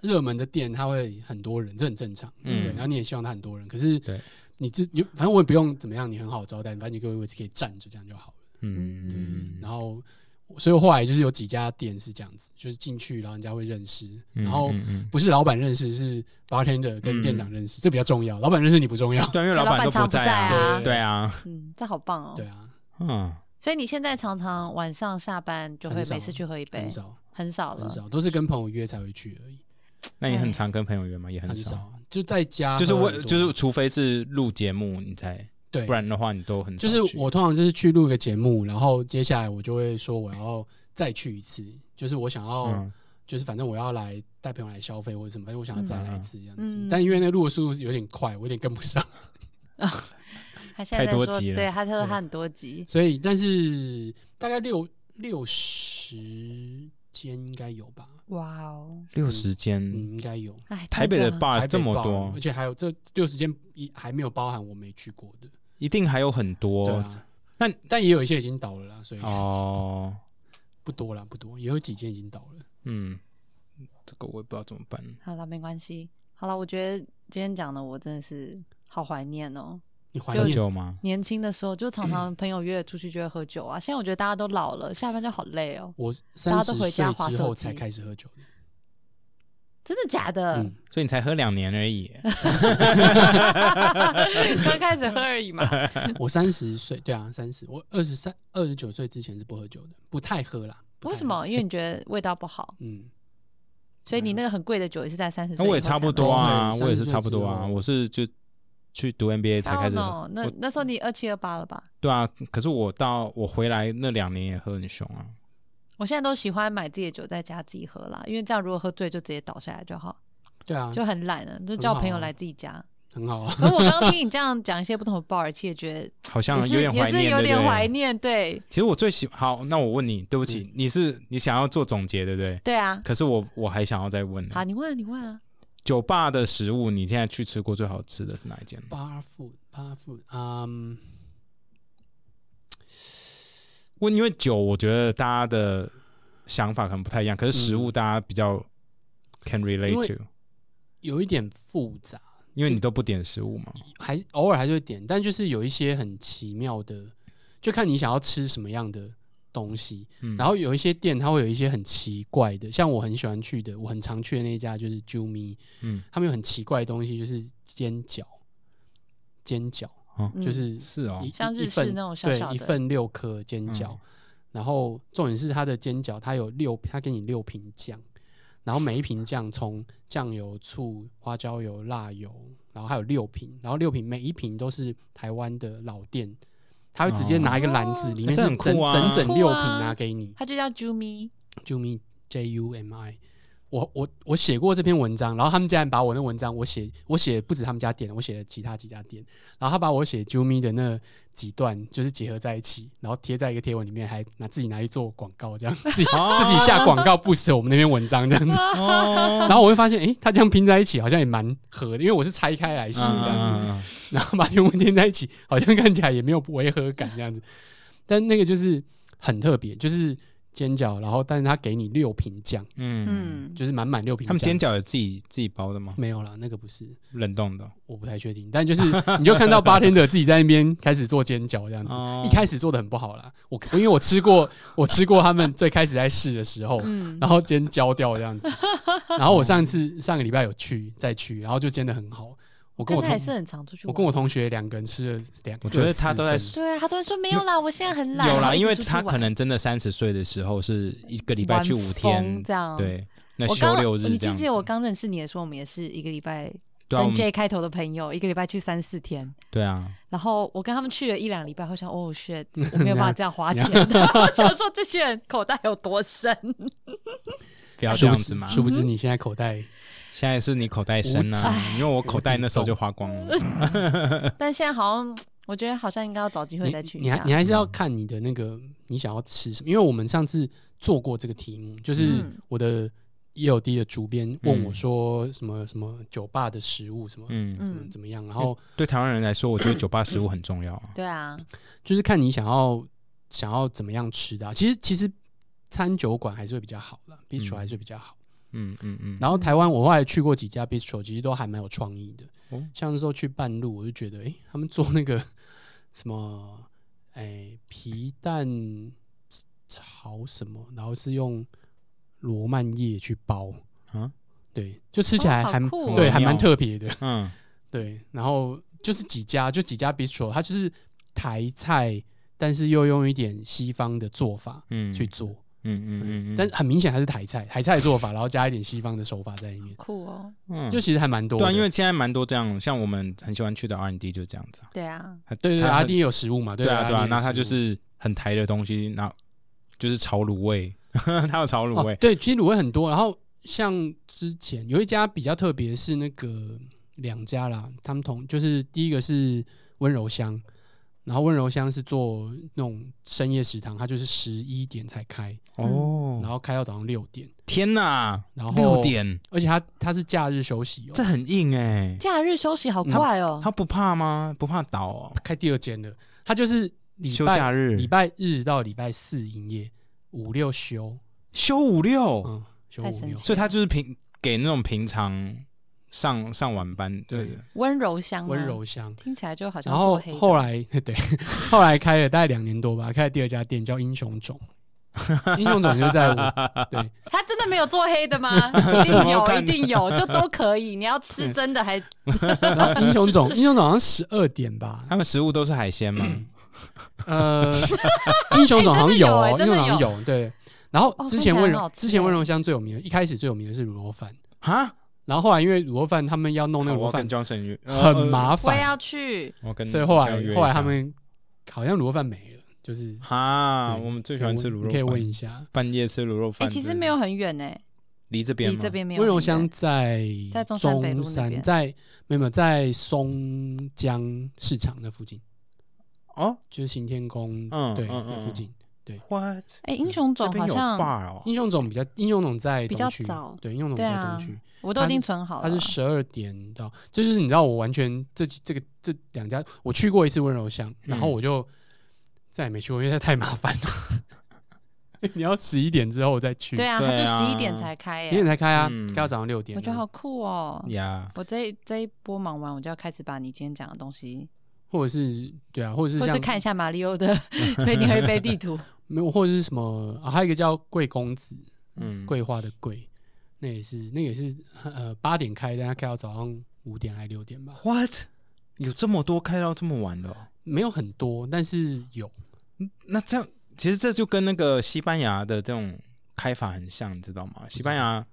[SPEAKER 3] 热门的店它会很多人，这很正常。
[SPEAKER 1] 嗯
[SPEAKER 3] 对，然后你也希望它很多人，可是
[SPEAKER 1] 对
[SPEAKER 3] 你自你反正我也不用怎么样，你很好招待，反正你各位位置可以站着，这样就好了。
[SPEAKER 1] 嗯，
[SPEAKER 3] 然后，所以我后来就是有几家店是这样子，就是进去然后人家会认识，
[SPEAKER 1] 嗯
[SPEAKER 3] 然后
[SPEAKER 1] 嗯嗯
[SPEAKER 3] 不是老板认识，是 bartender 跟
[SPEAKER 1] 嗯
[SPEAKER 3] 店长认识，这比较重要。老板认识你不重
[SPEAKER 2] 哦
[SPEAKER 3] 要，
[SPEAKER 1] 对，因为老板都不在
[SPEAKER 2] 老板常
[SPEAKER 1] 啊，
[SPEAKER 3] 不在啊
[SPEAKER 1] 对啊，
[SPEAKER 2] 嗯，这好棒哦。
[SPEAKER 3] 对啊，
[SPEAKER 1] 嗯，
[SPEAKER 2] 所以你现在常常晚上下班就会
[SPEAKER 3] 很少
[SPEAKER 2] 每次去喝一杯，
[SPEAKER 3] 很少
[SPEAKER 2] 很少了。
[SPEAKER 3] 很少，都是跟朋友约才会去而已，
[SPEAKER 1] 那你很常跟朋友约吗？也
[SPEAKER 3] 很
[SPEAKER 1] 少，
[SPEAKER 3] 少啊就在家喝
[SPEAKER 1] 就是
[SPEAKER 3] 很多，
[SPEAKER 1] 我就是除非是录节目你才，
[SPEAKER 3] 对，
[SPEAKER 1] 不然的话你都很少
[SPEAKER 3] 就
[SPEAKER 1] 去
[SPEAKER 3] 是我通常就是去录一个节目，然后接下来我就会说我要再去一次，就是我想要、
[SPEAKER 1] 嗯
[SPEAKER 3] 就是反正我要来带朋友来消费或者什么，反正我想要再来一次这样子。
[SPEAKER 2] 嗯
[SPEAKER 3] 但因为那录的速度有点快，我有点跟不上，
[SPEAKER 2] 他现在在
[SPEAKER 1] 太多
[SPEAKER 2] 说，
[SPEAKER 1] 集了
[SPEAKER 2] 对，他说他很多集，
[SPEAKER 3] 所以但是大概六六十间应该有吧，
[SPEAKER 2] 哇哦，
[SPEAKER 1] 六十间
[SPEAKER 3] 嗯，应该有。
[SPEAKER 2] 哎，
[SPEAKER 1] 台北的
[SPEAKER 2] 真
[SPEAKER 3] 台
[SPEAKER 1] bar
[SPEAKER 3] 北
[SPEAKER 1] 啊这么
[SPEAKER 3] bar，
[SPEAKER 1] 多
[SPEAKER 3] 而，且还有这六十间一还没有包含我没去过的，
[SPEAKER 1] 一定还有很
[SPEAKER 3] 对
[SPEAKER 1] 多
[SPEAKER 3] 啊。
[SPEAKER 1] 那
[SPEAKER 3] 但也有一些已经倒了啦，所以
[SPEAKER 1] 哦，
[SPEAKER 3] 不多啦，不多，也有几间已经倒了。
[SPEAKER 1] 嗯，这个我也不知道怎么办。
[SPEAKER 2] 好了，没关系。好了，我觉得今天讲的我真的是好怀念哦。
[SPEAKER 3] 啊你怀
[SPEAKER 1] 喝
[SPEAKER 3] 念
[SPEAKER 1] 酒吗？
[SPEAKER 2] 年轻的时候就 常常朋友约出去就会喝酒啊，现在我觉得大家都老了，下班就好累哦。
[SPEAKER 3] 我
[SPEAKER 2] 大
[SPEAKER 3] 三
[SPEAKER 2] 家
[SPEAKER 3] 十
[SPEAKER 2] 都回
[SPEAKER 3] 岁
[SPEAKER 2] 家滑
[SPEAKER 3] 之后
[SPEAKER 2] 手
[SPEAKER 3] 才
[SPEAKER 2] 机
[SPEAKER 3] 开始喝酒的，
[SPEAKER 2] 真的假的？
[SPEAKER 3] 嗯，
[SPEAKER 1] 所以你才喝两年而 已，
[SPEAKER 2] 刚开始喝而 已嘛。
[SPEAKER 3] 嗯我三十岁，对啊，三十，我二十三、二十九岁之前是不喝酒的，不太喝啦。不太
[SPEAKER 2] 为
[SPEAKER 3] 喝
[SPEAKER 2] 什？么？因为你觉得味道不好，
[SPEAKER 3] 嗯，
[SPEAKER 2] 所以你那个很贵的酒也是在三十
[SPEAKER 1] 那
[SPEAKER 2] 岁以后才买。
[SPEAKER 1] 我也差不多啊，
[SPEAKER 3] 对
[SPEAKER 1] 我也是差不多
[SPEAKER 3] 三十
[SPEAKER 1] 啊，
[SPEAKER 3] 哦岁之后
[SPEAKER 1] 我是就去读 MBA 才开始
[SPEAKER 2] I
[SPEAKER 1] 喝，
[SPEAKER 2] don't know，那 Oh 那时候你二七二八了吧？
[SPEAKER 1] 对啊。可是我到我回来那两年也喝很凶啊，
[SPEAKER 2] 我现在都喜欢买自己的酒在家自己喝啦，因为这样如果喝醉就直接倒下来就好，
[SPEAKER 3] 对啊，
[SPEAKER 2] 就很懒了，就叫朋友
[SPEAKER 3] 很好啊
[SPEAKER 2] 来自己家。
[SPEAKER 3] 很好啊。
[SPEAKER 2] 可我刚刚听你这样讲一些不同的 bar，其实也觉
[SPEAKER 1] 好像
[SPEAKER 2] 得
[SPEAKER 1] 有
[SPEAKER 2] 也
[SPEAKER 1] 点
[SPEAKER 2] 是也
[SPEAKER 1] 怀
[SPEAKER 2] 是
[SPEAKER 1] 念，对
[SPEAKER 2] 有
[SPEAKER 1] 不
[SPEAKER 2] 点
[SPEAKER 1] 对
[SPEAKER 2] 怀念，对
[SPEAKER 1] 其实我最喜好，那我问你，对不起，你是你想要做总结，对不对？
[SPEAKER 2] 对啊。
[SPEAKER 1] 可是我我还想要再问呢，
[SPEAKER 2] 好，你问啊，你问啊。
[SPEAKER 1] 酒吧的食物，你现在去吃过最好吃的是哪一间？
[SPEAKER 3] 八 food，八 food，嗯，
[SPEAKER 1] 问，因为酒我觉得大家的想法可能不太一样，可是食物大家比较 can
[SPEAKER 3] 因
[SPEAKER 1] relate
[SPEAKER 3] 为
[SPEAKER 1] to，
[SPEAKER 3] 有一点复杂，
[SPEAKER 1] 因为你都不点食物嘛。
[SPEAKER 3] 还偶尔还是会点，但就是有一些很奇妙的，就看你想要吃什么样的东西。
[SPEAKER 1] 嗯，
[SPEAKER 3] 然后有一些店，它会有一些很奇怪的，像我很喜欢去的，我很常去的那一家就是 Jumi，
[SPEAKER 1] 嗯，
[SPEAKER 3] 他们有很奇怪的东西，就是煎饺，煎饺
[SPEAKER 2] 嗯
[SPEAKER 3] 就是
[SPEAKER 1] 是哦
[SPEAKER 3] 一，
[SPEAKER 2] 像
[SPEAKER 3] 一
[SPEAKER 2] 日
[SPEAKER 3] 一份
[SPEAKER 2] 式那种小小
[SPEAKER 3] 对，一
[SPEAKER 2] 的
[SPEAKER 3] 份六颗煎
[SPEAKER 1] 嗯
[SPEAKER 3] 饺，然后重点是它的煎饺，它有六，它给你六瓶酱，然后每一瓶酱从酱油、醋、花椒油、辣油，然后还有六瓶，然后六瓶每一瓶都是台湾的老店，他会直接拿一个篮子，
[SPEAKER 2] 哦
[SPEAKER 3] 里面
[SPEAKER 1] 这
[SPEAKER 3] 是
[SPEAKER 1] 很
[SPEAKER 3] 整、
[SPEAKER 1] 酷啊
[SPEAKER 3] 整整
[SPEAKER 2] 酷
[SPEAKER 3] 六瓶
[SPEAKER 2] 啊
[SPEAKER 3] 拿给你，
[SPEAKER 2] 它就叫 Jumi，
[SPEAKER 3] 救命 J U M I。我我我写过这篇文章，然后他们竟然把我那文章，我写我写不止他们家店，我写了其他几家店，然后他把我写 Jumi 的那几段就是结合在一起，然后贴在一个贴文里面，还拿自己拿去做广告，这样自己
[SPEAKER 1] 哦
[SPEAKER 3] 自己下广告 boost 我们那篇文章这样子，
[SPEAKER 1] 哦，
[SPEAKER 3] 然后我会发现，诶，他这样拼在一起好像也蛮合的，因为我是拆开来写这样子，
[SPEAKER 1] 嗯
[SPEAKER 3] 然后把原文贴在一起，好像看起来也没有违和感这样子。但那个就是很特别，就是煎饺，然后但是他给你六瓶酱，
[SPEAKER 1] 嗯，
[SPEAKER 2] 嗯，
[SPEAKER 3] 就是满满六瓶
[SPEAKER 1] 他
[SPEAKER 3] 酱。
[SPEAKER 1] 们煎饺有自己自己包的吗？
[SPEAKER 3] 没有啦，那个不是，
[SPEAKER 1] 冷冻的哦，
[SPEAKER 3] 我不太确定。但就是你就看到八天的自己在那边开始做煎饺这样子，
[SPEAKER 1] 哦
[SPEAKER 3] 一开始做的很不好啦。我因为我吃过，我吃过他们最开始在试的时候，
[SPEAKER 2] 嗯，
[SPEAKER 3] 然后煎焦掉这样 子。然后我上次上个礼拜有去再去，然后就煎的很好。我跟我
[SPEAKER 2] 但他还
[SPEAKER 3] 同
[SPEAKER 2] 是很啊常出去
[SPEAKER 3] 我
[SPEAKER 2] 玩。
[SPEAKER 3] 跟我同学两个人吃了两，
[SPEAKER 1] 我觉得他
[SPEAKER 3] 各四
[SPEAKER 1] 都在
[SPEAKER 3] 份
[SPEAKER 2] 对啊他都会说没有啦，我现在很懒。
[SPEAKER 1] 有
[SPEAKER 2] 然后
[SPEAKER 1] 啦，
[SPEAKER 2] 一直
[SPEAKER 1] 因为
[SPEAKER 2] 出去
[SPEAKER 1] 他
[SPEAKER 2] 玩
[SPEAKER 1] 可能真的三十岁的时候是一个礼拜去五
[SPEAKER 2] 玩疯
[SPEAKER 1] 天，
[SPEAKER 2] 这
[SPEAKER 3] 嗯
[SPEAKER 2] 样。，
[SPEAKER 1] 对，那
[SPEAKER 2] 我
[SPEAKER 1] 休
[SPEAKER 2] 刚
[SPEAKER 1] 六日这
[SPEAKER 2] 你记
[SPEAKER 1] 样
[SPEAKER 2] 不
[SPEAKER 1] 子。
[SPEAKER 2] 记得我刚认识你的时候，我们也是一个礼拜
[SPEAKER 1] 对啊，我
[SPEAKER 2] 跟
[SPEAKER 1] 们
[SPEAKER 2] J 开头的朋友，一个礼拜去三四天。
[SPEAKER 1] 对啊，
[SPEAKER 2] 然后我跟他们去了一两礼拜，我想哦 shit，我没有办法这样花钱， 我想说这些人口袋有多深，
[SPEAKER 1] 不要这
[SPEAKER 3] 啊殊不
[SPEAKER 1] 样
[SPEAKER 3] 知
[SPEAKER 1] 子嘛。
[SPEAKER 3] 殊
[SPEAKER 2] 嗯
[SPEAKER 3] 不知你现在口袋
[SPEAKER 1] 现在是你口袋深
[SPEAKER 3] 无哎
[SPEAKER 1] 啊，因为我口袋那时候就花光了。
[SPEAKER 2] 但现在好像我觉得好像应该要找机会再去
[SPEAKER 3] 你
[SPEAKER 2] 一
[SPEAKER 3] 你还
[SPEAKER 2] 下
[SPEAKER 3] 你。还是
[SPEAKER 1] 嗯
[SPEAKER 3] 要看你的那个你想要吃什么，因为我们上次做过这个题目，就是
[SPEAKER 2] 嗯
[SPEAKER 3] 我的 E L D 的主编问我说什么什么酒吧的食物什么
[SPEAKER 1] 嗯，
[SPEAKER 3] 怎么
[SPEAKER 2] 嗯，
[SPEAKER 3] 怎么样，然后
[SPEAKER 1] 对台湾人来说，我觉得酒吧食物很重要啊。
[SPEAKER 2] 对啊，
[SPEAKER 3] 就是看你想要想要怎么样吃的啊、其实其实餐酒馆还是会比较好啦 b i s t r o
[SPEAKER 1] 嗯
[SPEAKER 3] 还是会比较好。
[SPEAKER 1] 嗯嗯嗯，
[SPEAKER 3] 然后台湾我后来去过几家 bistro，其实都还蛮有创意的。
[SPEAKER 1] 哦
[SPEAKER 3] 像那时候去半路，我就觉得，哎、他们做那个 什么，哎、皮蛋炒什么，然后是用罗曼叶去包，
[SPEAKER 1] 啊，
[SPEAKER 3] 对，就吃起来
[SPEAKER 2] 哦好
[SPEAKER 3] 还、
[SPEAKER 2] 酷哦
[SPEAKER 3] 对，还
[SPEAKER 1] 妙
[SPEAKER 3] 蛮特别的。
[SPEAKER 1] 嗯
[SPEAKER 3] 对，然后就是几家，就几家 bistro，它就是台菜，但是又用一点西方的做法
[SPEAKER 1] 嗯，
[SPEAKER 3] 去做，
[SPEAKER 1] 嗯嗯嗯嗯，
[SPEAKER 3] 但很明显还是台菜，台菜的做法，然后加一点西方的手法在里面。
[SPEAKER 2] 酷哦，
[SPEAKER 1] 嗯
[SPEAKER 3] 就其实还蛮多的，
[SPEAKER 1] 对啊，因为现在蛮多这样，像我们很喜欢去的 R&D 就是这样子啊。
[SPEAKER 2] 对啊，
[SPEAKER 1] 它
[SPEAKER 3] 对对对，
[SPEAKER 1] 它
[SPEAKER 3] 阿
[SPEAKER 1] 很
[SPEAKER 3] 丁也有食物嘛，
[SPEAKER 1] 对
[SPEAKER 3] 对
[SPEAKER 1] 啊对啊，
[SPEAKER 3] 阿丁也有
[SPEAKER 1] 那它就
[SPEAKER 3] 食物
[SPEAKER 1] 是很台的东西，那就是炒卤味， 它有炒卤
[SPEAKER 3] 哦
[SPEAKER 1] 味，，
[SPEAKER 3] 对，其实卤味很多。然后像之前有一家比较特别是那个两家啦，他们同就是第一个是温柔乡，然后温柔乡是做那种深夜食堂，它就是十一点才开，嗯然
[SPEAKER 1] 哦，
[SPEAKER 3] 后开到早上六点，
[SPEAKER 1] 天哪
[SPEAKER 3] 然，后
[SPEAKER 1] 六点，
[SPEAKER 3] 而且它它是假日休息
[SPEAKER 1] 这
[SPEAKER 3] 哦。
[SPEAKER 1] 很硬哎，
[SPEAKER 2] 假日休息好快哦，
[SPEAKER 1] 他不怕吗？不怕倒哦？
[SPEAKER 3] 开第二间了，它就是礼
[SPEAKER 1] 休
[SPEAKER 3] 拜
[SPEAKER 1] 假日
[SPEAKER 3] 礼拜日到礼拜四营业，五六休，
[SPEAKER 1] 休五六，
[SPEAKER 3] 嗯，休
[SPEAKER 2] 太
[SPEAKER 3] 五
[SPEAKER 2] 神
[SPEAKER 3] 六。
[SPEAKER 2] 奇
[SPEAKER 1] 所以他就是平给那种平常上上晚班
[SPEAKER 3] 对
[SPEAKER 1] 对
[SPEAKER 2] 温柔乡啊，
[SPEAKER 3] 温柔乡，
[SPEAKER 2] 听起来就好像
[SPEAKER 3] 然后
[SPEAKER 2] 做黑的
[SPEAKER 3] 后来 对，后来开了大概两年多吧，开了第二家店叫英 雄冢，英雄冢就在我对
[SPEAKER 2] 他真的没有做黑 的吗？一定有，一定有，就都可以。你要吃真的还
[SPEAKER 3] 然后英雄冢，英雄冢好像十二点吧，
[SPEAKER 1] 他们食物都是海鲜嘛，
[SPEAKER 3] 嗯 呃，英雄冢好像有哦，
[SPEAKER 2] 哎
[SPEAKER 3] 英
[SPEAKER 2] 真
[SPEAKER 3] 雄
[SPEAKER 2] 的有
[SPEAKER 3] 冢好像有对。然后
[SPEAKER 2] 哦
[SPEAKER 3] 之前温
[SPEAKER 2] 看起来很
[SPEAKER 3] 柔
[SPEAKER 2] 好吃欸
[SPEAKER 3] 之前温柔乡最有名的，一开始最有名的是卤肉饭，
[SPEAKER 1] 哈，
[SPEAKER 3] 然后后来因为卤肉饭他们要弄哦那个
[SPEAKER 1] 好我
[SPEAKER 3] 卤肉
[SPEAKER 1] 要跟
[SPEAKER 3] 饭
[SPEAKER 1] Johnson 约呃
[SPEAKER 3] 很，麻
[SPEAKER 2] 我
[SPEAKER 3] 烦，
[SPEAKER 2] 要去。
[SPEAKER 1] 呃我跟
[SPEAKER 3] 所以后来
[SPEAKER 1] 要约一下
[SPEAKER 3] 后来他们好像卤肉饭没了，就是
[SPEAKER 1] 哈，
[SPEAKER 3] 对
[SPEAKER 1] 我们最喜欢吃卤
[SPEAKER 3] 你可以
[SPEAKER 1] 肉
[SPEAKER 3] 问
[SPEAKER 1] 饭，
[SPEAKER 3] 一下
[SPEAKER 1] 半夜吃卤肉
[SPEAKER 2] 哎，
[SPEAKER 1] 饭，
[SPEAKER 2] 其实没有很远呢，
[SPEAKER 1] 离这边
[SPEAKER 2] 离
[SPEAKER 1] 吗
[SPEAKER 2] 这边没有
[SPEAKER 3] 温
[SPEAKER 2] 很远。
[SPEAKER 3] 柔乡在
[SPEAKER 2] 在中
[SPEAKER 3] 中
[SPEAKER 2] 山北路那
[SPEAKER 3] 山
[SPEAKER 2] 边
[SPEAKER 3] 在没有没有在松江市场那附近，
[SPEAKER 1] 哦
[SPEAKER 3] 就是行天宫、
[SPEAKER 1] 嗯
[SPEAKER 3] 对、
[SPEAKER 1] 嗯
[SPEAKER 3] 那
[SPEAKER 1] 嗯
[SPEAKER 3] 附近。
[SPEAKER 1] ，what？
[SPEAKER 2] 哎，英雄
[SPEAKER 1] 这
[SPEAKER 2] 总
[SPEAKER 1] 边
[SPEAKER 2] 好
[SPEAKER 1] 有
[SPEAKER 2] 像
[SPEAKER 1] bar 哦，
[SPEAKER 3] 应用总比较应用总在
[SPEAKER 2] 比
[SPEAKER 3] 东
[SPEAKER 2] 较
[SPEAKER 3] 区
[SPEAKER 2] 早
[SPEAKER 3] 对应用总
[SPEAKER 2] 对
[SPEAKER 3] 在
[SPEAKER 2] 啊
[SPEAKER 3] 东区，
[SPEAKER 2] 我都已经存好
[SPEAKER 3] 它
[SPEAKER 2] 了。
[SPEAKER 3] 是十二点到，这就是你知道我完全这几这个这两家我去过一次温柔乡，然后
[SPEAKER 1] 嗯
[SPEAKER 3] 我就再也没去过，因为它太麻烦了。 你要十一点之后再去，
[SPEAKER 2] 对啊，他
[SPEAKER 1] 对
[SPEAKER 2] 就
[SPEAKER 1] 啊
[SPEAKER 2] 十一点才开
[SPEAKER 3] 十一点
[SPEAKER 2] 耶，
[SPEAKER 3] 才开啊，
[SPEAKER 1] 嗯
[SPEAKER 3] 开到早上六点啊。
[SPEAKER 2] 我觉得好酷哦。
[SPEAKER 1] 呀，
[SPEAKER 2] 我这一这一波忙完，我就要开始把你今天讲的东西，
[SPEAKER 3] 或者是对啊，或者是
[SPEAKER 2] 或
[SPEAKER 3] 像
[SPEAKER 2] 是看一下马里奥的 菲尼黑杯地图。
[SPEAKER 3] 没有，或者是什么啊？还有一个叫贵公子，
[SPEAKER 1] 嗯，
[SPEAKER 3] 桂花的桂，那也是那个也是呃八点开，但它开到早上五点还六点吧，
[SPEAKER 1] ，what？有这么多开到这么晚的哦？
[SPEAKER 3] 没有很多，但是有。
[SPEAKER 1] 那这样，其实这就跟那个西班牙的这种开法很像，你知道吗？西班牙，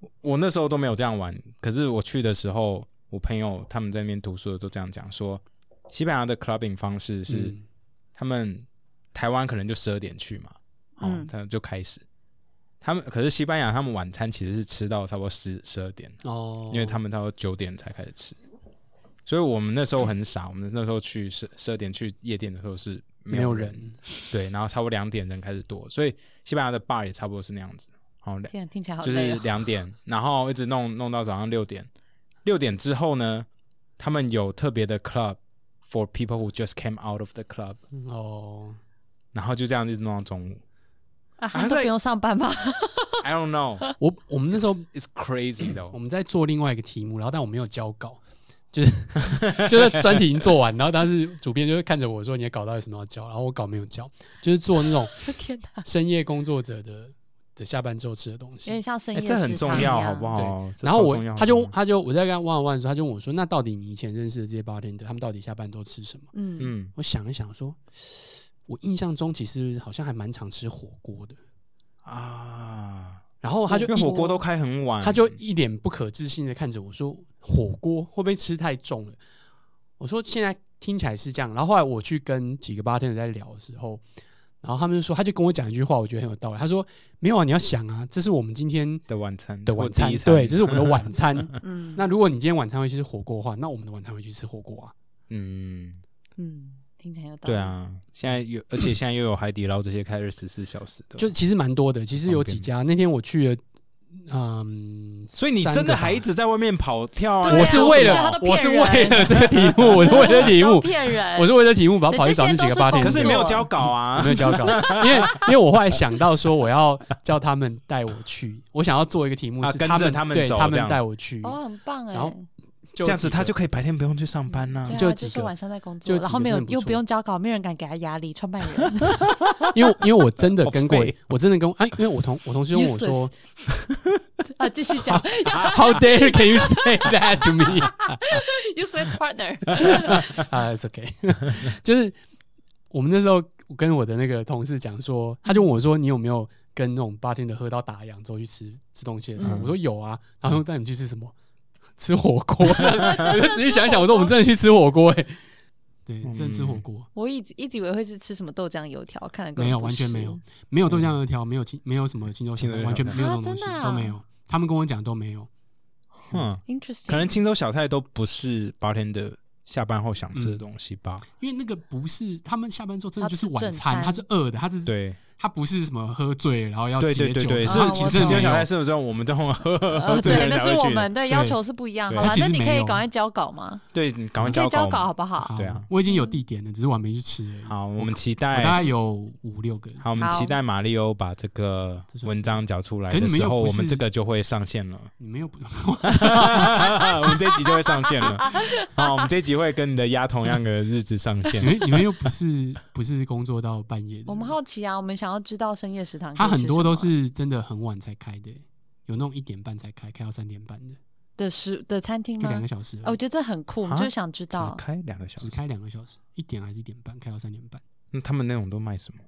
[SPEAKER 1] 我我那时候都没有这样玩，可是我去的时候，我朋友他们在那边读书的都这样讲说，西班牙的 clubbing 方式是、
[SPEAKER 3] 嗯
[SPEAKER 1] 他们台湾可能就十二点去嘛，哦，
[SPEAKER 2] 嗯
[SPEAKER 1] 他就开始。他们可是西班牙，他们晚餐其实是吃到差不多十十二点，
[SPEAKER 3] 哦，
[SPEAKER 1] 因为他们差不多九点才开始吃，所以我们那时候很傻，我们那时候去十十二点去夜店的时候是
[SPEAKER 3] 没有人，
[SPEAKER 1] 对，然后差不多两点人开始多，所以西班牙的 bar 也差不多是那样子，好、两
[SPEAKER 2] 天啊，听起来好
[SPEAKER 1] 就是
[SPEAKER 2] 累哦。
[SPEAKER 1] 两点，然后一直弄弄到早上六点，六点之后呢，他们有特别的 club for people who just came out of the club，
[SPEAKER 3] 哦，
[SPEAKER 1] 然后就这样一直弄到中午，
[SPEAKER 2] 啊，
[SPEAKER 1] 还
[SPEAKER 2] 他
[SPEAKER 1] 是
[SPEAKER 2] 都不用上班吧？
[SPEAKER 1] I don't know，
[SPEAKER 3] 我我 们那时候
[SPEAKER 1] it's crazy
[SPEAKER 3] 我
[SPEAKER 1] though。
[SPEAKER 3] 们在做另外一个题目，然后但我没有交稿，就是 就是专题已经做完，然后当时主编就是看着我说你的稿到底什么要交，然后我稿没有交，就是做那种
[SPEAKER 2] 天哪，
[SPEAKER 3] 深夜工作者的的下班之后吃的东
[SPEAKER 2] 有
[SPEAKER 3] 西
[SPEAKER 2] 点。像深
[SPEAKER 1] 哎，
[SPEAKER 2] 夜食嗯
[SPEAKER 1] 这
[SPEAKER 2] 堂一样、
[SPEAKER 1] 很重要，好不好？这
[SPEAKER 3] 啊然后
[SPEAKER 1] 超
[SPEAKER 3] 我
[SPEAKER 1] 重要
[SPEAKER 3] 他就
[SPEAKER 1] 的
[SPEAKER 3] 他就我在跟他问啊问的时候，他就问我说：“那到底你以前认识的这些 bartender，他们到底下班都吃什么
[SPEAKER 2] 嗯，
[SPEAKER 1] 嗯？”，
[SPEAKER 3] 我想一想说，我印象中其实好像还蛮常吃火锅的。
[SPEAKER 1] 啊，
[SPEAKER 3] 然哦后他就
[SPEAKER 1] 因为
[SPEAKER 3] 一
[SPEAKER 1] 火锅都开很晚，
[SPEAKER 3] 他就一脸不可置信的看着我说：“火锅会不会吃太重了？”我说：“现在听起来是这样。”然后后来我去跟几个 bartender 在聊的时候，然后他们就说，他就跟我讲一句话，我觉得很有道理。他说：“没有啊，你要想啊，这是我们今天
[SPEAKER 1] 的晚餐
[SPEAKER 3] 的
[SPEAKER 1] 或
[SPEAKER 3] 晚
[SPEAKER 1] 第
[SPEAKER 3] 餐
[SPEAKER 1] 一，
[SPEAKER 3] 对，这是我们的 晚餐。
[SPEAKER 2] 嗯
[SPEAKER 3] 那如果你今天晚餐会吃火锅的话，那我们的晚餐会去吃火锅啊。
[SPEAKER 1] 嗯，
[SPEAKER 2] 嗯，听起来有道理。
[SPEAKER 1] 对，啊，
[SPEAKER 3] 嗯
[SPEAKER 1] 现在有，而且现在又有海底捞这些开二十四小时的，
[SPEAKER 3] 就其实蛮多的，其实有几家。那天我去了，嗯，
[SPEAKER 1] 所以你
[SPEAKER 3] 三
[SPEAKER 1] 真
[SPEAKER 3] 个
[SPEAKER 1] 的
[SPEAKER 3] 吧
[SPEAKER 1] 还一直在外面跑跳啊？
[SPEAKER 2] 对啊
[SPEAKER 3] 我是为
[SPEAKER 2] 我觉得
[SPEAKER 3] 了
[SPEAKER 2] 他都
[SPEAKER 3] 我
[SPEAKER 2] 骗
[SPEAKER 3] 是
[SPEAKER 2] 人
[SPEAKER 3] 为了这个题目，我是为了这个题
[SPEAKER 2] 都
[SPEAKER 3] 目，
[SPEAKER 2] 骗人，
[SPEAKER 3] 我是为了题目，然后
[SPEAKER 2] 对
[SPEAKER 3] 跑去找那几
[SPEAKER 2] 这
[SPEAKER 3] 个
[SPEAKER 2] 些都是
[SPEAKER 3] bartender。
[SPEAKER 1] 可是你没有
[SPEAKER 2] 工作
[SPEAKER 1] 交稿
[SPEAKER 3] 我
[SPEAKER 1] 啊
[SPEAKER 3] 没， 有交稿，因为因为我后来想到说，我要叫他们带我去，我想要做一个题目
[SPEAKER 1] 啊
[SPEAKER 3] 是
[SPEAKER 1] 跟
[SPEAKER 3] 他
[SPEAKER 1] 着
[SPEAKER 3] 们、
[SPEAKER 1] 他们
[SPEAKER 3] 对
[SPEAKER 1] 走
[SPEAKER 3] 他
[SPEAKER 1] 这
[SPEAKER 3] 们
[SPEAKER 1] 样
[SPEAKER 3] 带我去，
[SPEAKER 2] 哦，很棒哎、
[SPEAKER 3] 嗯然后这
[SPEAKER 1] 这样子他就可以白天不用去上班呐
[SPEAKER 2] 对。啊，
[SPEAKER 3] 就
[SPEAKER 2] 就
[SPEAKER 3] 几
[SPEAKER 2] 是
[SPEAKER 3] 个
[SPEAKER 2] 晚上在工
[SPEAKER 3] 就
[SPEAKER 2] 作，
[SPEAKER 3] 几
[SPEAKER 2] 然后
[SPEAKER 3] 个
[SPEAKER 2] 没有
[SPEAKER 3] 真的不
[SPEAKER 2] 又
[SPEAKER 3] 错
[SPEAKER 2] 不用交稿，没有人敢给他压力。创办人
[SPEAKER 3] 因为因为我真的跟过
[SPEAKER 1] 好废，
[SPEAKER 3] 我真的跟哎、因为我同我同事问我 说
[SPEAKER 2] 啊，继续讲
[SPEAKER 3] ，How dare can you say that to me？
[SPEAKER 2] useless partner。
[SPEAKER 3] 啊、i t s okay，就是我们那时候我跟我的那个同事讲说，他就问我说，你有没有跟那种八天的喝到打烊之后去吃吃东西的时候，
[SPEAKER 1] 嗯
[SPEAKER 3] 我说有啊，然后带你们去吃什么？吃火 锅，我就仔细想一想，我说我们真的去吃火锅、欸，对，
[SPEAKER 2] 嗯
[SPEAKER 3] 真的吃火锅，
[SPEAKER 2] 我一直一直以为会是吃什么豆浆油条，看了根本
[SPEAKER 3] 没有，
[SPEAKER 2] 不
[SPEAKER 3] 完全
[SPEAKER 2] 是
[SPEAKER 3] 没有，没有豆浆油条，没有青，没有什么青州小
[SPEAKER 1] 青州
[SPEAKER 3] 菜，
[SPEAKER 1] 小
[SPEAKER 3] 完全
[SPEAKER 1] 菜
[SPEAKER 3] 没有
[SPEAKER 2] 啊
[SPEAKER 3] 这种东西、
[SPEAKER 2] 嗯真的啊
[SPEAKER 3] 都没有，他们跟我讲都没有，
[SPEAKER 1] 嗯，
[SPEAKER 2] ，interesting。
[SPEAKER 1] 可能青州小菜都不是白天的下班后想吃的东西吧？
[SPEAKER 3] 因为那个不是他们下班之后真的
[SPEAKER 2] 它
[SPEAKER 3] 就是
[SPEAKER 2] 是
[SPEAKER 3] 晚
[SPEAKER 2] 正
[SPEAKER 3] 餐，
[SPEAKER 2] 餐
[SPEAKER 3] 他是饿的，他
[SPEAKER 2] 嗯
[SPEAKER 3] 是
[SPEAKER 1] 对
[SPEAKER 3] 他不是什么喝醉然后要
[SPEAKER 1] 对
[SPEAKER 3] 解
[SPEAKER 1] 对
[SPEAKER 3] 酒
[SPEAKER 1] 对
[SPEAKER 3] 什么
[SPEAKER 1] 对，是
[SPEAKER 2] 啊
[SPEAKER 3] 的，其
[SPEAKER 2] 我
[SPEAKER 3] 实
[SPEAKER 1] 青州
[SPEAKER 3] 没
[SPEAKER 1] 小
[SPEAKER 3] 有
[SPEAKER 1] 菜。是不是我们这种喝喝
[SPEAKER 2] 呃
[SPEAKER 1] 喝醉的
[SPEAKER 2] 对，
[SPEAKER 1] 人
[SPEAKER 2] 那
[SPEAKER 1] 才
[SPEAKER 2] 是
[SPEAKER 1] 会
[SPEAKER 2] 我
[SPEAKER 1] 去？
[SPEAKER 2] 们对
[SPEAKER 3] 对
[SPEAKER 2] 要求是不一样。
[SPEAKER 1] 对
[SPEAKER 2] 好啦
[SPEAKER 3] 它，其
[SPEAKER 2] 那
[SPEAKER 3] 实
[SPEAKER 2] 你可
[SPEAKER 3] 没
[SPEAKER 2] 以
[SPEAKER 3] 有
[SPEAKER 2] 赶快交稿吗？
[SPEAKER 1] 对，你赶快
[SPEAKER 2] 你可以交稿好
[SPEAKER 1] 稿。
[SPEAKER 2] 不好？
[SPEAKER 1] 对啊
[SPEAKER 3] 我已经有地点了，只是我还没去吃而已。
[SPEAKER 1] 好，我们期
[SPEAKER 3] 我大
[SPEAKER 1] 待。
[SPEAKER 3] 概有五六个人。
[SPEAKER 1] 好，我们
[SPEAKER 2] 好
[SPEAKER 1] 期待马里欧把这个文章讲出来
[SPEAKER 3] 可
[SPEAKER 1] 的
[SPEAKER 3] 是你们
[SPEAKER 1] 时
[SPEAKER 3] 又
[SPEAKER 1] 候，
[SPEAKER 3] 不
[SPEAKER 1] 我
[SPEAKER 3] 是
[SPEAKER 1] 们这个就会上线 了。
[SPEAKER 3] 你没有不？
[SPEAKER 1] 我们这一集就会上线了。好，我们这一集会跟你的鸭同样的日子上
[SPEAKER 3] 你
[SPEAKER 1] 线。
[SPEAKER 3] 们你们又不是不是工作到半夜的？
[SPEAKER 2] 我们好奇啊，我们想要知道深夜食堂可以
[SPEAKER 3] 他
[SPEAKER 2] 吃什么。啊
[SPEAKER 3] 很多都是真的很晚才开的，欸有那种一点半才开，开到三点半的，
[SPEAKER 2] 的食的餐厅
[SPEAKER 3] 就两
[SPEAKER 2] 吗
[SPEAKER 3] 个？小时而已，
[SPEAKER 2] 哦，我觉得这很酷，我们
[SPEAKER 1] 啊
[SPEAKER 2] 就想知
[SPEAKER 1] 只
[SPEAKER 2] 道。
[SPEAKER 1] 开两个小时，
[SPEAKER 3] 只开两个小时，一点还是一点半，开到三点半。
[SPEAKER 1] 那他们那种都卖什么？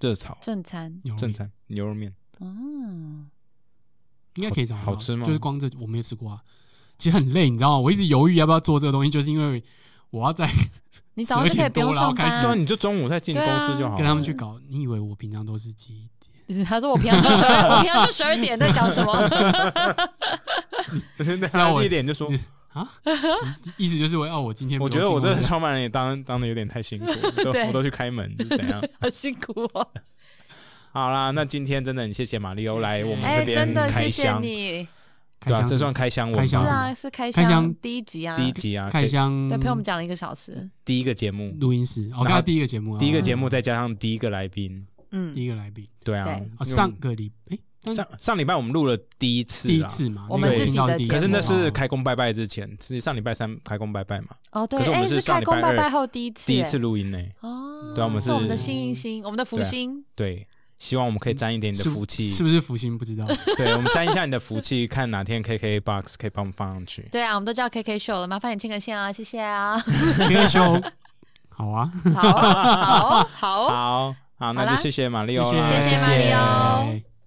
[SPEAKER 1] 热炒、
[SPEAKER 2] 正餐，
[SPEAKER 3] 牛肉
[SPEAKER 1] 正
[SPEAKER 3] 面
[SPEAKER 1] 餐、牛肉面。
[SPEAKER 2] 嗯，
[SPEAKER 3] 应该可以找得到
[SPEAKER 1] 好吃吗
[SPEAKER 3] 就是光这我没有吃过啊，其实很累，你知道吗？我一直犹豫要不要做这个东西，就是因为我要在
[SPEAKER 2] 你早上就可以不用上班
[SPEAKER 3] 12点多然后开始
[SPEAKER 1] 对啊，
[SPEAKER 2] 啊。
[SPEAKER 1] 你就中午再进公司就好了。
[SPEAKER 3] 跟他们去搞。你以为我平常都是几点？
[SPEAKER 2] 他说我平常就十二，我平常就十二点在讲 什么？
[SPEAKER 1] 那他一脸就说：“
[SPEAKER 3] 意思就是我哦要我今啊天不
[SPEAKER 1] 我
[SPEAKER 3] 用
[SPEAKER 1] 觉
[SPEAKER 3] 进
[SPEAKER 1] 得
[SPEAKER 3] 公司，
[SPEAKER 1] 我这个创办人也当当的有点太辛苦， 我都
[SPEAKER 2] 对
[SPEAKER 1] 我都去开门是 怎样？
[SPEAKER 2] 好辛苦哦！
[SPEAKER 1] 好啦，那今天真的很谢谢马里欧来
[SPEAKER 3] 谢谢
[SPEAKER 1] 我们
[SPEAKER 2] 哎，
[SPEAKER 1] 这
[SPEAKER 2] 真
[SPEAKER 1] 边
[SPEAKER 2] 的谢
[SPEAKER 1] 开
[SPEAKER 2] 谢
[SPEAKER 1] 箱，
[SPEAKER 2] 你，
[SPEAKER 1] 对啊，
[SPEAKER 3] 开箱
[SPEAKER 1] 这算开箱文
[SPEAKER 3] 开
[SPEAKER 2] 是
[SPEAKER 3] 箱
[SPEAKER 1] 吗？
[SPEAKER 2] 啊，是开
[SPEAKER 3] 开箱
[SPEAKER 2] 箱第一集啊，
[SPEAKER 1] 第一集啊，
[SPEAKER 3] 开箱
[SPEAKER 2] 对，陪我们讲了一个小时。
[SPEAKER 1] 第一个节目，
[SPEAKER 3] 录音室，哦，
[SPEAKER 1] 然后
[SPEAKER 3] 刚刚第一个节目啊，
[SPEAKER 1] 第一个节目再加上第一个来宾，
[SPEAKER 2] 嗯，
[SPEAKER 3] 第一个来宾
[SPEAKER 1] 对啊
[SPEAKER 2] 对，
[SPEAKER 1] 因为
[SPEAKER 3] 啊，上个礼哎，但是
[SPEAKER 1] 上上礼拜我们录了第一次，
[SPEAKER 3] 第一，次哦嘛，
[SPEAKER 2] 我
[SPEAKER 1] 们
[SPEAKER 3] 那个
[SPEAKER 1] 自己
[SPEAKER 3] 频道
[SPEAKER 2] 的啊
[SPEAKER 3] 第一次
[SPEAKER 1] 可是那
[SPEAKER 3] 嘛
[SPEAKER 1] 是开工拜拜之前，是上礼拜三开工拜拜嘛，
[SPEAKER 2] 哦，对，
[SPEAKER 1] 可是我
[SPEAKER 2] 哎，
[SPEAKER 1] 们是上
[SPEAKER 2] 开
[SPEAKER 1] 礼
[SPEAKER 2] 工
[SPEAKER 1] 拜
[SPEAKER 2] 拜
[SPEAKER 1] 二
[SPEAKER 2] 拜后第一次，
[SPEAKER 1] 第一
[SPEAKER 2] 哎
[SPEAKER 1] 次录音呢，
[SPEAKER 2] 哦，
[SPEAKER 1] 对啊我们是
[SPEAKER 2] 我们的幸运星，我们的福星，
[SPEAKER 1] 对。啊希望我们可以沾一点你的
[SPEAKER 3] 是不
[SPEAKER 1] 福气，
[SPEAKER 3] 是不是福星不知道，
[SPEAKER 1] 对我们沾一下你的福气， 看哪天 KK Box 可以帮我们放上去。
[SPEAKER 2] 对啊，我们都叫 KK 秀了，麻烦你牵个线啊，谢 谢啊，
[SPEAKER 3] 可以修，好啊，
[SPEAKER 2] 好好好。
[SPEAKER 1] 好好，那
[SPEAKER 2] 好
[SPEAKER 1] 就
[SPEAKER 2] 啦
[SPEAKER 1] 谢谢马里奥
[SPEAKER 3] 哦谢
[SPEAKER 1] 啦，
[SPEAKER 2] 谢谢马里奥
[SPEAKER 3] 谢谢